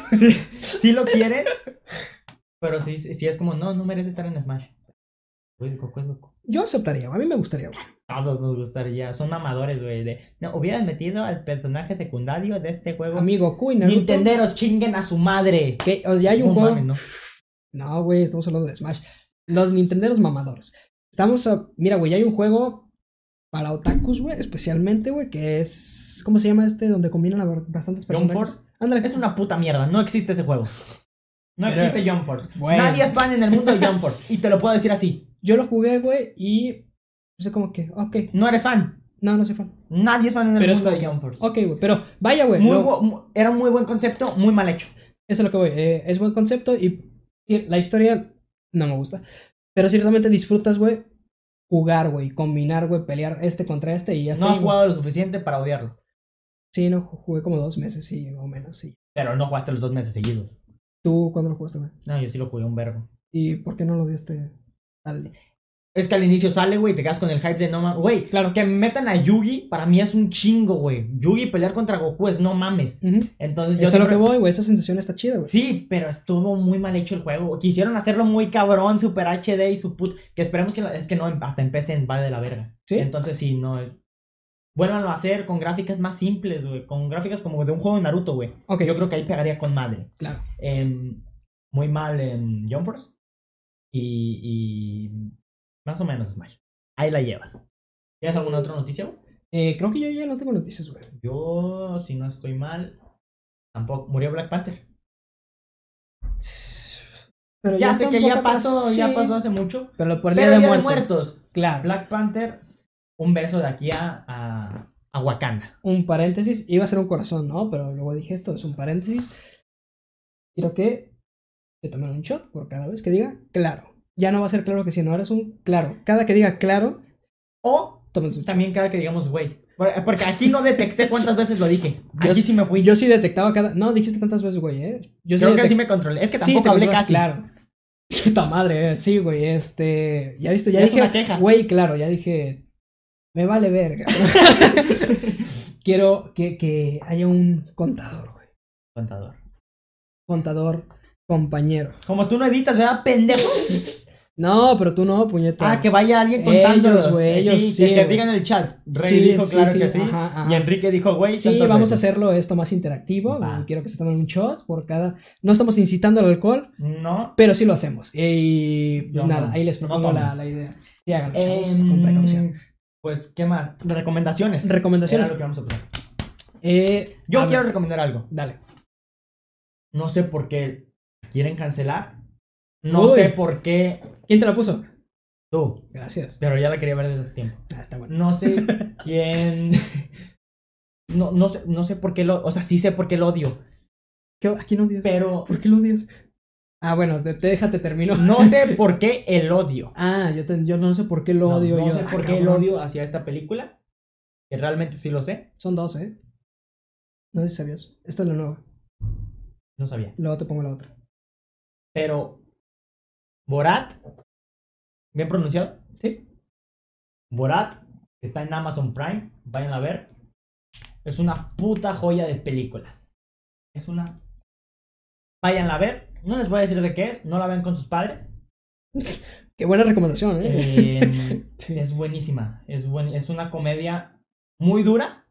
C: Sí
B: [laughs]
C: lo quieren. pero sí, sí sí es como, no, no merece estar en Smash. Güey, Goku es Goku.
B: Yo aceptaría, a mí me gustaría, güey.
C: Todos nos gustaría. Son mamadores, güey. de, No, hubieras metido al personaje secundario de este juego.
B: Amigo Goku y Naruto.
C: Nintenderos chinguen a su madre.
B: Que, o sea, ya hay un
C: No
B: juego.
C: mames, no.
B: No, güey, estamos hablando de Smash. Los Nintenderos mamadores. Estamos a. Mira, güey, ya hay un juego para otakus, güey, especialmente, güey, que es. ¿Cómo se llama este? Donde combinan a ba- bastantes
C: Jump
B: personajes. Ándale.
C: Es una puta mierda. No existe ese juego. No
B: Mira.
C: existe Jump Force.
B: Bueno.
C: Nadie es fan en el mundo de Jump Force. Y te lo puedo decir así.
B: Yo lo jugué, güey, y. No sé como que. Ok.
C: No eres fan.
B: No, no soy fan.
C: Nadie es fan en el
B: Pero es
C: mundo de
B: como-
C: Jump Force.
B: Ok, güey, pero vaya, güey.
C: Muy
B: lo-
C: bu- mu- era un muy buen concepto, muy mal hecho.
B: Eso es lo que voy. eh, es buen concepto y sí, la historia no me gusta. Pero ciertamente disfrutas, güey, jugar, güey, combinar, güey, pelear este contra este y ya está.
C: No has
B: güey.
C: jugado lo suficiente para odiarlo.
B: Sí, no, ju- jugué como dos meses, sí, o menos, sí.
C: Pero no jugaste los dos meses seguidos.
B: ¿Tú cuándo lo jugaste, güey?
C: No, yo sí lo jugué un vergo.
B: ¿Y por qué no lo diste al...
C: Es que al inicio sale, güey, y te quedas con el hype de no mames. Güey, claro, que metan a Yugi para mí es un chingo, güey. Yugi pelear contra Goku es no mames.
B: Ujú.
C: Entonces yo.
B: Eso es lo que
C: siempre-
B: voy, güey, esa sensación está chida, güey.
C: Sí, pero estuvo muy mal hecho el juego. Quisieron hacerlo muy cabrón, super HD y su put. Que esperemos que. lo- Es que no, hasta empecen, va de la verga.
B: Sí.
C: Entonces sí, no. Vuélvanlo a hacer con gráficas más simples, güey. Con gráficas como de un juego de Naruto, güey.
B: Ok,
C: Yo creo que ahí pegaría con madre.
B: claro.
C: em, muy mal en Jumpers y, y más o menos Smash. Ahí la llevas. ¿Tienes alguna otra noticia? güey?
B: Eh, creo que yo ya no tengo noticias, güey.
C: Yo, si no estoy mal, tampoco. Murió Black Panther.
B: Pero
C: Ya,
B: está
C: sé
B: un
C: que
B: poco
C: ya
B: atrás,
C: pasó, ya
B: sí,
C: pasó hace mucho.
B: Pero por el
C: Pero
B: día,
C: Día
B: de,
C: de
B: muertos.
C: Muertos.
B: Claro.
C: Black Panther, un beso de aquí a, a, a Wakanda.
B: un paréntesis, iba a ser un corazón, ¿no? Pero luego dije esto, es un paréntesis. Quiero que se tomen un shot por cada vez que diga claro. Ya no va a ser claro que si no, ahora es un claro. Cada que diga claro,
C: O
B: tomen su shot.
C: también cada que digamos, güey. Por- Porque aquí no detecté cuántas veces
B: [laughs]
C: lo dije.
B: Yo-
C: Aquí sí me fui.
B: Yo sí detectaba cada. No, dijiste tantas veces, güey, ¿eh? Yo
C: Creo que
B: detec-
C: sí me controlé. Es que
B: Sí,
C: tampoco
B: te
C: hablé
B: controlas,
C: casi.
B: Claro. [laughs] Puta madre, eh, sí, güey, este. Ya viste, ya
C: Es
B: dije.
C: una queja.
B: Güey, claro, ya dije. Me vale
C: [laughs]
B: verga. Quiero que, que haya un contador, güey.
C: Contador.
B: Contador, compañero.
C: Como tú no editas, ¿verdad, pendejo?
B: No, pero tú no, puñetas.
C: Ah, que vaya alguien
B: Ellos,
C: contándolos. Eh,
B: güey, ellos
C: sí,
B: sí,
C: que, que
B: güey.
C: digan en el chat. Rey
B: Sí,
C: dijo,
B: sí,
C: claro
B: sí,
C: que sí.
B: ajá, ajá.
C: Y Enrique dijo, güey,
B: Sí,
C: tantas
B: vamos a
C: veces.
B: hacerlo esto más interactivo.
C: Va.
B: Quiero que se tomen un shot por cada. No estamos incitando al alcohol,
C: No.
B: pero sí lo hacemos. Y pues
C: Yo
B: nada,
C: no.
B: ahí les
C: No
B: propongo
C: tomen.
B: la, la idea. Sí, háganlo, chavos, con precaución.
C: Eh, pues, ¿qué más? Recomendaciones. Era
B: Recomendaciones.
C: lo que vamos a poner.
B: Eh,
C: Yo
B: a
C: quiero
B: ver,
C: recomendar algo.
B: Dale.
C: No sé por qué quieren cancelar. No
B: Uy.
C: sé por qué
B: ¿Quién te la puso?
C: tú.
B: Gracias.
C: Pero ya la quería ver desde hace tiempo.
B: Ah, está bueno. [laughs]
C: No sé quién. No, no, sé, no sé por qué lo. O sea, sí sé por qué lo odio.
B: ¿Qué, ¿A quién odias?
C: Pero
B: ¿Por qué lo odias? Ah, bueno, te, te- déjate termino. [laughs]
C: no sé por qué el odio.
B: Ah, yo, te- yo no sé por qué lo
C: No,
B: odio
C: no
B: yo.
C: sé
B: Ah,
C: por qué el
B: cabrón.
C: odio hacia esta película. Que realmente sí lo sé.
B: Son dos, ¿eh? No sé si sabías. Esta es la nueva.
C: No sabía.
B: Luego te pongo la otra.
C: Pero. Borat. ¿Bien pronunciado?
B: Sí.
C: Borat. que Está en Amazon Prime. Vayan a ver. Es una puta joya de película. Es una. Vayan a ver. No les voy a decir de qué es. No la ven con
B: [laughs]
C: sus padres.
B: Qué buena recomendación, ¿eh?
C: Eh,
B: Sí.
C: Es buenísima. Es, buen- es una comedia muy dura.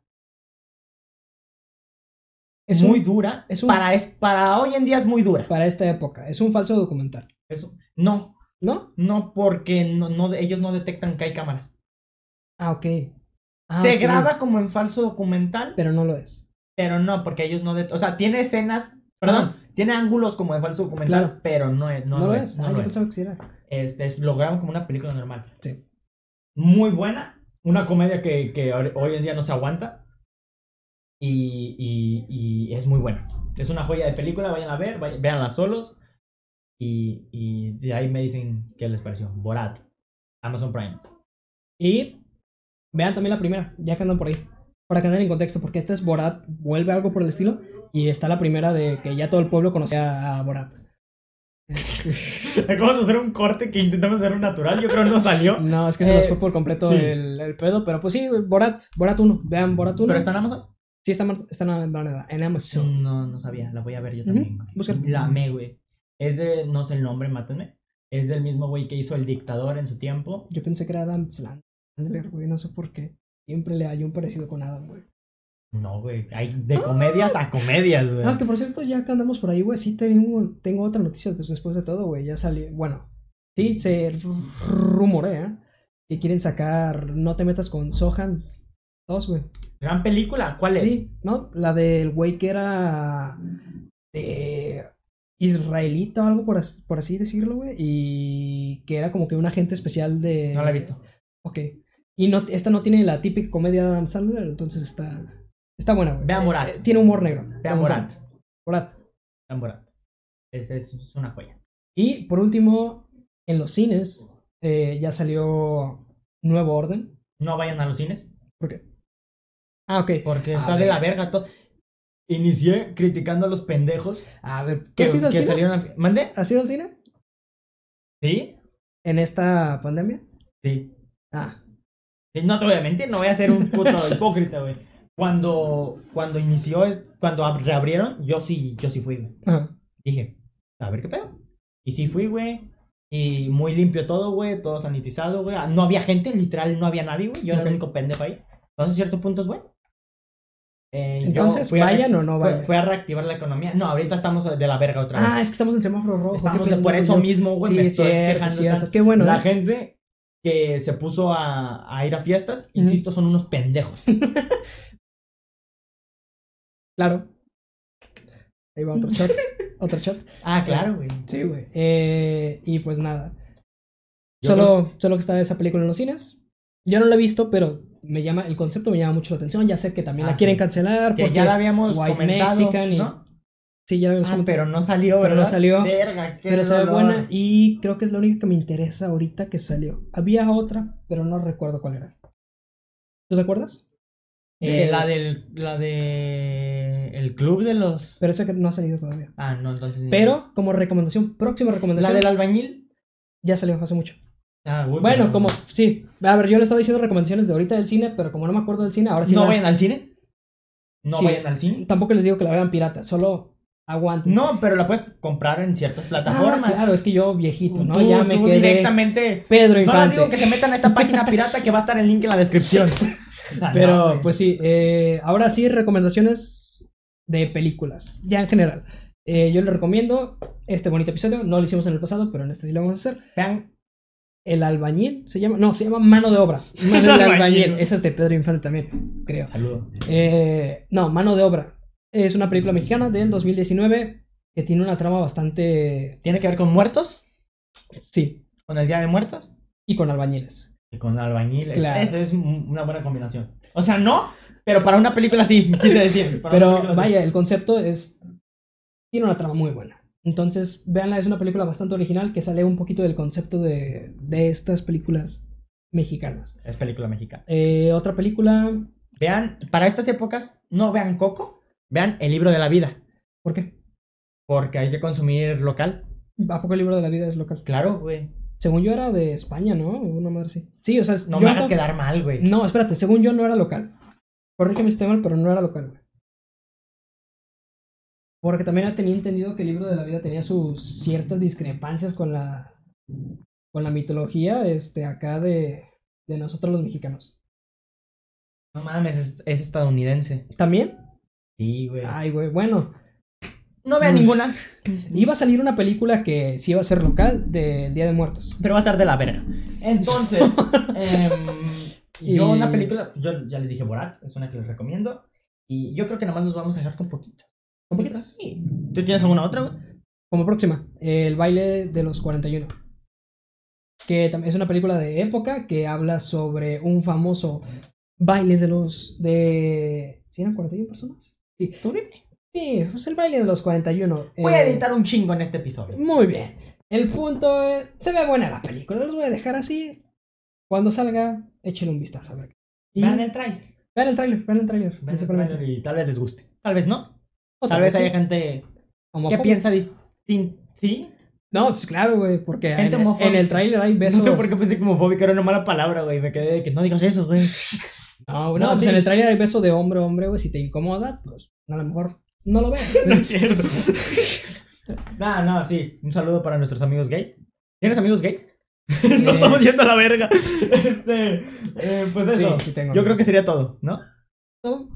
B: Es
C: muy
B: un-
C: dura.
B: es un-
C: para, es, para hoy en día es muy dura.
B: Para esta época. Es un falso documental.
C: Es- no,
B: ¿No?
C: no, porque no, no, ellos no detectan que hay cámaras.
B: Ah, ok. Ah,
C: Se
B: ok.
C: graba como en falso documental,
B: Pero no lo es.
C: pero no, porque ellos no. det- O sea, tiene escenas. Perdón, tiene ángulos como de falso documental,
B: Claro.
C: pero no, es- no,
B: No,
C: lo
B: lo es.
C: es. no
B: ah,
C: lo
B: yo
C: es.
B: pensaba que sí era.
C: Este, es- lo graban como una película normal.
B: Sí.
C: Muy buena. Una comedia que, que ahor- hoy en día no se aguanta. Y, y- y es muy buena. Es una joya de película, vayan a ver, vayan- véanla solos. Y, y de ahí me dicen qué les pareció. Borat, Amazon Prime. [laughs]
B: Y vean también la primera, ya que andan por ahí. Para que anden en contexto, porque este es Borat, vuelve algo por el estilo. Y está la primera de que ya todo el pueblo conocía a Borat.
C: Acabamos de hacer un corte que intentamos hacer un natural, yo creo que no salió.
B: No, es que se nos
C: Eh,
B: fue por completo
C: sí.
B: el, el pedo, pero pues sí, Borat, Borat 1, vean Borat 1.
C: ¿Pero está en Amazon?
B: Sí, está, mar- está en, en Amazon.
C: No, no sabía, la voy a ver yo también.
B: Ujú, busca.
C: La amé, güey. Es de, no sé el nombre, mátenme. Es del mismo güey que hizo El Dictador en su tiempo.
B: Yo pensé que era Adam Sandler, güey, no sé por qué. Siempre le hay un parecido con Adam, güey.
C: No, güey. Hay de comedias a comedias, güey.
B: Ah, que por cierto, ya que andamos por ahí, güey, sí tengo, tengo otra noticia des- después de todo, güey. Ya salió, bueno, sí se r- rumorea que quieren sacar No te metas con Sohan 2, güey.
C: Gran película. ¿Cuál es?
B: Sí, ¿no? La del güey que era eh, israelita o algo por, as- por así decirlo, güey. Y que era como que un agente especial de...
C: No la he visto.
B: Ok. Y no, esta no tiene la típica comedia de Adam Sandler, entonces está, está buena, güey. Eh,
C: Vean Borat.
B: tiene humor negro.
C: Vean Borat.
B: Borat.
C: Vean Borat. Es, es- es una joya.
B: Y por último, en los cines eh, ya salió Nuevo Orden.
C: No vayan a los cines.
B: Ah, ok.
C: Porque
B: A
C: está de
B: ver.
C: la verga todo. Inicié criticando a los pendejos
B: A ver, ¿tú
C: que,
B: has ido al
C: que
B: cine?
C: salieron a... ¿Mandé?
B: ¿Has ido al cine?
C: ¿Sí?
B: ¿En esta pandemia?
C: Sí.
B: Ah,
C: Sí, Eh, No te voy a mentir, no voy a ser
B: [laughs]
C: un puto hipócrita, güey. Cuando, cuando inició, cuando ab- reabrieron, yo sí, yo sí fui, güey.
B: ajá.
C: dije, a ver qué pedo. Y sí fui, güey. Y muy limpio todo, güey. Todo sanitizado, güey. No había gente, literal, no había nadie, güey. Yo era
B: Ok.
C: el único pendejo ahí. Entonces, ciertos puntos, güey. Eh, yo
B: Entonces,
C: fui a
B: ¿vayan
C: re-
B: o no
C: fue-
B: vayan?
C: Fue a reactivar la economía. No, ahorita estamos de la verga otra vez.
B: Ah, es que estamos en semáforo rojo. qué
C: estamos de-
B: pendejo
C: por eso
B: yo.
C: mismo, güey.
B: Sí,
C: me
B: es
C: estoy
B: cierto,
C: quejando
B: es cierto.
C: tanto.
B: Qué bueno.
C: La
B: ¿eh?
C: gente que se puso a, a ir a fiestas,
B: Ujú.
C: insisto, son unos
B: [laughs]
C: pendejos. [laughs]
B: Claro. Ahí va otro chat. otro chat.
C: Ah, claro, güey.
B: Sí, güey. Eh, y pues nada.
C: Yo
B: Solo, solo que está esa película en los cines. Yo no la he visto, pero me llama, el concepto me llama mucho la atención. Ya sé que también
C: Ah,
B: la quieren
C: sí.
B: cancelar.
C: Que
B: Porque,
C: ya la habíamos
B: White
C: comentado,
B: Mexican y-
C: ¿no?
B: Sí, ya la habíamos
C: Ah,
B: comentado,
C: pero no salió,
B: Pero no
C: ¿verdad?
B: salió.
C: Verga, qué
B: pero se ve
C: dolor.
B: buena y creo que es la única que me interesa ahorita que salió. Había otra, pero no recuerdo cuál era. ¿Tú te acuerdas?
C: Eh,
B: De-
C: la del. La de. El club de los.
B: Pero esa que no ha salido todavía.
C: Ah, no, entonces. ni-
B: Pero como recomendación, próxima
C: La
B: recomendación,
C: del albañil.
B: ya salió hace mucho.
C: Ah, güey,
B: Bueno,
C: pero-
B: como, sí. A ver, yo le estaba diciendo recomendaciones de ahorita del cine, pero como no me acuerdo del cine, ahora sí.
C: ¿No
B: la-
C: vayan al cine? No
B: Sí.
C: vayan al cine.
B: Tampoco les digo que la vean pirata, solo Aguántense.
C: No, pero la puedes comprar en ciertas
B: Ah,
C: plataformas.
B: claro, es que yo viejito, ¿no?
C: Tú-
B: ya me
C: tú
B: quedé
C: directamente.
B: Pedro
C: No les
B: Infante.
C: digo que se metan a esta página pirata que va a estar el link en la descripción. O sea, no,
B: Pero
C: güey.
B: pues sí, eh, ahora sí, recomendaciones de películas, ya en general. Eh, yo les recomiendo este bonito episodio, no lo hicimos en el pasado, pero en este sí lo vamos a hacer.
C: Vean,
B: El albañil se llama, no, se llama Mano de
C: [laughs]
B: Obra. Mano del
C: Albañil.
B: albañil, esa es de Pedro Infante también, creo.
C: saludo.
B: Eh, no, Mano de Obra. Es una película mexicana del 2019 que tiene una trama bastante...
C: ¿Tiene que ver con muertos?
B: Sí,
C: ¿Con el Día de Muertos?
B: y con albañiles.
C: Y con albañiles.
B: Claro.
C: Esa es un- una buena combinación. O sea, no, pero para una película sí, [laughs] quise decir. para una
B: Pero
C: película sí.
B: vaya, el concepto es. Tiene una trama muy buena. Entonces, véanla, es una película bastante original que sale un poquito del concepto de, de estas películas mexicanas.
C: Es película mexicana.
B: Eh, otra película.
C: Vean, para estas épocas, no vean Coco, vean El Libro de la Vida.
B: ¿Por qué?
C: Porque hay que consumir local.
B: ¿A poco el libro de la vida es local?
C: Claro, güey.
B: Según yo era de España, ¿no? Una madre así. Sí, o sea, es-
C: No
B: yo
C: me hagas
B: hasta-
C: quedar mal, güey.
B: No, espérate, según yo no era local. Corrígeme si estoy mal, pero no era local, güey. Porque también tenía entendido que el libro de la vida tenía sus ciertas discrepancias con la con la mitología este acá de, de nosotros los mexicanos.
C: No mames, es, es estadounidense.
B: ¿También?
C: Sí, güey.
B: Ay, pues, güey, bueno.
C: No vean
B: Uf.
C: ninguna,
B: Iba a salir una película que sí iba a ser local de Día de Muertos.
C: pero va a estar de la verga. [laughs] Entonces, em, yo
B: Y-
C: una película, yo ya les dije Borat, es una que les recomiendo. Y yo creo que nada más nos vamos a dejar con poquito. ¿Con poquito? Sí. ¿Tú tienes alguna otra, güey?
B: Como próxima, El baile de los 41. Que tam- es una película de época que habla sobre un famoso baile de los. de. ¿Sí eran 41 personas? Sí,
C: Tú dime.
B: sí pues el baile de los 41.
C: Voy a
B: eh,
C: editar un chingo en este episodio.
B: Muy bien. El punto es. Se ve buena la película, los voy a dejar así. Cuando salga, échenle un vistazo a ver. Y
C: Vean el trailer.
B: vean el tráiler, vean el tráiler.
C: Vean mm. el
B: principalmente.
C: tráiler y tal vez les guste. Tal vez no.
B: O
C: Tal vez
B: sí,
C: haya gente que
B: homofóbica.
C: piensa distinto. ¿Sí?
B: No, pues claro, güey, porque en,
C: Gente homofóbica.
B: en el tráiler hay besos.
C: No sé por qué pensé que homofóbico era una mala palabra, güey. Me quedé de que no digas eso, güey.
B: No,
C: No,
B: no, pues
C: sí.
B: en el trailer hay beso de hombre a hombre, güey. Si te incomoda, pues a lo mejor no lo veas.
C: [laughs] [laughs] No es cierto. no, no, sí. Un saludo para nuestros amigos gays. ¿Tienes amigos gays?
B: Eh.
C: [laughs] Nos estamos yendo a la verga. [laughs] Este, eh, pues eso.
B: sí tengo
C: Yo creo que
B: amigos.
C: sería todo, ¿no?
B: Todo.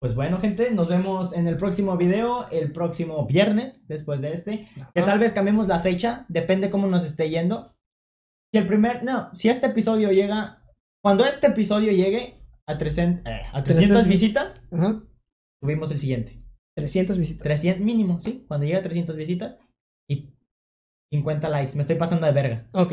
C: Pues bueno, gente, nos vemos en el próximo video, el próximo viernes, después de este. Que tal vez cambiemos la fecha, depende cómo nos esté yendo. Si el primer, no, si este episodio llega, cuando este episodio llegue a, 300, eh, a 300
B: 300.
C: visitas,
B: Ajá.
C: subimos el siguiente.
B: 300 visitas.
C: 300 mínimo, sí. Cuando llega a 300 visitas y 50 likes. Me estoy pasando de verga.
B: Ok.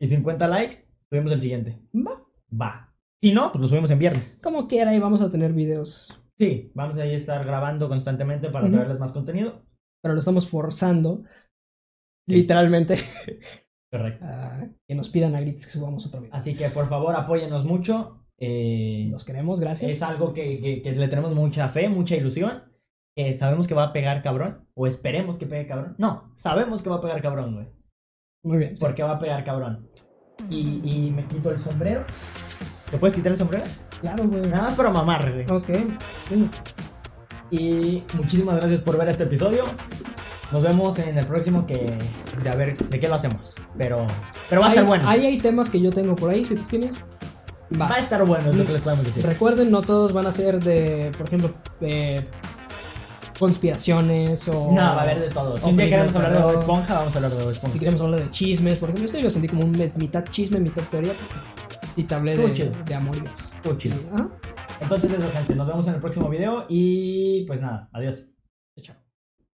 C: Y 50 likes, subimos el siguiente.
B: Va.
C: Va. Si no, pues lo subimos en viernes.
B: Como quiera, ahí vamos a tener videos.
C: Sí, vamos a ir a estar grabando constantemente para
B: Ujú.
C: traerles más contenido.
B: Pero lo estamos forzando.
C: Sí.
B: Literalmente. [laughs]
C: Correcto.
B: a que nos pidan a gritos que subamos otro video.
C: Así que por favor, apóyenos mucho. Eh,
B: Los queremos, gracias.
C: es algo que, que- que le tenemos mucha fe, mucha ilusión. que sabemos que va a pegar cabrón. O esperemos que pegue cabrón. No, sabemos que va a pegar cabrón, güey.
B: Muy bien. sí.
C: Porque va a pegar cabrón. Y, y me quito el sombrero. ¿Te puedes quitar el sombrero?
B: Claro, güey.
C: Nada más para mamar, güey.
B: Ok.
C: Y muchísimas gracias por ver este episodio. Nos vemos en el próximo que... De a ver, ¿de qué lo hacemos? Pero... Pero va a
B: Ahí-
C: estar bueno.
B: Ahí hay temas que yo tengo por ahí, si tú tienes.
C: Va a estar bueno, es lo que les podemos decir.
B: Recuerden, no todos van a ser de, por ejemplo, eh, conspiraciones o...
C: No, va a haber de todo. Si un día queremos hablar de Bob Esponja, vamos a hablar de Bob
B: Si
C: Esponja.
B: queremos hablar de chismes, por ejemplo, esto yo sentí como un met- mitad chisme, mitad teoría. porque Sí te hablé
C: Estuvo
B: de,
C: chido.
B: de Ah, amoríos.
C: Estuvo chido.
B: Ajá.
C: Entonces eso, gente. Nos vemos en el próximo video y... Pues nada, adiós.